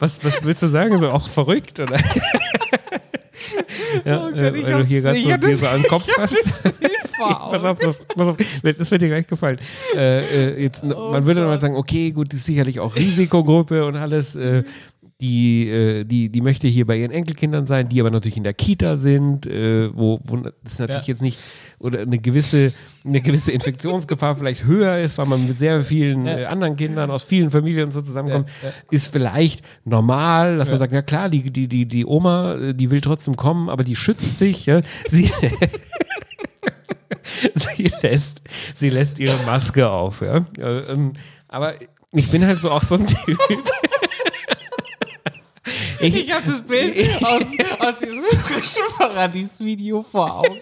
[SPEAKER 2] was, was willst du sagen? So auch verrückt oder? ja, äh,
[SPEAKER 3] Oh ich
[SPEAKER 2] wenn du
[SPEAKER 3] hab's-
[SPEAKER 2] hier gerade
[SPEAKER 3] ich
[SPEAKER 2] so,
[SPEAKER 3] hab
[SPEAKER 2] dir
[SPEAKER 3] das-
[SPEAKER 2] so an den Kopf fasst. Pass
[SPEAKER 3] Pass
[SPEAKER 2] auf, pass auf, das wird dir gleich gefallen. Äh, äh, jetzt, man würde nochmal sagen, okay, gut, die ist sicherlich auch Risikogruppe und alles. Äh, die, äh, die, die möchte hier bei ihren Enkelkindern sein, die aber natürlich in der Kita sind, äh, wo, wo das natürlich jetzt nicht oder eine gewisse, eine gewisse Infektionsgefahr vielleicht höher ist, weil man mit sehr vielen äh, anderen Kindern aus vielen Familien und so zusammenkommt, ist vielleicht normal, dass man sagt, ja klar, die, die, die, die Oma, äh, die will trotzdem kommen, aber die schützt sich. Ja? Sie, sie lässt, sie lässt ihre Maske auf, ja. Äh, ähm, Aber ich bin halt so auch so ein Typ. Ich,
[SPEAKER 3] habe das Bild aus, aus diesem frischen Paradies-Video vor Augen,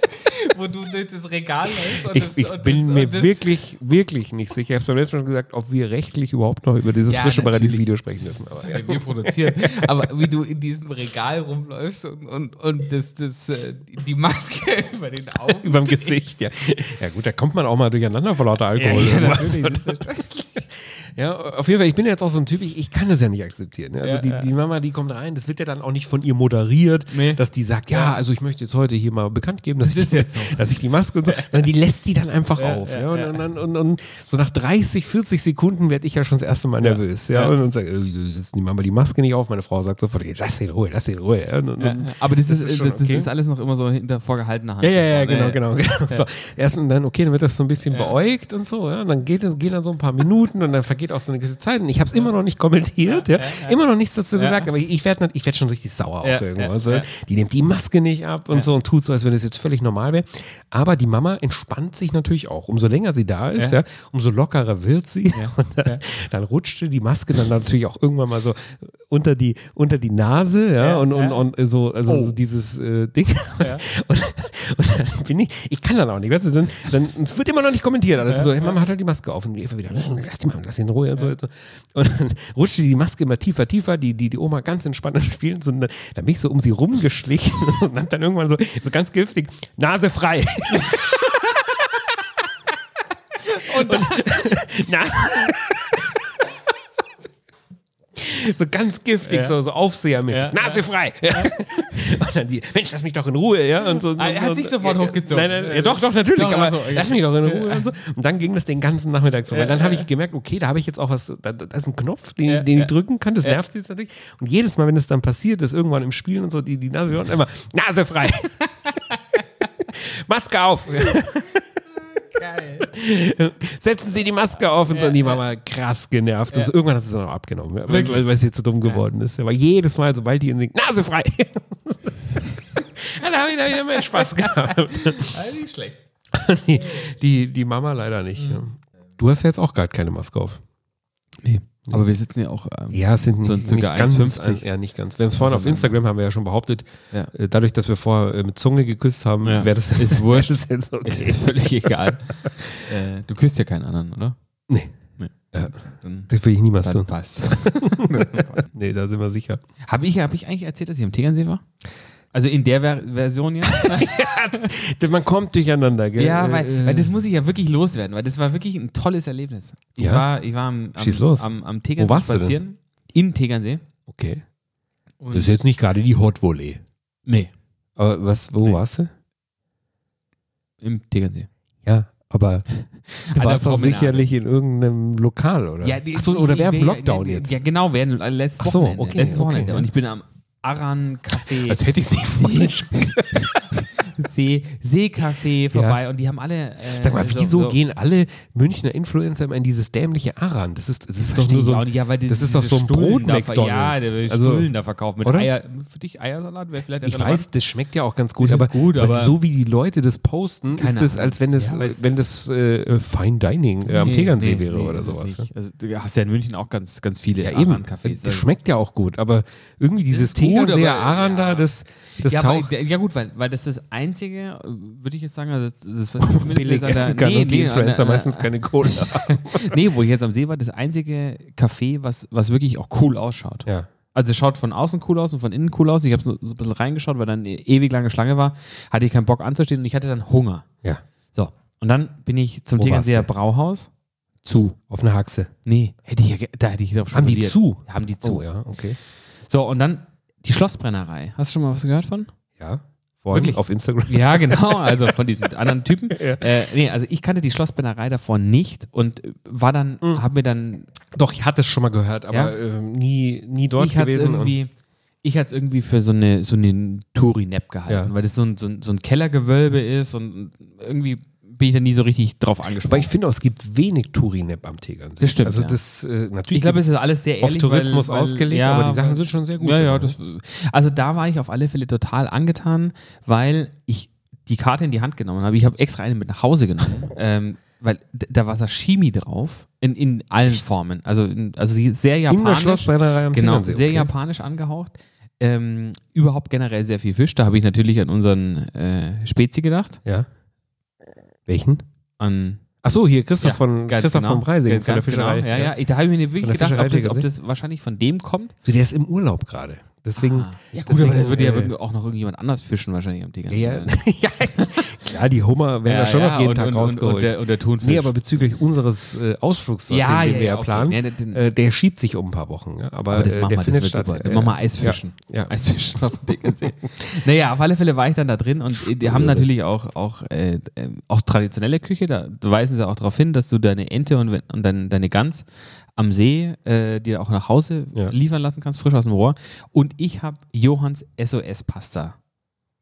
[SPEAKER 3] wo du das Regal lässt.
[SPEAKER 2] ich, ich bin mir wirklich, wirklich nicht sicher. Ich habe es beim letzten Mal schon gesagt, ob wir rechtlich überhaupt noch über dieses
[SPEAKER 3] Ja,
[SPEAKER 2] frische
[SPEAKER 3] natürlich.
[SPEAKER 2] Paradies-Video sprechen dürfen.
[SPEAKER 3] Das
[SPEAKER 2] Aber,
[SPEAKER 3] haben wir produziert. Aber wie du in diesem Regal rumläufst und, und, und das, das, äh, die Maske über den Augen.
[SPEAKER 2] Überm Gesicht, ja. Ja gut, da kommt man auch mal durcheinander vor lauter Alkohol.
[SPEAKER 3] Ja, genau,
[SPEAKER 2] Ja,
[SPEAKER 3] natürlich.
[SPEAKER 2] auf jeden Fall, ich bin jetzt auch so ein Typ, ich, ich kann das ja nicht akzeptieren. ne? Also
[SPEAKER 3] Ja,
[SPEAKER 2] die,
[SPEAKER 3] ja.
[SPEAKER 2] die Mama, die kommt rein, das wird ja dann auch nicht von ihr moderiert,
[SPEAKER 3] Nee.
[SPEAKER 2] dass die sagt, ja, also ich möchte jetzt heute hier mal bekannt geben, dass,
[SPEAKER 3] Das
[SPEAKER 2] ich,
[SPEAKER 3] ist
[SPEAKER 2] die,
[SPEAKER 3] jetzt so.
[SPEAKER 2] dass ich die Maske und so, sondern die lässt die dann einfach auf. Ja,
[SPEAKER 3] ja,
[SPEAKER 2] und,
[SPEAKER 3] ja.
[SPEAKER 2] Und, dann- und, und so nach 30, 40 Sekunden werde ich ja schon das erste Mal nervös. Ja,
[SPEAKER 3] ja.
[SPEAKER 2] Und, und sage, äh, jetzt nehmen wir mal die Maske nicht auf. Meine Frau sagt sofort, "Ey, lass sie in Ruhe, lass sie in Ruhe. Ja, und, und,
[SPEAKER 3] Ja, aber das,
[SPEAKER 2] Das
[SPEAKER 3] ist,
[SPEAKER 2] ist schon
[SPEAKER 3] das, das
[SPEAKER 2] okay.
[SPEAKER 3] ist alles noch immer so hinter vorgehaltener Hand.
[SPEAKER 2] Ja, ja, ja, genau, genau. genau. So, erst und dann, okay, dann wird das so ein bisschen beäugt und so, ja. Und dann geht, gehen dann so ein paar Minuten und dann vergeht auch so eine gewisse Zeit. Und ich habe es immer noch nicht kommentiert, ja, Immer noch nichts dazu gesagt, aber ich werde ich werd schon richtig sauer
[SPEAKER 3] Ja,
[SPEAKER 2] auch irgendwo.
[SPEAKER 3] ja,
[SPEAKER 2] und so.
[SPEAKER 3] ja.
[SPEAKER 2] Die nimmt die Maske nicht ab und so und tut so, als wenn das jetzt völlig normal wäre. Aber die Mama entspannt sich natürlich auch. Umso länger sie da ist, ja, umso lockerer wird sie. Und dann, dann rutschte die Maske dann natürlich auch irgendwann mal so unter die, unter die Nase, ja, und, und, und äh, so, also so dieses äh, Ding. Und, und dann bin ich, ich kann dann auch nicht, weißt du, dann, dann es wird immer noch nicht kommentiert. Alles so, hey, Mama hat halt die Maske auf und Eva wieder, "Nein, lass die Mama, lass sie in Ruhe und so. Und, so. und dann rutschte die Maske immer tiefer, tiefer, die, die, die Oma ganz entspannt am Spielen. So, und dann, dann bin ich so um sie rumgeschlichen und hab dann irgendwann so, so ganz giftig, Nase frei. und dann, Nase. So ganz giftig, so, so aufsehermäßig.
[SPEAKER 3] Ja.
[SPEAKER 2] Nase frei. Ja. Und dann die, Mensch, lass mich doch in Ruhe, ja. Und so,
[SPEAKER 3] Ah, er hat
[SPEAKER 2] und-
[SPEAKER 3] sich sofort
[SPEAKER 2] ja,
[SPEAKER 3] hochgezogen.
[SPEAKER 2] Nein, nein, ja, doch, doch, natürlich.
[SPEAKER 3] Doch,
[SPEAKER 2] aber
[SPEAKER 3] ach so, ja.
[SPEAKER 2] lass mich doch in Ruhe und so. Und dann ging das den ganzen Nachmittag so. Weil dann habe ich gemerkt, okay, da habe ich jetzt auch was, da, da ist ein Knopf, den, den ich drücken kann, das nervt sie jetzt natürlich. Und jedes Mal, wenn es dann passiert ist, irgendwann im Spielen und so, die, die Nase wird immer, Nase frei. Maske auf.
[SPEAKER 3] Ah,
[SPEAKER 2] Setzen Sie die Maske auf und so. Und die war mal krass genervt. Und so. Irgendwann hat sie es dann auch abgenommen, ja, weil, weil weil sie jetzt so dumm geworden ist. Aber jedes Mal, sobald die in den Nase frei. Ja, da habe ich da wieder mehr Spaß gehabt.
[SPEAKER 3] nicht schlecht.
[SPEAKER 2] Die, die, die Mama leider nicht.
[SPEAKER 3] Mhm.
[SPEAKER 2] ja. Du hast ja jetzt auch gerade keine Maske auf.
[SPEAKER 3] Nee. Aber wir sitzen ja auch. Ähm,
[SPEAKER 2] Ja, es sind nicht,
[SPEAKER 3] So ein circa 1,50.
[SPEAKER 2] Ja, nicht ganz. Wir haben es vorhin auf Instagram haben wir ja schon behauptet,
[SPEAKER 3] Ja.
[SPEAKER 2] äh, dadurch, dass wir vorher äh, mit Zunge geküsst haben,
[SPEAKER 3] Ja.
[SPEAKER 2] wäre das
[SPEAKER 3] Ist
[SPEAKER 2] wär
[SPEAKER 3] wurscht.
[SPEAKER 2] das jetzt
[SPEAKER 3] Es
[SPEAKER 2] okay.
[SPEAKER 3] ist völlig egal. äh, du küsst ja keinen anderen, oder?
[SPEAKER 2] Nee.
[SPEAKER 3] Nee.
[SPEAKER 2] Ja.
[SPEAKER 3] Dann,
[SPEAKER 2] Das will ich niemals
[SPEAKER 3] dann
[SPEAKER 2] tun.
[SPEAKER 3] passt.
[SPEAKER 2] Nee, da sind wir sicher.
[SPEAKER 3] Habe ich, hab ich eigentlich erzählt, dass ich am Tegernsee war? Also in der Ver Version jetzt?
[SPEAKER 2] Man kommt durcheinander, gell?
[SPEAKER 3] ja, weil,
[SPEAKER 2] Äh,
[SPEAKER 3] weil das muss ich ja wirklich loswerden, weil das war wirklich ein tolles Erlebnis. Ich
[SPEAKER 2] Ja?
[SPEAKER 3] war, ich war am, am,
[SPEAKER 2] Schieß los.
[SPEAKER 3] am, am Tegernsee
[SPEAKER 2] Wo warst du denn?
[SPEAKER 3] spazieren. In Tegernsee.
[SPEAKER 2] Okay.
[SPEAKER 3] Und
[SPEAKER 2] Das ist jetzt nicht gerade die Hot Volley.
[SPEAKER 3] nee,
[SPEAKER 2] Aber was, wo warst du?
[SPEAKER 3] im Tegernsee.
[SPEAKER 2] Ja, aber du
[SPEAKER 3] der
[SPEAKER 2] warst doch
[SPEAKER 3] Promenade.
[SPEAKER 2] sicherlich in irgendeinem Lokal, oder?
[SPEAKER 3] die-
[SPEAKER 2] Ach so, oder
[SPEAKER 3] die-
[SPEAKER 2] während
[SPEAKER 3] die-
[SPEAKER 2] Lockdown
[SPEAKER 3] die-
[SPEAKER 2] jetzt.
[SPEAKER 3] Ja, genau, während äh, letztes
[SPEAKER 2] Ach so,
[SPEAKER 3] Wochenende.
[SPEAKER 2] okay, Also
[SPEAKER 3] letztes
[SPEAKER 2] okay,
[SPEAKER 3] Wochenende.
[SPEAKER 2] ja.
[SPEAKER 3] Und ich bin am Aran Café
[SPEAKER 2] hätte ich es nicht vorhin schon
[SPEAKER 3] das Café, Seekaffee vorbei und die haben alle. Äh,
[SPEAKER 2] Sag mal, wieso gehen alle Münchner Influencer immer in dieses dämliche Aran? Das ist, das ist doch nur so
[SPEAKER 3] auch
[SPEAKER 2] ein,
[SPEAKER 3] nicht, ja, weil die,
[SPEAKER 2] das ist doch
[SPEAKER 3] diese
[SPEAKER 2] so ein
[SPEAKER 3] Stullen da ver-
[SPEAKER 2] Brot-McDonalds.
[SPEAKER 3] Ja, der will
[SPEAKER 2] also,
[SPEAKER 3] Stullen da verkauft mit
[SPEAKER 2] oder?
[SPEAKER 3] Eier. Für dich Eiersalat wäre vielleicht
[SPEAKER 2] ich
[SPEAKER 3] relevant.
[SPEAKER 2] weiß, das schmeckt ja auch ganz gut,
[SPEAKER 3] Das ist
[SPEAKER 2] aber,
[SPEAKER 3] gut, aber-
[SPEAKER 2] so wie die Leute das posten, ist
[SPEAKER 3] Keine
[SPEAKER 2] es,
[SPEAKER 3] Ahnung.
[SPEAKER 2] als wenn das,
[SPEAKER 3] Ja, aber es-
[SPEAKER 2] wenn das äh, Fine Dining äh, am
[SPEAKER 3] Nee,
[SPEAKER 2] Tegernsee
[SPEAKER 3] nee,
[SPEAKER 2] wäre
[SPEAKER 3] nee,
[SPEAKER 2] oder
[SPEAKER 3] ist es
[SPEAKER 2] sowas. ne?
[SPEAKER 3] nicht. Also, du hast ja in München auch ganz, ganz viele Also,
[SPEAKER 2] Ja, eben.
[SPEAKER 3] Cafés.
[SPEAKER 2] Das schmeckt ja auch gut, aber irgendwie dieses
[SPEAKER 3] ist gut,
[SPEAKER 2] Tegernseer
[SPEAKER 3] aber-
[SPEAKER 2] Aran da,
[SPEAKER 3] ja.
[SPEAKER 2] das, das
[SPEAKER 3] ja,
[SPEAKER 2] taucht.
[SPEAKER 3] weil, ja gut, weil, weil das das einzige, äh, würde ich jetzt sagen, also das, das was ich zumindest
[SPEAKER 2] billig
[SPEAKER 3] jetzt an der-
[SPEAKER 2] essen kann
[SPEAKER 3] nee,
[SPEAKER 2] und die
[SPEAKER 3] nee, an der-
[SPEAKER 2] Influencer
[SPEAKER 3] an der-
[SPEAKER 2] meistens keine Cola.
[SPEAKER 3] nee, wo ich jetzt am See war, das einzige Café, was, was wirklich auch cool ausschaut.
[SPEAKER 2] ja.
[SPEAKER 3] Also es schaut von außen cool aus und von innen cool aus. Ich habe so, so ein bisschen reingeschaut, weil dann eine ewig lange Schlange war. Hatte ich keinen Bock anzustehen und ich hatte dann Hunger.
[SPEAKER 2] ja,
[SPEAKER 3] So, und dann bin ich zum
[SPEAKER 2] Wo
[SPEAKER 3] Tegernseer
[SPEAKER 2] warst du?
[SPEAKER 3] Brauhaus. Zu.
[SPEAKER 2] auf eine Haxe.
[SPEAKER 3] Nee, hätte ich ja, ge- da hätte ich drauf
[SPEAKER 2] Haben die
[SPEAKER 3] spekuliert.
[SPEAKER 2] zu?
[SPEAKER 3] Haben die zu.
[SPEAKER 2] Oh ja, okay.
[SPEAKER 3] So, und dann die Schlossbrennerei. Hast du schon mal was gehört von?
[SPEAKER 2] Ja, vorhin
[SPEAKER 3] Wirklich?
[SPEAKER 2] auf Instagram.
[SPEAKER 3] Ja, genau, also von diesem anderen Typen.
[SPEAKER 2] Ja.
[SPEAKER 3] Äh, nee, also ich kannte die Schlossbrennerei davor nicht und äh, war dann,
[SPEAKER 2] Mhm.
[SPEAKER 3] hab mir dann,
[SPEAKER 2] Doch, ich hatte es schon mal gehört,
[SPEAKER 3] Ja?
[SPEAKER 2] aber ähm, nie, nie dort
[SPEAKER 3] ich hatte es
[SPEAKER 2] gewesen. und-
[SPEAKER 3] irgendwie, ich hatte es irgendwie für so eine, so eine Tourinap gehalten,
[SPEAKER 2] Ja.
[SPEAKER 3] weil das so ein, so, ein, so ein Kellergewölbe ist und irgendwie bin ich da nie so richtig drauf
[SPEAKER 2] Aber
[SPEAKER 3] angesprochen.
[SPEAKER 2] ich finde, auch, es gibt wenig Tourinap am Tegernsee.
[SPEAKER 3] Das stimmt,
[SPEAKER 2] Also
[SPEAKER 3] ja.
[SPEAKER 2] das, äh, natürlich
[SPEAKER 3] Ich glaube, es
[SPEAKER 2] gibt's
[SPEAKER 3] ist alles sehr
[SPEAKER 2] auf
[SPEAKER 3] ehrlich.
[SPEAKER 2] Tourismus
[SPEAKER 3] weil, weil,
[SPEAKER 2] ausgelegt,
[SPEAKER 3] ja,
[SPEAKER 2] aber die Sachen
[SPEAKER 3] weil-
[SPEAKER 2] sind schon sehr gut.
[SPEAKER 3] Ja, ja,
[SPEAKER 2] oder?
[SPEAKER 3] das, also da war ich auf alle Fälle total angetan, weil ich die Karte in die Hand genommen habe. Ich habe extra eine mit nach Hause genommen, ähm, weil d- da war Sashimi drauf, in, in allen Formen. Also, in, also sie ist sehr
[SPEAKER 2] in der
[SPEAKER 3] japanisch.
[SPEAKER 2] Schlossbrennerei am
[SPEAKER 3] genau,
[SPEAKER 2] Tegernsee.
[SPEAKER 3] sehr
[SPEAKER 2] okay.
[SPEAKER 3] japanisch angehaucht. Ähm, überhaupt generell sehr viel Fisch. Da habe ich natürlich an unseren äh, Spezi gedacht.
[SPEAKER 2] Ja. Welchen?
[SPEAKER 3] An
[SPEAKER 2] Ach so, hier Christoph
[SPEAKER 3] Ja,
[SPEAKER 2] von,
[SPEAKER 3] ganz
[SPEAKER 2] Christoph
[SPEAKER 3] genau.
[SPEAKER 2] von Breising
[SPEAKER 3] Ganz
[SPEAKER 2] von der Fischerei.
[SPEAKER 3] Genau. Ja, ja. Ich- Da habe ich mir
[SPEAKER 2] Von
[SPEAKER 3] wirklich
[SPEAKER 2] der
[SPEAKER 3] gedacht,
[SPEAKER 2] Fischerei
[SPEAKER 3] ob das, ob
[SPEAKER 2] Tegernsee.
[SPEAKER 3] das wahrscheinlich von dem kommt.
[SPEAKER 2] Du, der ist im Urlaub gerade. Deswegen.
[SPEAKER 3] Ah, ja, gut,
[SPEAKER 2] deswegen,
[SPEAKER 3] aber das würde ja
[SPEAKER 2] äh,
[SPEAKER 3] wirklich auch noch irgendjemand anders fischen, wahrscheinlich am Tegernsee.
[SPEAKER 2] Ja, ja, klar, die Hummer werden da schon noch jeden
[SPEAKER 3] und,
[SPEAKER 2] Tag
[SPEAKER 3] und,
[SPEAKER 2] rausgeholt.
[SPEAKER 3] Und, und, der, und der Thunfisch.
[SPEAKER 2] nee, aber bezüglich unseres äh, Ausflugs,
[SPEAKER 3] Ja,
[SPEAKER 2] den wir
[SPEAKER 3] ja,
[SPEAKER 2] ja,
[SPEAKER 3] ja, okay.
[SPEAKER 2] planen,
[SPEAKER 3] Nee, den-
[SPEAKER 2] äh, der schiebt sich um ein paar Wochen. Ja? Aber,
[SPEAKER 3] aber das
[SPEAKER 2] äh, der
[SPEAKER 3] machen wir, das
[SPEAKER 2] findet
[SPEAKER 3] wird
[SPEAKER 2] statt.
[SPEAKER 3] super. Dann
[SPEAKER 2] Äh,
[SPEAKER 3] machen wir Eisfischen.
[SPEAKER 2] Ja, ja.
[SPEAKER 3] Eisfischen auf dem Tegernsee. naja, auf alle Fälle war ich dann da drin und äh, die haben natürlich auch, auch, äh, äh, auch traditionelle Küche. Da weisen sie auch darauf hin, dass du deine Ente und, wenn- und dein, deine Gans am See äh, dir auch nach Hause
[SPEAKER 2] Ja.
[SPEAKER 3] liefern lassen kannst, frisch aus dem Rohr. Und ich habe Johanns SOS-Pasta.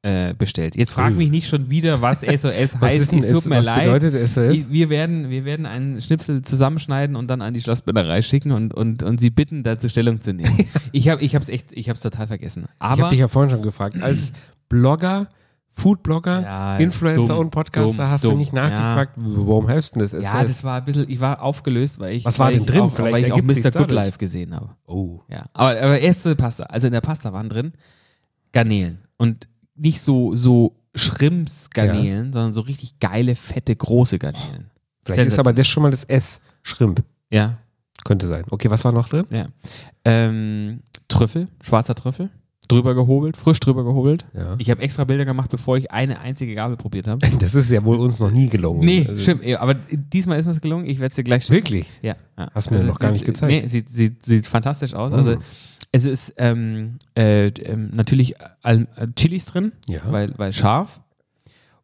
[SPEAKER 3] äh, bestellt. Jetzt frag
[SPEAKER 2] Ui.
[SPEAKER 3] mich nicht schon wieder, was SOS
[SPEAKER 2] Was, ist
[SPEAKER 3] heißt.
[SPEAKER 2] denn,
[SPEAKER 3] Es tut
[SPEAKER 2] ist,
[SPEAKER 3] mir
[SPEAKER 2] was
[SPEAKER 3] leid.
[SPEAKER 2] bedeutet es jetzt?
[SPEAKER 3] Ich, wir, werden, wir werden einen Schnipsel zusammenschneiden und dann an die Schlossbinderei schicken und, und, und sie bitten, dazu Stellung zu nehmen. ich habe es echt, ich hab's total vergessen.
[SPEAKER 2] Ich
[SPEAKER 3] Aber
[SPEAKER 2] habe dich ja vorhin schon gefragt. Als Blogger, Foodblogger,
[SPEAKER 3] Ja, ist
[SPEAKER 2] Influencer
[SPEAKER 3] dumm,
[SPEAKER 2] und Podcaster
[SPEAKER 3] dumm,
[SPEAKER 2] hast du
[SPEAKER 3] dumm.
[SPEAKER 2] nicht nachgefragt, warum heißt denn das SS?
[SPEAKER 3] ja, das war ein bisschen, ich war aufgelöst, weil ich,
[SPEAKER 2] Was war
[SPEAKER 3] weil
[SPEAKER 2] denn
[SPEAKER 3] ich
[SPEAKER 2] drin?
[SPEAKER 3] Auch,
[SPEAKER 2] Vielleicht
[SPEAKER 3] weil ich auch
[SPEAKER 2] ergibt sich's
[SPEAKER 3] Mr. Good
[SPEAKER 2] dadurch.
[SPEAKER 3] Life gesehen habe.
[SPEAKER 2] oh.
[SPEAKER 3] Ja. Aber, aber erste Pasta, also in der Pasta waren drin Garnelen und nicht so, so Schrimps-Garnelen, sondern so richtig geile, fette, große Garnelen.
[SPEAKER 2] Vielleicht ist aber das schon mal das S. Schrimp.
[SPEAKER 3] ja,
[SPEAKER 2] Könnte sein. Okay, was war noch drin?
[SPEAKER 3] ja. Ähm, Trüffel, schwarzer Trüffel, drüber gehobelt, frisch drüber gehobelt.
[SPEAKER 2] Ja.
[SPEAKER 3] Ich habe extra Bilder gemacht, bevor ich eine einzige Gabel probiert habe.
[SPEAKER 2] Das ist ja wohl uns noch nie gelungen.
[SPEAKER 3] Nee,
[SPEAKER 2] Also,
[SPEAKER 3] stimmt. eh, Aber diesmal ist mir's gelungen. Ich werde es dir gleich schicken.
[SPEAKER 2] Wirklich?
[SPEAKER 3] Ja. ja.
[SPEAKER 2] Hast du mir noch gar nicht
[SPEAKER 3] sieht-
[SPEAKER 2] gezeigt.
[SPEAKER 3] Nee, sieht, sieht, sieht fantastisch aus. Also
[SPEAKER 2] Mhm.
[SPEAKER 3] es ist ähm, äh, d- ähm, natürlich Al äh, Chilis drin,
[SPEAKER 2] Ja.
[SPEAKER 3] weil, weil scharf.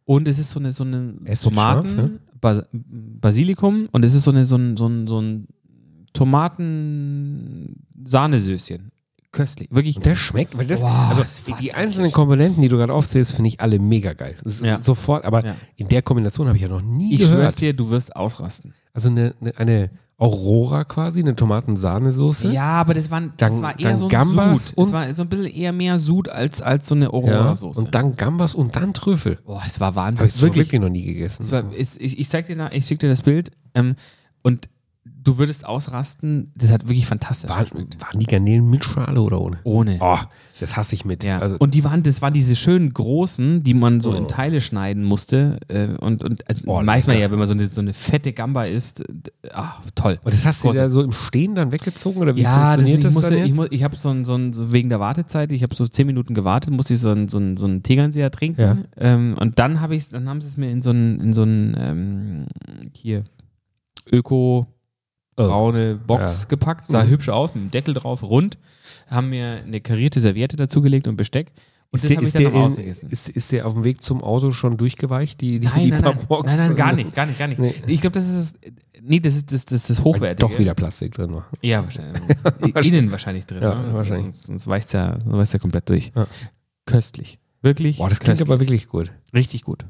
[SPEAKER 3] Und es ist so eine, so eine
[SPEAKER 2] Es ist
[SPEAKER 3] Tomaten,
[SPEAKER 2] scharf, ne?
[SPEAKER 3] Bas Basilikum und es ist so, eine, so ein, so ein, so ein Tomaten-Sahnesöschen. Köstlich. Wirklich.
[SPEAKER 2] Und der schmeckt, weil das,
[SPEAKER 3] Wow,
[SPEAKER 2] also
[SPEAKER 3] das war
[SPEAKER 2] die
[SPEAKER 3] tatsächlich-
[SPEAKER 2] einzelnen Komponenten, die du gerade aufzählst, finde ich alle mega geil. Das ist
[SPEAKER 3] Ja.
[SPEAKER 2] Sofort, aber
[SPEAKER 3] Ja.
[SPEAKER 2] in der Kombination habe ich ja noch nie
[SPEAKER 3] Ich schwör's
[SPEAKER 2] gehört.
[SPEAKER 3] dir, du wirst ausrasten.
[SPEAKER 2] Also eine, eine, eine Aurora quasi, eine Tomatensahnesoße.
[SPEAKER 3] Ja, aber das war, das
[SPEAKER 2] Dann-
[SPEAKER 3] war eher
[SPEAKER 2] dann
[SPEAKER 3] so ein
[SPEAKER 2] Gambas
[SPEAKER 3] Sud.
[SPEAKER 2] und-
[SPEAKER 3] Es war so ein bisschen eher mehr Sud als, als so eine Aurora-Soße. Oh,
[SPEAKER 2] Und dann Gambas und dann Trüffel.
[SPEAKER 3] Boah, es war Wahnsinn.
[SPEAKER 2] Habe ich wirklich, wirklich noch nie gegessen.
[SPEAKER 3] Es war, es, ich, ich zeig dir, nach- ich schicke dir das Bild ähm, und du würdest ausrasten. Das hat wirklich fantastisch
[SPEAKER 2] waren, waren die Garnelen mit Schale oder ohne?
[SPEAKER 3] Ohne.
[SPEAKER 2] Oh, das hasse ich mit.
[SPEAKER 3] Ja.
[SPEAKER 2] Also,
[SPEAKER 3] und die waren, das waren diese schönen großen, die man so
[SPEAKER 2] Oh.
[SPEAKER 3] in Teile schneiden musste. Äh, und und also
[SPEAKER 2] Oh,
[SPEAKER 3] weiß man
[SPEAKER 2] lecker.
[SPEAKER 3] ja, wenn man so eine, so eine fette Gamba isst, d- ah, toll.
[SPEAKER 2] und das hast du
[SPEAKER 3] Große-
[SPEAKER 2] da so im Stehen dann weggezogen oder wie
[SPEAKER 3] Ja, das,
[SPEAKER 2] funktioniert
[SPEAKER 3] ich
[SPEAKER 2] das,
[SPEAKER 3] musste,
[SPEAKER 2] dann jetzt?
[SPEAKER 3] ich, mu- ich habe so ein, so ein, so wegen der Wartezeit, ich habe so zehn Minuten gewartet, musste ich so einen so ein, so ein Tegernseher trinken.
[SPEAKER 2] Ja.
[SPEAKER 3] Ähm, und dann habe ich, dann haben sie es mir in so einen, in so einen ähm, hier Öko
[SPEAKER 2] Oh.
[SPEAKER 3] braune Box
[SPEAKER 2] Ja.
[SPEAKER 3] gepackt, sah
[SPEAKER 2] Mhm.
[SPEAKER 3] hübsch aus, mit dem Deckel drauf, rund, haben mir eine karierte Serviette dazugelegt und Besteck. Und
[SPEAKER 2] ist, der,
[SPEAKER 3] hab
[SPEAKER 2] ist, der
[SPEAKER 3] noch mal
[SPEAKER 2] in,
[SPEAKER 3] ausgegessen.
[SPEAKER 2] ist, ist der auf dem Weg zum Auto schon durchgeweicht, die, die, die
[SPEAKER 3] Nein, nein,
[SPEAKER 2] paar
[SPEAKER 3] nein, nein,
[SPEAKER 2] Boxen?
[SPEAKER 3] nein, gar nicht, gar nicht, gar nicht.
[SPEAKER 2] Nee.
[SPEAKER 3] Ich glaube, das ist das, nee, das ist das, das, das
[SPEAKER 2] Weil
[SPEAKER 3] Hochwertige.
[SPEAKER 2] doch wieder Plastik drin war.
[SPEAKER 3] Ja, wahrscheinlich. Innen wahrscheinlich drin.
[SPEAKER 2] Ja,
[SPEAKER 3] ne?
[SPEAKER 2] wahrscheinlich.
[SPEAKER 3] Sonst, sonst weicht es ja, sonst weicht's ja komplett durch.
[SPEAKER 2] Ja.
[SPEAKER 3] Köstlich. Wirklich.
[SPEAKER 2] Boah, das klingt
[SPEAKER 3] köstlich.
[SPEAKER 2] aber wirklich gut.
[SPEAKER 3] richtig gut.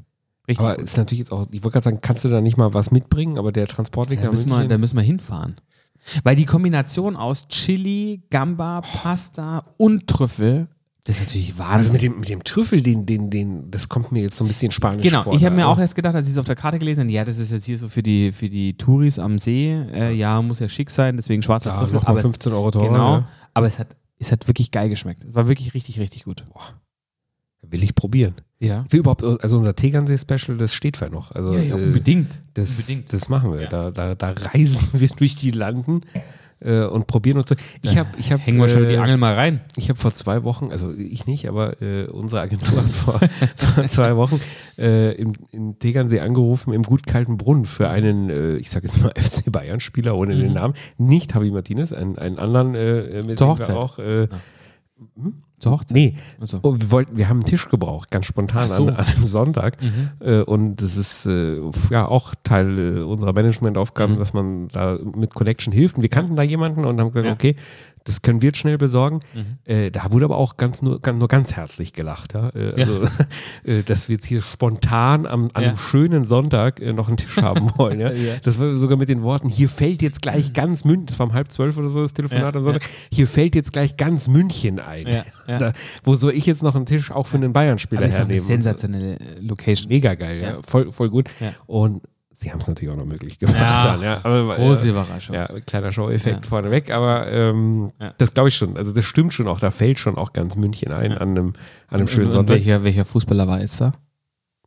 [SPEAKER 3] Richtig
[SPEAKER 2] aber
[SPEAKER 3] gut.
[SPEAKER 2] ist natürlich jetzt auch, ich wollte gerade sagen, kannst du da nicht mal was mitbringen, aber der Transportweg
[SPEAKER 3] Da müssen, wir,
[SPEAKER 2] München-
[SPEAKER 3] da müssen wir hinfahren. Weil die Kombination aus Chili, Gamba, Pasta und Trüffel, das ist natürlich
[SPEAKER 2] also
[SPEAKER 3] Wahnsinn.
[SPEAKER 2] mit dem, mit dem Trüffel, den, den, den, das kommt mir jetzt so ein bisschen spanisch vor.
[SPEAKER 3] genau, ich habe
[SPEAKER 2] ne?
[SPEAKER 3] mir auch erst gedacht, als ich es auf der Karte gelesen habe, ja, das ist jetzt hier so für die, für die Touris am See, äh, ja, muss ja schick sein, deswegen schwarzer
[SPEAKER 2] Klar,
[SPEAKER 3] Trüffel.
[SPEAKER 2] nochmal
[SPEAKER 3] es-
[SPEAKER 2] 15 Euro teurer.
[SPEAKER 3] genau,
[SPEAKER 2] ja.
[SPEAKER 3] aber es hat, es hat wirklich geil geschmeckt. Es war wirklich richtig, richtig gut.
[SPEAKER 2] Will ich probieren.
[SPEAKER 3] Ja.
[SPEAKER 2] Ich will überhaupt, also unser Tegernsee-Special, das steht für noch. Also,
[SPEAKER 3] Ja, ja,
[SPEAKER 2] äh,
[SPEAKER 3] unbedingt.
[SPEAKER 2] Das,
[SPEAKER 3] Unbedingt.
[SPEAKER 2] das machen wir. Da, da, da reisen wir durch die Landen äh, und probieren uns zu. Ich habe ich hab,
[SPEAKER 3] Hängen wir schon
[SPEAKER 2] äh,
[SPEAKER 3] die Angel mal rein.
[SPEAKER 2] Ich habe vor zwei Wochen, also ich nicht, aber äh, unsere Agentur hat vor, vor zwei Wochen äh, im, in Tegernsee angerufen, im gut kalten Brunnen für einen, äh, ich sage jetzt mal FC Bayern-Spieler ohne den Namen, nicht Javi Martinez, einen, einen anderen äh, mit
[SPEAKER 3] Mhm. Zur
[SPEAKER 2] dem
[SPEAKER 3] Hochzeit.
[SPEAKER 2] wir auch. Äh,
[SPEAKER 3] Zur Hochzeit.
[SPEAKER 2] nee,
[SPEAKER 3] Also.
[SPEAKER 2] und wir, wollten, wir haben einen Tisch gebraucht, ganz spontan
[SPEAKER 3] Ach so. Mhm.
[SPEAKER 2] an, an einem Sonntag. Äh, und das ist äh, ja auch Teil äh, unserer
[SPEAKER 3] Mhm.
[SPEAKER 2] Managementaufgaben, dass man da mit Connection hilft. Und wir kannten da jemanden und haben gesagt,
[SPEAKER 3] Ja. Mhm.
[SPEAKER 2] okay, das können wir jetzt schnell besorgen. Äh, da wurde aber auch ganz nur, ganz, nur ganz herzlich gelacht, ja? Äh, also, äh, dass wir jetzt hier spontan am, an
[SPEAKER 3] Ja.
[SPEAKER 2] einem schönen Sonntag äh, noch einen Tisch haben wollen. Ja?
[SPEAKER 3] Ja.
[SPEAKER 2] Das war sogar mit den Worten, hier fällt jetzt gleich ganz München, das war um halb zwölf oder so das Telefonat
[SPEAKER 3] Ja,
[SPEAKER 2] am Sonntag, hier fällt jetzt gleich ganz München ein.
[SPEAKER 3] Ja, ja.
[SPEAKER 2] Da, wo soll ich jetzt noch einen Tisch auch für einen Bayern-Spieler
[SPEAKER 3] Das ist doch eine
[SPEAKER 2] hernehmen?
[SPEAKER 3] sensationelle äh, Location.
[SPEAKER 2] Mega geil, ja.
[SPEAKER 3] Ja.
[SPEAKER 2] Voll, voll gut.
[SPEAKER 3] Ja.
[SPEAKER 2] Und sie haben es natürlich auch noch möglich gemacht.
[SPEAKER 3] Ja.
[SPEAKER 2] Dann, ja. Aber,
[SPEAKER 3] Große
[SPEAKER 2] äh,
[SPEAKER 3] Überraschung.
[SPEAKER 2] ja, kleiner Show-Effekt
[SPEAKER 3] Ja.
[SPEAKER 2] vorneweg, aber ähm,
[SPEAKER 3] Ja.
[SPEAKER 2] das glaube ich schon. Also das stimmt schon auch. Da fällt schon auch ganz München ein an einem, an einem schönen
[SPEAKER 3] Und
[SPEAKER 2] Sonntag.
[SPEAKER 3] Welcher, welcher Fußballer war es da?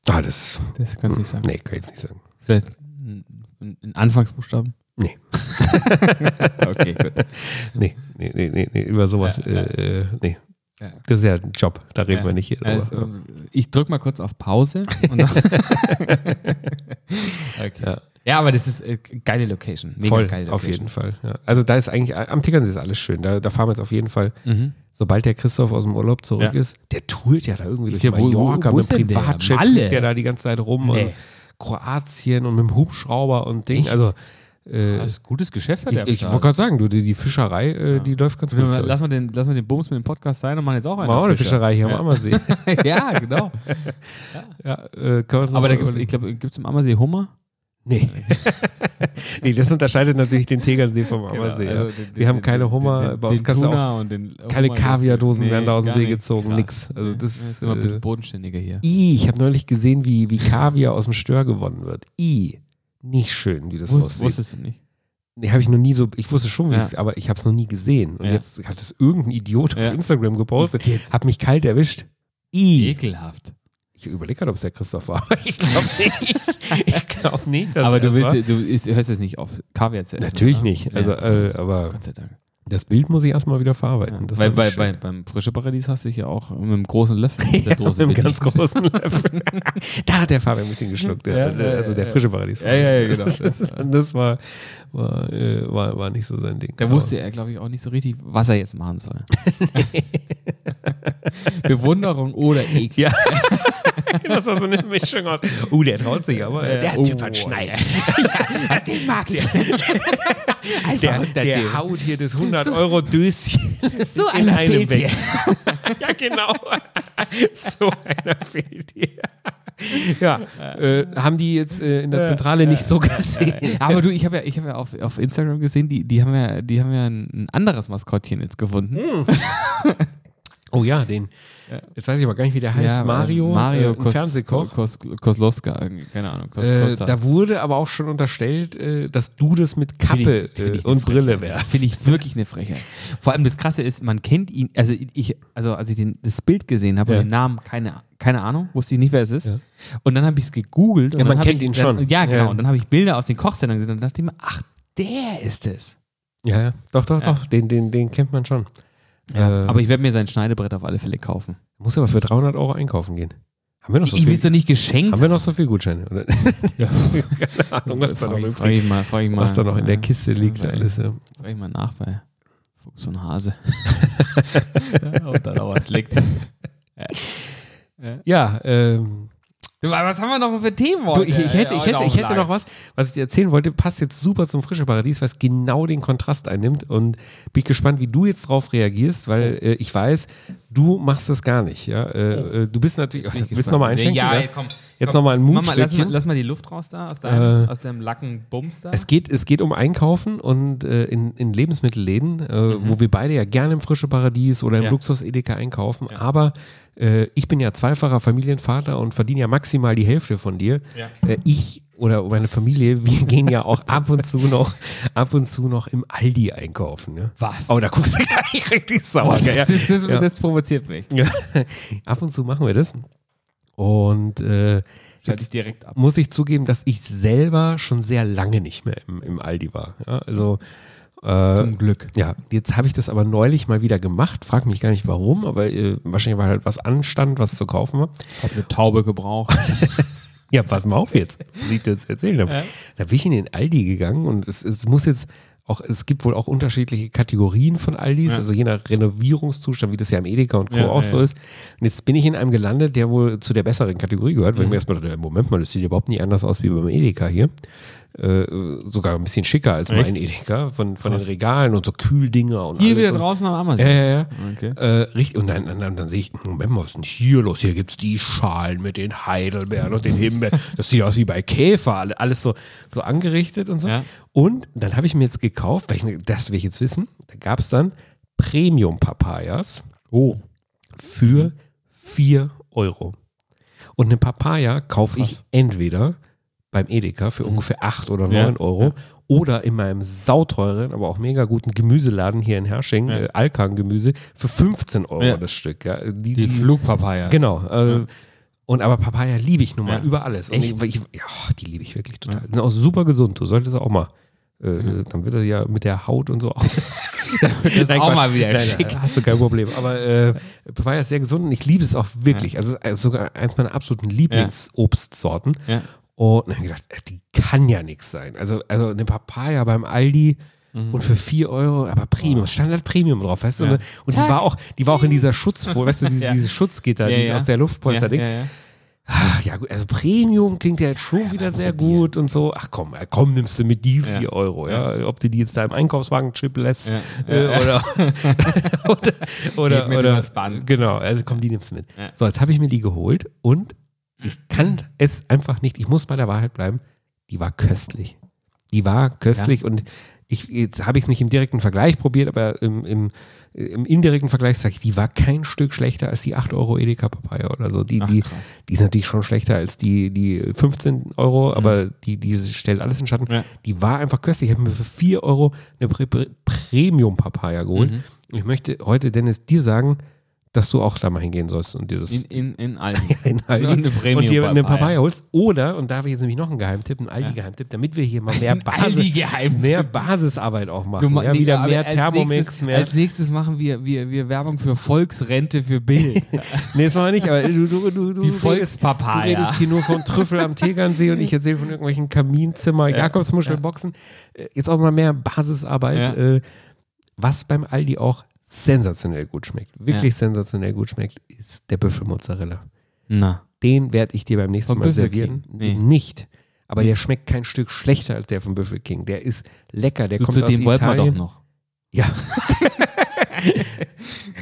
[SPEAKER 2] Ah, das,
[SPEAKER 3] Das kannst du nicht sagen.
[SPEAKER 2] nee, kann ich jetzt nicht sagen.
[SPEAKER 3] Vielleicht ein ein Anfangsbuchstaben?
[SPEAKER 2] Nee.
[SPEAKER 3] okay, gut.
[SPEAKER 2] Nee, nee, nee, nee, nee über sowas, äh, äh, nee.
[SPEAKER 3] Ja.
[SPEAKER 2] Das ist ja ein Job, da reden wir nicht hier drüber.
[SPEAKER 3] Also, ich drücke mal kurz auf Pause. Und dann okay. ja.
[SPEAKER 2] Ja.
[SPEAKER 3] aber das ist äh, geile Location. Mega
[SPEAKER 2] Voll,
[SPEAKER 3] geile Location.
[SPEAKER 2] auf jeden Fall. Ja. Also da ist eigentlich, am Tegernsee ist alles schön. Da, da fahren wir jetzt auf jeden Fall,
[SPEAKER 3] Mhm.
[SPEAKER 2] sobald der Christoph aus dem Urlaub zurück
[SPEAKER 3] Ja.
[SPEAKER 2] ist, der tourt ja da irgendwie
[SPEAKER 3] Ist
[SPEAKER 2] durch
[SPEAKER 3] ja wo- wo-
[SPEAKER 2] Mallorca
[SPEAKER 3] wo
[SPEAKER 2] mit
[SPEAKER 3] ist denn
[SPEAKER 2] dem
[SPEAKER 3] der?
[SPEAKER 2] Privatschiff,
[SPEAKER 3] Malle?
[SPEAKER 2] fliegt der da die ganze Zeit rum
[SPEAKER 3] Nee.
[SPEAKER 2] und Kroatien und mit dem Hubschrauber und Ding.
[SPEAKER 3] Echt?
[SPEAKER 2] Also äh,
[SPEAKER 3] Das ist gutes Geschäft, hat
[SPEAKER 2] ich,
[SPEAKER 3] der am
[SPEAKER 2] ich
[SPEAKER 3] Start.
[SPEAKER 2] wollte gerade sagen, du, die, die Fischerei, äh, die läuft ganz gut. glaub ich.
[SPEAKER 3] Lass mal, den, lass mal den Bums mit dem Podcast sein und machen jetzt auch einen.
[SPEAKER 2] Machen wir auch eine
[SPEAKER 3] auf Fischer.
[SPEAKER 2] Fischerei hier am Ammersee.
[SPEAKER 3] ja, genau.
[SPEAKER 2] ja, äh, können wir uns noch
[SPEAKER 3] Aber da
[SPEAKER 2] mal
[SPEAKER 3] gibt es,
[SPEAKER 2] überlegen.
[SPEAKER 3] ich glaube, gibt es im Ammersee Hummer?
[SPEAKER 2] Nee. nee, das unterscheidet natürlich den Tegernsee vom Ammersee.
[SPEAKER 3] Genau, also
[SPEAKER 2] ja.
[SPEAKER 3] den-
[SPEAKER 2] wir
[SPEAKER 3] den-
[SPEAKER 2] haben keine Hummer,
[SPEAKER 3] den- den-
[SPEAKER 2] bei uns
[SPEAKER 3] den
[SPEAKER 2] kannst du auch
[SPEAKER 3] Tuna und den
[SPEAKER 2] keine
[SPEAKER 3] Hummer-
[SPEAKER 2] Kaviardosen werden da aus dem
[SPEAKER 3] gar
[SPEAKER 2] See
[SPEAKER 3] nicht.
[SPEAKER 2] gezogen,
[SPEAKER 3] Krass.
[SPEAKER 2] nix. Also das,
[SPEAKER 3] ist immer ein bisschen
[SPEAKER 2] äh,
[SPEAKER 3] bodenständiger hier.
[SPEAKER 2] I, ich habe neulich gesehen, wie, wie Kaviar aus dem Stör gewonnen wird. I, nicht schön, wie das
[SPEAKER 3] Wusst-
[SPEAKER 2] aussieht.
[SPEAKER 3] Wusstest du nicht.
[SPEAKER 2] Nee, habe ich noch nie so, ich wusste schon, wie
[SPEAKER 3] Ja.
[SPEAKER 2] es, aber ich habe es noch nie gesehen. Und
[SPEAKER 3] Ja.
[SPEAKER 2] jetzt hat es irgendein Idiot
[SPEAKER 3] Ja.
[SPEAKER 2] auf Instagram gepostet,
[SPEAKER 3] Jetzt.
[SPEAKER 2] hat mich kalt erwischt. I.
[SPEAKER 3] Ekelhaft.
[SPEAKER 2] Ich überlege gerade, ob es der Christoph war. Ich glaube nicht. Ich glaube nicht, dass
[SPEAKER 3] aber
[SPEAKER 2] er
[SPEAKER 3] du,
[SPEAKER 2] es war.
[SPEAKER 3] willst, du ist, hörst jetzt nicht auf Kaviar zu essen.
[SPEAKER 2] Natürlich
[SPEAKER 3] oder?
[SPEAKER 2] nicht. Also,
[SPEAKER 3] ja.
[SPEAKER 2] äh, aber
[SPEAKER 3] Gott sei Dank.
[SPEAKER 2] das Bild muss ich erstmal wieder verarbeiten. Das
[SPEAKER 3] Weil
[SPEAKER 2] war
[SPEAKER 3] bei,
[SPEAKER 2] nicht
[SPEAKER 3] bei,
[SPEAKER 2] schön.
[SPEAKER 3] beim Frische Paradies hast du dich ja auch mit einem großen Löffel in der
[SPEAKER 2] ja,
[SPEAKER 3] Dose
[SPEAKER 2] mit einem ganz
[SPEAKER 3] bedient.
[SPEAKER 2] großen Löffel. da hat der Fabian ein bisschen geschluckt. Der,
[SPEAKER 3] Ja,
[SPEAKER 2] der,
[SPEAKER 3] ja,
[SPEAKER 2] also
[SPEAKER 3] ja,
[SPEAKER 2] der
[SPEAKER 3] ja.
[SPEAKER 2] frische Paradies.
[SPEAKER 3] Ja, ja, ja, genau.
[SPEAKER 2] Das war, war, äh, war, war nicht so sein Ding.
[SPEAKER 3] Da wusste er, glaube ich, auch nicht so richtig, was er jetzt machen soll. Bewunderung oder Ekel.
[SPEAKER 2] Ja. das war so eine Mischung aus. Uh, der traut sich aber. äh,
[SPEAKER 3] oh,
[SPEAKER 2] Ja, den mag ich. Der,
[SPEAKER 3] unter
[SPEAKER 2] der,
[SPEAKER 3] dem.
[SPEAKER 2] haut hier das 100-Euro-Döschen
[SPEAKER 3] So
[SPEAKER 2] in
[SPEAKER 3] einer
[SPEAKER 2] einem
[SPEAKER 3] fehlt
[SPEAKER 2] weg. ja, genau. so einer fehlt dir. Ja, äh, haben die jetzt äh, in der Zentrale nicht so gesehen.
[SPEAKER 3] Aber du, ich habe ja, ich hab ja auf, auf Instagram gesehen, die, die, haben ja, die haben ja ein ein anderes Maskottchen jetzt gefunden.
[SPEAKER 2] Oh ja, den. Jetzt weiß ich aber gar nicht, wie der heißt.
[SPEAKER 3] Ja,
[SPEAKER 2] Mario, äh,
[SPEAKER 3] Mario
[SPEAKER 2] ein
[SPEAKER 3] Kos,
[SPEAKER 2] Fernsehkoch.
[SPEAKER 3] Kos, Koslowska, irgendwie, keine Ahnung. Kos,
[SPEAKER 2] Äh,
[SPEAKER 3] Kosta.
[SPEAKER 2] da wurde aber auch schon unterstellt, äh, dass du das mit Kappe
[SPEAKER 3] Finde ich- finde
[SPEAKER 2] äh,
[SPEAKER 3] ich eine
[SPEAKER 2] und Brille
[SPEAKER 3] Frechheit.
[SPEAKER 2] wärst.
[SPEAKER 3] Finde ich wirklich eine Frechheit. Vor allem das Krasse ist, man kennt ihn, also ich, also als ich den, das Bild gesehen habe
[SPEAKER 2] Ja.
[SPEAKER 3] und den Namen, keine, keine Ahnung, wusste ich nicht, wer es ist.
[SPEAKER 2] Ja.
[SPEAKER 3] Und dann habe ich es gegoogelt. Und
[SPEAKER 2] Ja, man
[SPEAKER 3] dann habe
[SPEAKER 2] kennt
[SPEAKER 3] ich,
[SPEAKER 2] ihn
[SPEAKER 3] dann,
[SPEAKER 2] schon.
[SPEAKER 3] Ja, genau.
[SPEAKER 2] Ja.
[SPEAKER 3] Und dann habe ich Bilder aus den Kochsendern gesehen und dachte ich mir, ach, der ist es.
[SPEAKER 2] Ja, ja. Doch, doch,
[SPEAKER 3] Ja.
[SPEAKER 2] doch. Den, den, den kennt man schon. Äh,
[SPEAKER 3] Aber ich werde mir sein Schneidebrett auf alle Fälle kaufen.
[SPEAKER 2] muss aber für 300 Euro einkaufen gehen. Haben wir noch so
[SPEAKER 3] ich will es
[SPEAKER 2] viel?
[SPEAKER 3] doch nicht geschenkt.
[SPEAKER 2] Haben wir noch so viel Gutscheine? Oder? Keine Ahnung, was da noch
[SPEAKER 3] Frag ich,
[SPEAKER 2] übrig-
[SPEAKER 3] frag ich mal, frag ich mal,
[SPEAKER 2] was da noch in der
[SPEAKER 3] äh,
[SPEAKER 2] Kiste liegt
[SPEAKER 3] frag ich-
[SPEAKER 2] alles. Ja.
[SPEAKER 3] Frag ich mal nach bei Fuchs und Hase. Ob da noch was liegt.
[SPEAKER 2] Ja, ähm,
[SPEAKER 3] Du, Was haben wir noch für Themen
[SPEAKER 2] Du,
[SPEAKER 3] heute? genau,
[SPEAKER 2] ich, ich, hätte, ich, hätte, ich hätte
[SPEAKER 3] Auflage.
[SPEAKER 2] noch was, was ich dir erzählen wollte, passt jetzt super zum frische Paradies, weil es genau den Kontrast einnimmt und bin ich gespannt, wie du jetzt drauf reagierst,
[SPEAKER 3] Oh.
[SPEAKER 2] weil äh, ich weiß, du machst das gar nicht. Ja? Äh, äh, du bist natürlich, oh, du bist nochmal ein Schenken,
[SPEAKER 3] Ja,
[SPEAKER 2] ja,
[SPEAKER 3] ey, komm.
[SPEAKER 2] Jetzt
[SPEAKER 3] komm.
[SPEAKER 2] nochmal ein
[SPEAKER 3] Mach mal, lass, mal,
[SPEAKER 2] Mutstückchen.
[SPEAKER 3] lass mal die Luft raus da, aus deinem,
[SPEAKER 2] Äh.
[SPEAKER 3] aus deinem Lacken Bums da.
[SPEAKER 2] Es geht, es geht um Einkaufen und äh, in, in Lebensmittelläden, äh, wo wir beide ja gerne im Frische Paradies oder im
[SPEAKER 3] Mhm. Ja.
[SPEAKER 2] Luxus-Edeka einkaufen. Aber äh, ich bin ja zweifacher Familienvater und verdiene ja maximal die Hälfte von dir.
[SPEAKER 3] Ja.
[SPEAKER 2] Äh, ich oder meine Familie, wir gehen ja auch ab und zu noch, ab und zu noch im Aldi einkaufen. Ne?
[SPEAKER 3] Was?
[SPEAKER 2] Oh, da guckst du gar nicht richtig sauer.
[SPEAKER 3] das,
[SPEAKER 2] ja.
[SPEAKER 3] das, das,
[SPEAKER 2] Ja.
[SPEAKER 3] das provoziert mich.
[SPEAKER 2] Ja. Ab und zu machen wir das. Und äh,
[SPEAKER 3] Schalte ich direkt ab.
[SPEAKER 2] muss ich zugeben, dass ich selber schon sehr lange nicht mehr im, im Aldi war. Ja, also äh,
[SPEAKER 3] Glück.
[SPEAKER 2] ja, jetzt habe ich das aber neulich mal wieder gemacht. Frag mich gar nicht warum, aber äh, wahrscheinlich weil halt was anstand, was zu kaufen war.
[SPEAKER 3] Ich habe eine Taube gebraucht.
[SPEAKER 2] Ja, pass mal auf jetzt, was ich dir jetzt erzählen habe. Da bin ich in den Aldi gegangen und es, es muss jetzt auch, es gibt wohl auch unterschiedliche Kategorien von Aldis, also je nach Renovierungszustand, wie das ja im Edeka und Co.
[SPEAKER 3] Ja,
[SPEAKER 2] auch
[SPEAKER 3] ja,
[SPEAKER 2] so
[SPEAKER 3] ja.
[SPEAKER 2] ist. Und jetzt bin ich in einem gelandet, der wohl zu der besseren Kategorie gehört,
[SPEAKER 3] Mhm.
[SPEAKER 2] weil ich mir erstmal dachte, Moment mal, das sieht überhaupt nicht anders aus wie beim Edeka hier. Äh, sogar ein bisschen schicker als mein Edeka von, von den Regalen und so Kühldinger und
[SPEAKER 3] Hier
[SPEAKER 2] alles
[SPEAKER 3] wieder
[SPEAKER 2] und,
[SPEAKER 3] draußen am Amazon.
[SPEAKER 2] Ja, ja, ja.
[SPEAKER 3] Okay.
[SPEAKER 2] Äh, richtig, und dann, dann, dann, dann sehe ich, hm, Moment mal, was ist denn hier los? Hier gibt es die Schalen mit den Heidelbeeren und den Himbeeren. Das sieht aus wie bei Käfer, alle- alles so, so angerichtet und so.
[SPEAKER 3] Ja.
[SPEAKER 2] Und dann habe ich mir jetzt gekauft, weil ich, mir- das will ich jetzt wissen, da gab es dann Premium-Papayas
[SPEAKER 3] Oh.
[SPEAKER 2] für 4 Euro. Und eine Papaya kaufe ich entweder beim Edeka für ungefähr 8 oder 9
[SPEAKER 3] Ja,
[SPEAKER 2] Euro oder in meinem sauteuren, aber auch mega guten Gemüseladen hier in Hersching, äh, Alkan-Gemüse, für 15 Euro
[SPEAKER 3] Ja.
[SPEAKER 2] das Stück. Ja. Die,
[SPEAKER 3] Die
[SPEAKER 2] die,
[SPEAKER 3] Flugpapaya.
[SPEAKER 2] genau. Äh, Und aber Papaya liebe ich nun mal
[SPEAKER 3] Ja.
[SPEAKER 2] über alles. Und
[SPEAKER 3] Echt?
[SPEAKER 2] ich, ich, ja, die liebe ich wirklich total. Die sind auch super gesund. Du solltest auch mal. Äh, Dann wird er ja mit der Haut und so auch.
[SPEAKER 3] Das ist
[SPEAKER 2] Nein,
[SPEAKER 3] auch
[SPEAKER 2] Quatsch.
[SPEAKER 3] mal wieder
[SPEAKER 2] Nein,
[SPEAKER 3] schick.
[SPEAKER 2] Nein, hast du kein Problem. Aber äh, Papaya ist sehr gesund und ich liebe es auch wirklich. Also äh, sogar eins meiner absoluten Lieblingsobstsorten.
[SPEAKER 3] Ja.
[SPEAKER 2] Und dann hab ich gedacht, äh, die kann ja nichts sein. Also, also eine Papaya beim Aldi und für 4 Euro, aber Premium, Standard Premium drauf, weißt du?
[SPEAKER 3] Mhm. Ja.
[SPEAKER 2] Und, und die war auch, die war auch in dieser Schutzfolie, weißt du, diese,
[SPEAKER 3] Ja.
[SPEAKER 2] dieses Schutzgitter,
[SPEAKER 3] Ja,
[SPEAKER 2] dieses
[SPEAKER 3] ja.
[SPEAKER 2] aus der Luftpolster-Ding.
[SPEAKER 3] Ja, ja, ja.
[SPEAKER 2] Ach ja, gut, also Premium klingt ja jetzt
[SPEAKER 3] Ah
[SPEAKER 2] schon wieder sehr gut und so. Ach komm, äh, komm, nimmst du mit die 4
[SPEAKER 3] Ja.
[SPEAKER 2] Euro, ja. Ob du die jetzt da im Einkaufswagen-Chip lässt
[SPEAKER 3] Ja.
[SPEAKER 2] äh, oder, oder, oder,
[SPEAKER 3] mit
[SPEAKER 2] oder
[SPEAKER 3] übers Band.
[SPEAKER 2] genau, also komm, die nimmst du mit.
[SPEAKER 3] Ja.
[SPEAKER 2] So, jetzt habe ich mir die geholt und ich kann es einfach nicht, ich muss bei der Wahrheit bleiben, die war köstlich. Die war köstlich und ich, jetzt habe ich es nicht im direkten Vergleich probiert, aber im, im, im indirekten Vergleich sage ich, die war kein Stück schlechter als die 8 Euro Edeka Papaya oder so. Die,
[SPEAKER 3] Ach,
[SPEAKER 2] die,
[SPEAKER 3] krass.
[SPEAKER 2] die ist natürlich schon schlechter als die, die 15 Euro, aber die, die stellt alles in Schatten.
[SPEAKER 3] Mhm. Ja.
[SPEAKER 2] Die war einfach köstlich. Ich habe mir für 4 Euro eine Pre Pre Premium Papaya geholt.
[SPEAKER 3] Mhm.
[SPEAKER 2] Und ich möchte heute, Dennis, dir sagen, dass du auch da mal hingehen sollst und dir das
[SPEAKER 3] In, in, in allen.
[SPEAKER 2] in Aldi
[SPEAKER 3] Und eine Premium
[SPEAKER 2] ne? und dir eine
[SPEAKER 3] Papaya.
[SPEAKER 2] Papaya holst. Oder, und da habe ich jetzt nämlich noch einen Geheimtipp, einen Aldi-Geheimtipp, damit wir hier mal mehr, Basis,
[SPEAKER 3] Geheimnisse.
[SPEAKER 2] mehr Basisarbeit auch machen.
[SPEAKER 3] Du ma-
[SPEAKER 2] ja,
[SPEAKER 3] nee,
[SPEAKER 2] wieder
[SPEAKER 3] aber
[SPEAKER 2] mehr
[SPEAKER 3] als
[SPEAKER 2] Thermomix,
[SPEAKER 3] nächstes,
[SPEAKER 2] mehr
[SPEAKER 3] Als nächstes machen wir, wir, wir Werbung für Volksrente für Bill.
[SPEAKER 2] Nee, das machen wir nicht, aber du, du, du, du,
[SPEAKER 3] Die
[SPEAKER 2] redest, du
[SPEAKER 3] Volkspapaya.
[SPEAKER 2] redest hier nur von Trüffel am Tegernsee und ich erzähle von irgendwelchen Kaminzimmer, Jakobsmuschelboxen. Äh, Jetzt auch mal mehr Basisarbeit,
[SPEAKER 3] Ja.
[SPEAKER 2] äh, was beim Aldi auch sensationell gut schmeckt, wirklich sensationell gut schmeckt, ist der Büffelmozzarella.
[SPEAKER 3] Na.
[SPEAKER 2] Den werde ich dir beim nächsten
[SPEAKER 3] Vom
[SPEAKER 2] Mal
[SPEAKER 3] Büffel
[SPEAKER 2] servieren.
[SPEAKER 3] King? Nee.
[SPEAKER 2] Nicht. Aber der schmeckt kein Stück schlechter als der von Büffel King. Der ist lecker, der
[SPEAKER 3] Du,
[SPEAKER 2] kommt
[SPEAKER 3] zu
[SPEAKER 2] aus
[SPEAKER 3] dem wollten wir
[SPEAKER 2] Italien.
[SPEAKER 3] doch noch.
[SPEAKER 2] Ja. ja.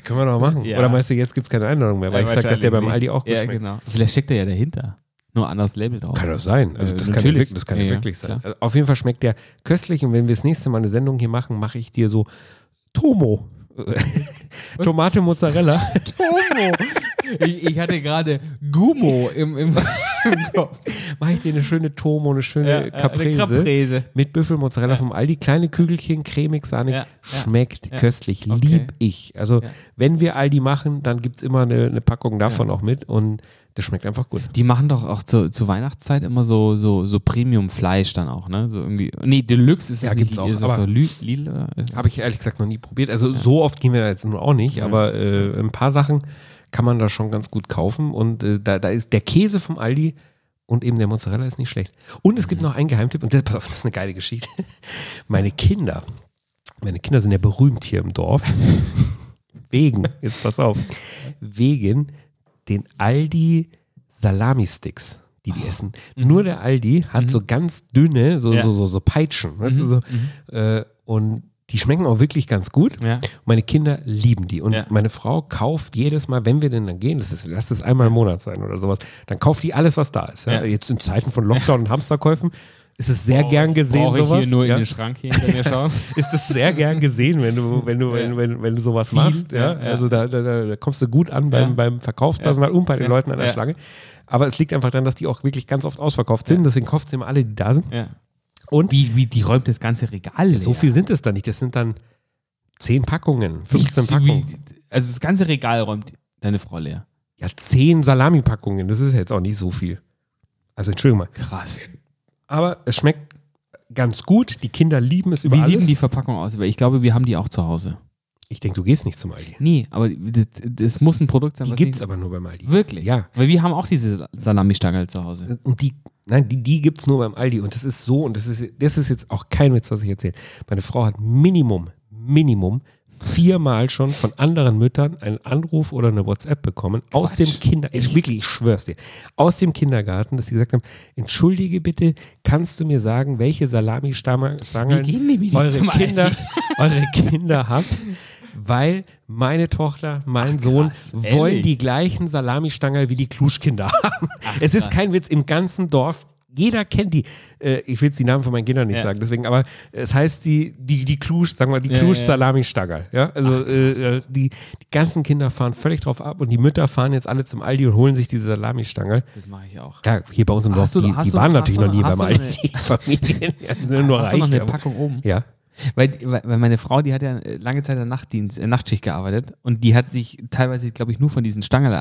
[SPEAKER 2] Können wir noch machen.
[SPEAKER 3] Ja.
[SPEAKER 2] Oder meinst du, jetzt gibt es keine Einladung mehr, weil ich sage, dass der beim Aldi auch gut
[SPEAKER 3] ja,
[SPEAKER 2] schmeckt.
[SPEAKER 3] Genau. Vielleicht steckt er ja dahinter. Nur anderes Label drauf.
[SPEAKER 2] Kann das sein. Also
[SPEAKER 3] Äh,
[SPEAKER 2] das, kann ja
[SPEAKER 3] natürlich.
[SPEAKER 2] wirklich, das kann ja,
[SPEAKER 3] Ja, ja,
[SPEAKER 2] wirklich sein.
[SPEAKER 3] klar.
[SPEAKER 2] Also auf jeden Fall schmeckt der köstlich und wenn wir das nächste Mal eine Sendung hier machen, mache ich dir so Tomo. Tomate Mozzarella.
[SPEAKER 3] Tomo. ich, ich hatte gerade Gumo im, im, im Kopf.
[SPEAKER 2] mache ich dir eine schöne Tomo, eine
[SPEAKER 3] Ja,
[SPEAKER 2] schöne
[SPEAKER 3] äh, eine
[SPEAKER 2] Caprese.
[SPEAKER 3] Caprese.
[SPEAKER 2] Mit Büffelmozzarella vom Aldi. Kleine Kügelchen, cremig, sahnig.
[SPEAKER 3] Ja, ja,
[SPEAKER 2] schmeckt köstlich.
[SPEAKER 3] Okay.
[SPEAKER 2] Lieb ich. Also wenn wir Aldi machen, dann gibt es immer eine, eine Packung davon auch mit und das schmeckt einfach gut.
[SPEAKER 3] Die machen doch auch zu, zur Weihnachtszeit immer so, so, so Premium-Fleisch dann auch, ne? So irgendwie. Nee, Deluxe ist es
[SPEAKER 2] Ja,
[SPEAKER 3] nicht.
[SPEAKER 2] gibt's auch,
[SPEAKER 3] Ist es
[SPEAKER 2] aber-
[SPEAKER 3] so Lü- Lidl oder?
[SPEAKER 2] Habe ich ehrlich gesagt noch nie probiert. Also so oft gehen wir da jetzt nun auch nicht, aber äh, ein paar Sachen kann man da schon ganz gut kaufen. Und äh, da, da ist der Käse vom Aldi und eben der Mozzarella ist nicht schlecht. Und es gibt
[SPEAKER 3] Mhm.
[SPEAKER 2] noch einen Geheimtipp, und das, pass auf, das ist eine geile Geschichte. Meine Kinder, meine Kinder sind ja berühmt hier im Dorf. wegen, jetzt pass auf, wegen den Aldi Salami-Sticks. die die essen. Nur der Aldi hat so ganz dünne, so,
[SPEAKER 3] Mhm. Ja. Mhm.
[SPEAKER 2] so, so, so Peitschen, weißt du, so. Äh, und die schmecken auch wirklich ganz gut.
[SPEAKER 3] Ja.
[SPEAKER 2] Meine Kinder lieben die. Und
[SPEAKER 3] Ja.
[SPEAKER 2] meine Frau kauft jedes Mal, wenn wir denn dann gehen, das ist, lass es einmal im Monat sein oder sowas, dann kauft die alles, was da ist. Ja?
[SPEAKER 3] Ja.
[SPEAKER 2] Jetzt in Zeiten von Lockdown und Hamsterkäufen ist es sehr gern gesehen,
[SPEAKER 3] Brauche ich
[SPEAKER 2] sowas.
[SPEAKER 3] hier nur
[SPEAKER 2] ja?
[SPEAKER 3] in den Schrank hier hinter mir schauen.
[SPEAKER 2] ist das sehr gern gesehen, wenn du, wenn du, wenn, wenn, wenn du sowas machst. Ja?
[SPEAKER 3] ja, ja.
[SPEAKER 2] Also da, da, da da kommst du gut an beim,
[SPEAKER 3] Ja.
[SPEAKER 2] beim Verkaufspersonal und bei den
[SPEAKER 3] ja,
[SPEAKER 2] Leuten an der
[SPEAKER 3] ja.
[SPEAKER 2] Schlange. Aber es liegt einfach daran, dass die auch wirklich ganz oft ausverkauft sind. Deswegen kauft sie immer alle, die da sind.
[SPEAKER 3] ja.
[SPEAKER 2] Und
[SPEAKER 3] Wie, wie, die räumt das ganze Regal leer.
[SPEAKER 2] so viel sind es dann nicht. Das sind dann 10 Packungen, 15
[SPEAKER 3] Wie- wie-
[SPEAKER 2] Packungen.
[SPEAKER 3] Also das ganze Regal räumt deine Frau leer.
[SPEAKER 2] Ja, 10 Salami-Packungen. Das ist jetzt auch nicht so viel. Also, Entschuldigung mal.
[SPEAKER 3] Krass.
[SPEAKER 2] Aber es schmeckt ganz gut. Die Kinder lieben es über
[SPEAKER 3] Wie
[SPEAKER 2] alles.
[SPEAKER 3] sieht denn die Verpackung aus? Weil ich glaube, wir haben die auch zu Hause.
[SPEAKER 2] ich denke, du gehst nicht zum Aldi.
[SPEAKER 3] Nee, aber das, das muss ein Produkt sein,
[SPEAKER 2] Die
[SPEAKER 3] was
[SPEAKER 2] gibt es
[SPEAKER 3] nicht-
[SPEAKER 2] aber nur beim Aldi.
[SPEAKER 3] Wirklich?
[SPEAKER 2] Ja.
[SPEAKER 3] Weil wir haben auch diese Salami-Stange halt zu Hause.
[SPEAKER 2] Und die, nein, die, die gibt es nur beim Aldi. Und das ist so, und das ist, das ist jetzt auch kein Witz, was ich erzähle. Meine Frau hat Minimum, Minimum viermal schon von anderen Müttern einen Anruf oder eine WhatsApp bekommen aus dem Kinder, ich wirklich, ich schwör's dir, aus dem Kindergarten, dass sie gesagt haben, entschuldige bitte, kannst du mir sagen, welche Salami-Stangen
[SPEAKER 3] Wir gehen nämlich nicht
[SPEAKER 2] eure
[SPEAKER 3] zum Aldi.
[SPEAKER 2] Kinder, eure Kinder habt, weil meine Tochter, mein Sohn
[SPEAKER 3] krass,
[SPEAKER 2] wollen
[SPEAKER 3] ehrlich?
[SPEAKER 2] die gleichen Salamistangen wie die Kluschkinder haben. es ist kein Witz, im ganzen Dorf, jeder kennt die. Äh, ich will jetzt die Namen von meinen Kindern nicht
[SPEAKER 3] Ja.
[SPEAKER 2] sagen, deswegen, aber es heißt die, die, die Klusch, sagen wir, die
[SPEAKER 3] Ja,
[SPEAKER 2] klusch
[SPEAKER 3] ja.
[SPEAKER 2] salami ja? Also äh, äh, die, die ganzen Kinder fahren völlig drauf ab und die Mütter fahren jetzt alle zum Aldi und holen sich diese Salamistange.
[SPEAKER 3] Das mache ich auch.
[SPEAKER 2] Klar, hier bei uns im Dorf,
[SPEAKER 3] Hast du-
[SPEAKER 2] die,
[SPEAKER 3] hast
[SPEAKER 2] die
[SPEAKER 3] du-
[SPEAKER 2] waren
[SPEAKER 3] hast
[SPEAKER 2] natürlich
[SPEAKER 3] du-
[SPEAKER 2] noch nie
[SPEAKER 3] hast
[SPEAKER 2] beim
[SPEAKER 3] du noch eine-
[SPEAKER 2] Aldi, die Familien, ja, die sind nur
[SPEAKER 3] Hast du noch
[SPEAKER 2] reich.
[SPEAKER 3] eine
[SPEAKER 2] aber-
[SPEAKER 3] Packung oben?
[SPEAKER 2] Ja.
[SPEAKER 3] Weil, weil weil meine Frau, die hat ja äh, lange Zeit in der Nachtdienst, äh, Nachtschicht gearbeitet und die hat sich teilweise, glaube ich, nur von diesen Stangen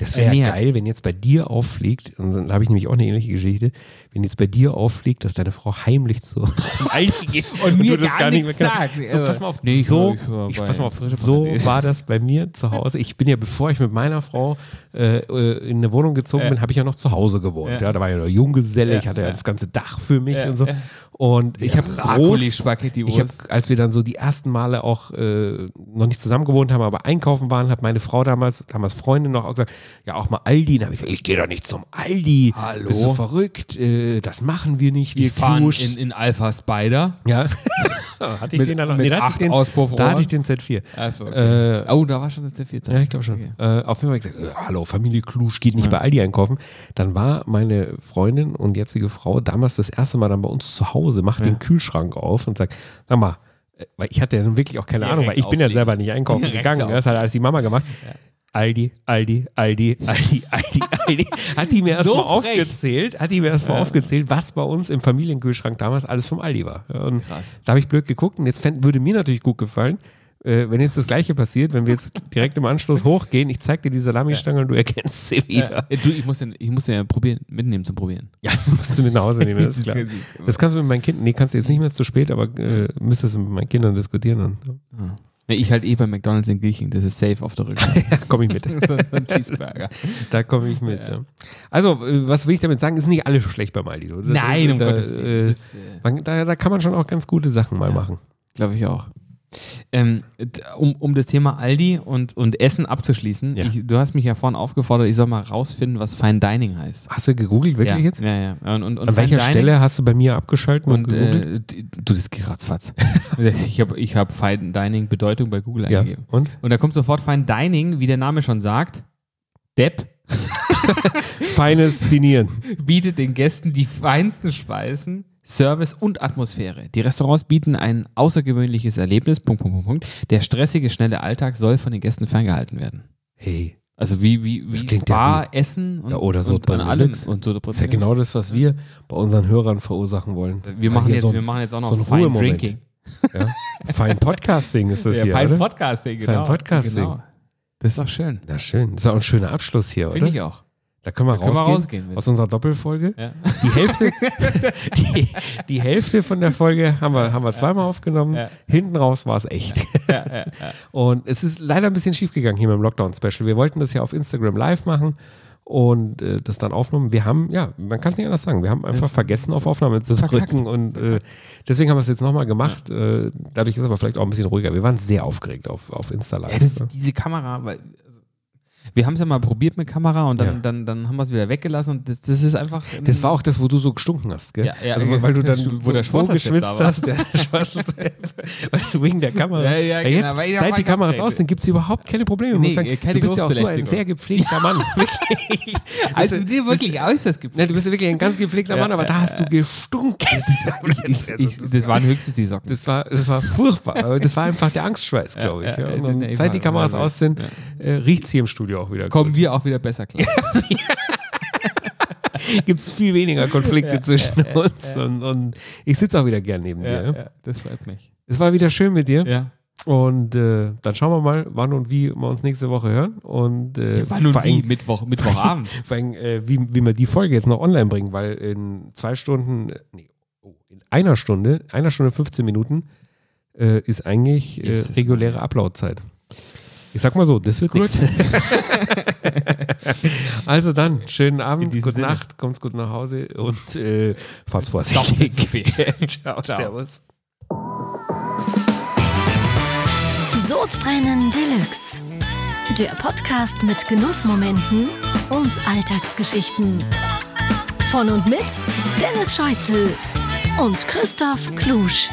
[SPEAKER 2] Das wäre ja geil, Äh, wenn jetzt bei dir auffliegt, und dann habe ich nämlich auch eine ähnliche Geschichte, wenn jetzt bei dir auffliegt, dass deine Frau heimlich zu, zum Aldi geht
[SPEAKER 3] Und mir
[SPEAKER 2] du das
[SPEAKER 3] gar nichts
[SPEAKER 2] mehr
[SPEAKER 3] sagt.
[SPEAKER 2] kannst. So, pass mal auf,
[SPEAKER 3] Nee, ich
[SPEAKER 2] so,
[SPEAKER 3] war- ich war
[SPEAKER 2] Äh, ich
[SPEAKER 3] bei
[SPEAKER 2] pass mal auf,
[SPEAKER 3] Frische
[SPEAKER 2] so
[SPEAKER 3] Paradies.
[SPEAKER 2] war das bei mir zu Hause. Ich bin ja, bevor ich mit meiner Frau äh, äh, in eine Wohnung gezogen bin, habe ich ja noch zu Hause gewohnt. Ja.
[SPEAKER 3] Ja.
[SPEAKER 2] da war ja noch Junggeselle,
[SPEAKER 3] Ja,
[SPEAKER 2] ich hatte ja,
[SPEAKER 3] ja.
[SPEAKER 2] das ganze Dach für mich
[SPEAKER 3] Ja,
[SPEAKER 2] und so.
[SPEAKER 3] ja.
[SPEAKER 2] Und ich habe
[SPEAKER 3] Brokkoli,
[SPEAKER 2] groß, ich hab,
[SPEAKER 3] Spaghetti-Wurst.
[SPEAKER 2] als wir dann so die ersten Male auch äh, noch nicht zusammen gewohnt haben, aber einkaufen waren, hat meine Frau damals, damals Freundin noch auch gesagt, ja auch mal Aldi. Dann habe ich gesagt, ich gehe doch nicht zum Aldi.
[SPEAKER 3] Hallo?
[SPEAKER 2] Bist du verrückt? Äh, das machen wir nicht. Wir
[SPEAKER 3] Wir fahren
[SPEAKER 2] Kluschs.
[SPEAKER 3] in, in Alpha Spider.
[SPEAKER 2] ja. hatte ich
[SPEAKER 3] Mit-
[SPEAKER 2] den dann noch?
[SPEAKER 3] mit
[SPEAKER 2] da hatte ich
[SPEAKER 3] acht
[SPEAKER 2] den-
[SPEAKER 3] Auspuffrohren?
[SPEAKER 2] Da hatte ich den Z4.
[SPEAKER 3] Achso,
[SPEAKER 2] Äh,
[SPEAKER 3] oh, da war schon jetzt der vierte.
[SPEAKER 2] ja, ich glaube schon. Äh, auf jeden Fall hab ich gesagt, äh, hallo, Familie Klusch geht nicht bei Aldi einkaufen. Dann war meine Freundin und jetzige Frau damals das erste Mal dann bei uns zu Hause, macht den Kühlschrank auf und sagt, sag mal, äh, weil ich hatte ja nun wirklich auch keine
[SPEAKER 3] Direkt
[SPEAKER 2] Ahnung, weil ich bin ja
[SPEAKER 3] auflegen.
[SPEAKER 2] selber nicht einkaufen
[SPEAKER 3] Direkt
[SPEAKER 2] gegangen. ne?
[SPEAKER 3] auf.
[SPEAKER 2] Das hat alles die Mama gemacht. Aldi, Aldi, Aldi, Aldi, Aldi, Aldi. Hat die mir erstmal
[SPEAKER 3] So frech.
[SPEAKER 2] aufgezählt, hat die mir erstmal aufgezählt, was bei uns im Familienkühlschrank damals alles vom Aldi war. Ja, Und
[SPEAKER 3] Krass.
[SPEAKER 2] da habe ich blöd geguckt und jetzt fänd, würde mir natürlich gut gefallen, äh, wenn jetzt das Gleiche passiert, wenn wir jetzt direkt im Anschluss hochgehen, ich zeig dir die Salamistange und du erkennst sie wieder.
[SPEAKER 3] Äh, du, ich muss den, ich muss den ja probieren, mitnehmen zum Probieren.
[SPEAKER 2] Ja, das musst du mit nach Hause nehmen, das ist
[SPEAKER 3] Das
[SPEAKER 2] klar.
[SPEAKER 3] ist richtig.
[SPEAKER 2] Das kannst du mit meinen Kindern, nee, kannst du jetzt nicht mehr, ist zu spät, aber äh, müsstest du mit meinen Kindern diskutieren, dann
[SPEAKER 3] Nee, Ich halt eh bei McDonalds in Griechen, das ist safe auf der Rückseite.
[SPEAKER 2] ja, komme ich mit.
[SPEAKER 3] so ein Cheeseburger.
[SPEAKER 2] Da komme ich mit. Ja. Also, äh, was will ich damit sagen? Ist nicht alles schlecht beim Aldi. oder?
[SPEAKER 3] Nein, um
[SPEAKER 2] da,
[SPEAKER 3] Gottes Willen.
[SPEAKER 2] Äh,
[SPEAKER 3] Das ist, äh,
[SPEAKER 2] man, da, da kann man schon auch ganz gute Sachen mal machen.
[SPEAKER 3] Glaube ich auch. Ähm, d- um, um das Thema Aldi und, und Essen abzuschließen,
[SPEAKER 2] Ja.
[SPEAKER 3] ich, du hast mich ja vorhin aufgefordert, ich soll mal rausfinden, was Fine Dining heißt.
[SPEAKER 2] Hast du gegoogelt, Ah, wirklich
[SPEAKER 3] ja.
[SPEAKER 2] jetzt?
[SPEAKER 3] Ja, ja. Und, und, und
[SPEAKER 2] An
[SPEAKER 3] Fine
[SPEAKER 2] welcher
[SPEAKER 3] Dining
[SPEAKER 2] Stelle hast du bei mir abgeschalten und,
[SPEAKER 3] Und
[SPEAKER 2] gegoogelt?
[SPEAKER 3] äh, d- du, das geht ratzfatz. ich habe ich hab Fine Dining Bedeutung bei Google
[SPEAKER 2] ja.
[SPEAKER 3] eingegeben.
[SPEAKER 2] Und?
[SPEAKER 3] Und da kommt sofort Fine Dining, wie der Name schon sagt. Depp
[SPEAKER 2] Feines Dinieren.
[SPEAKER 3] bietet den Gästen die feinsten Speisen, Service und Atmosphäre. Die Restaurants bieten ein außergewöhnliches Erlebnis. Punkt, Punkt, Punkt, Punkt. Der stressige, schnelle Alltag soll von den Gästen ferngehalten werden.
[SPEAKER 2] Hey,
[SPEAKER 3] Also wie, wie, wie
[SPEAKER 2] Das klingt
[SPEAKER 3] Spa,
[SPEAKER 2] ja
[SPEAKER 3] Essen und,
[SPEAKER 2] Ja, oder so
[SPEAKER 3] und, und
[SPEAKER 2] Brennendeluxe.
[SPEAKER 3] allem. Und so
[SPEAKER 2] das ist ja genau das, was wir bei unseren Hörern verursachen wollen.
[SPEAKER 3] wir,
[SPEAKER 2] Ja,
[SPEAKER 3] machen
[SPEAKER 2] hier
[SPEAKER 3] jetzt,
[SPEAKER 2] so ein-
[SPEAKER 3] wir machen jetzt auch noch
[SPEAKER 2] so ein
[SPEAKER 3] Fine
[SPEAKER 2] Ruhemoment.
[SPEAKER 3] Drinking.
[SPEAKER 2] Ja? Fein Podcasting ist das
[SPEAKER 3] Ja,
[SPEAKER 2] hier,
[SPEAKER 3] Fine
[SPEAKER 2] oder?
[SPEAKER 3] Podcasting,
[SPEAKER 2] Fine
[SPEAKER 3] genau.
[SPEAKER 2] Podcasting.
[SPEAKER 3] Genau. Das ist auch schön.
[SPEAKER 2] Na schön, das ist auch ein schöner Abschluss hier,
[SPEAKER 3] Finde
[SPEAKER 2] oder?
[SPEAKER 3] ich auch.
[SPEAKER 2] Da können wir
[SPEAKER 3] können wir
[SPEAKER 2] rausgehen,
[SPEAKER 3] rausgehen mit.
[SPEAKER 2] aus unserer Doppelfolge.
[SPEAKER 3] Ja.
[SPEAKER 2] Die Hälfte, die, die Hälfte von der Folge haben wir, haben wir zweimal aufgenommen.
[SPEAKER 3] Ja.
[SPEAKER 2] Hinten raus war es echt. Und es ist leider ein bisschen schief gegangen hier mit dem Lockdown-Special. Wir wollten das ja auf Instagram live machen und äh, das dann aufnehmen. Wir haben, ja, man kann es nicht anders sagen, wir haben einfach vergessen, auf Aufnahme zu drücken. Und äh, deswegen haben wir es jetzt nochmal gemacht. Äh, dadurch ist es aber vielleicht auch ein bisschen ruhiger. Wir waren sehr aufgeregt auf, auf Insta ne?
[SPEAKER 3] Ja,
[SPEAKER 2] Live.
[SPEAKER 3] das, diese Kamera, weil also, Wir haben es ja mal probiert mit Kamera und dann,
[SPEAKER 2] Ja.
[SPEAKER 3] dann, dann haben wir es wieder weggelassen und das, das ist einfach. ein-
[SPEAKER 2] Das war auch das, wo du so gestunken hast, gell?
[SPEAKER 3] Ja, ja,
[SPEAKER 2] also, weil du dann
[SPEAKER 3] stimmt, wo
[SPEAKER 2] so,
[SPEAKER 3] der
[SPEAKER 2] so
[SPEAKER 3] Schweißer
[SPEAKER 2] geschwitzt
[SPEAKER 3] da war.
[SPEAKER 2] hast, der Schweißer- weil du wegen der Kamera.
[SPEAKER 3] Ja, ja,
[SPEAKER 2] jetzt,
[SPEAKER 3] genau, weil ich
[SPEAKER 2] seit
[SPEAKER 3] da
[SPEAKER 2] die
[SPEAKER 3] war
[SPEAKER 2] Kameras
[SPEAKER 3] ich
[SPEAKER 2] aus sind, gibt es überhaupt keine Probleme.
[SPEAKER 3] Nee, äh,
[SPEAKER 2] Muss sagen,
[SPEAKER 3] keine
[SPEAKER 2] du bist ja auch so ein
[SPEAKER 3] Großbelästigung.
[SPEAKER 2] sehr gepflegter Mann. Wirklich.
[SPEAKER 3] Also,
[SPEAKER 2] Bist du-
[SPEAKER 3] nee, wirklich aus das Gefühl.
[SPEAKER 2] Ne, du bist ja wirklich ein ganz gepflegter Mann, aber da hast du gestunken. Das war,
[SPEAKER 3] Ich, ich, das waren höchstens die Socken.
[SPEAKER 2] das war, das war furchtbar. Aber Das war einfach der Angstschweiß, glaube ich.
[SPEAKER 3] ja,
[SPEAKER 2] Ja,
[SPEAKER 3] ja,
[SPEAKER 2] und dann,
[SPEAKER 3] nee,
[SPEAKER 2] seit die
[SPEAKER 3] war-
[SPEAKER 2] Kameras
[SPEAKER 3] war-
[SPEAKER 2] aus sind, äh, riecht es hier im Studio auch wieder.
[SPEAKER 3] Kommen wir auch wieder besser klar.
[SPEAKER 2] Gibt es viel weniger Konflikte zwischen uns. Und, und ich sitze auch wieder gern neben dir.
[SPEAKER 3] das freut mich.
[SPEAKER 2] Es war wieder schön mit dir.
[SPEAKER 3] Ja.
[SPEAKER 2] Und äh, dann schauen wir mal, wann und wie wir uns nächste Woche hören. Und, äh,
[SPEAKER 3] Wann und
[SPEAKER 2] vor
[SPEAKER 3] wie?
[SPEAKER 2] allem-
[SPEAKER 3] Mittwoch, Mittwochabend.
[SPEAKER 2] vor allem, äh, wie, wie wir die Folge jetzt noch online bringen, weil in zwei Stunden, äh, nee, oh, in einer Stunde, einer Stunde 15 Minuten äh, ist eigentlich äh,
[SPEAKER 3] Ist das-
[SPEAKER 2] reguläre Upload-Zeit. Ich sag mal so, das wird nichts. Also dann, schönen Abend,
[SPEAKER 3] diesem
[SPEAKER 2] gute
[SPEAKER 3] Sinne.
[SPEAKER 2] Nacht, kommt's gut nach Hause und äh, fahrt's
[SPEAKER 3] Doch,
[SPEAKER 2] vorsichtig.
[SPEAKER 3] Kaffee.
[SPEAKER 2] Ciao,
[SPEAKER 3] Ciao.
[SPEAKER 2] servus.
[SPEAKER 1] Sodbrennen Deluxe. Der Podcast mit Genussmomenten und Alltagsgeschichten. Von und mit Dennis Scheuzel und Christoph Klusch.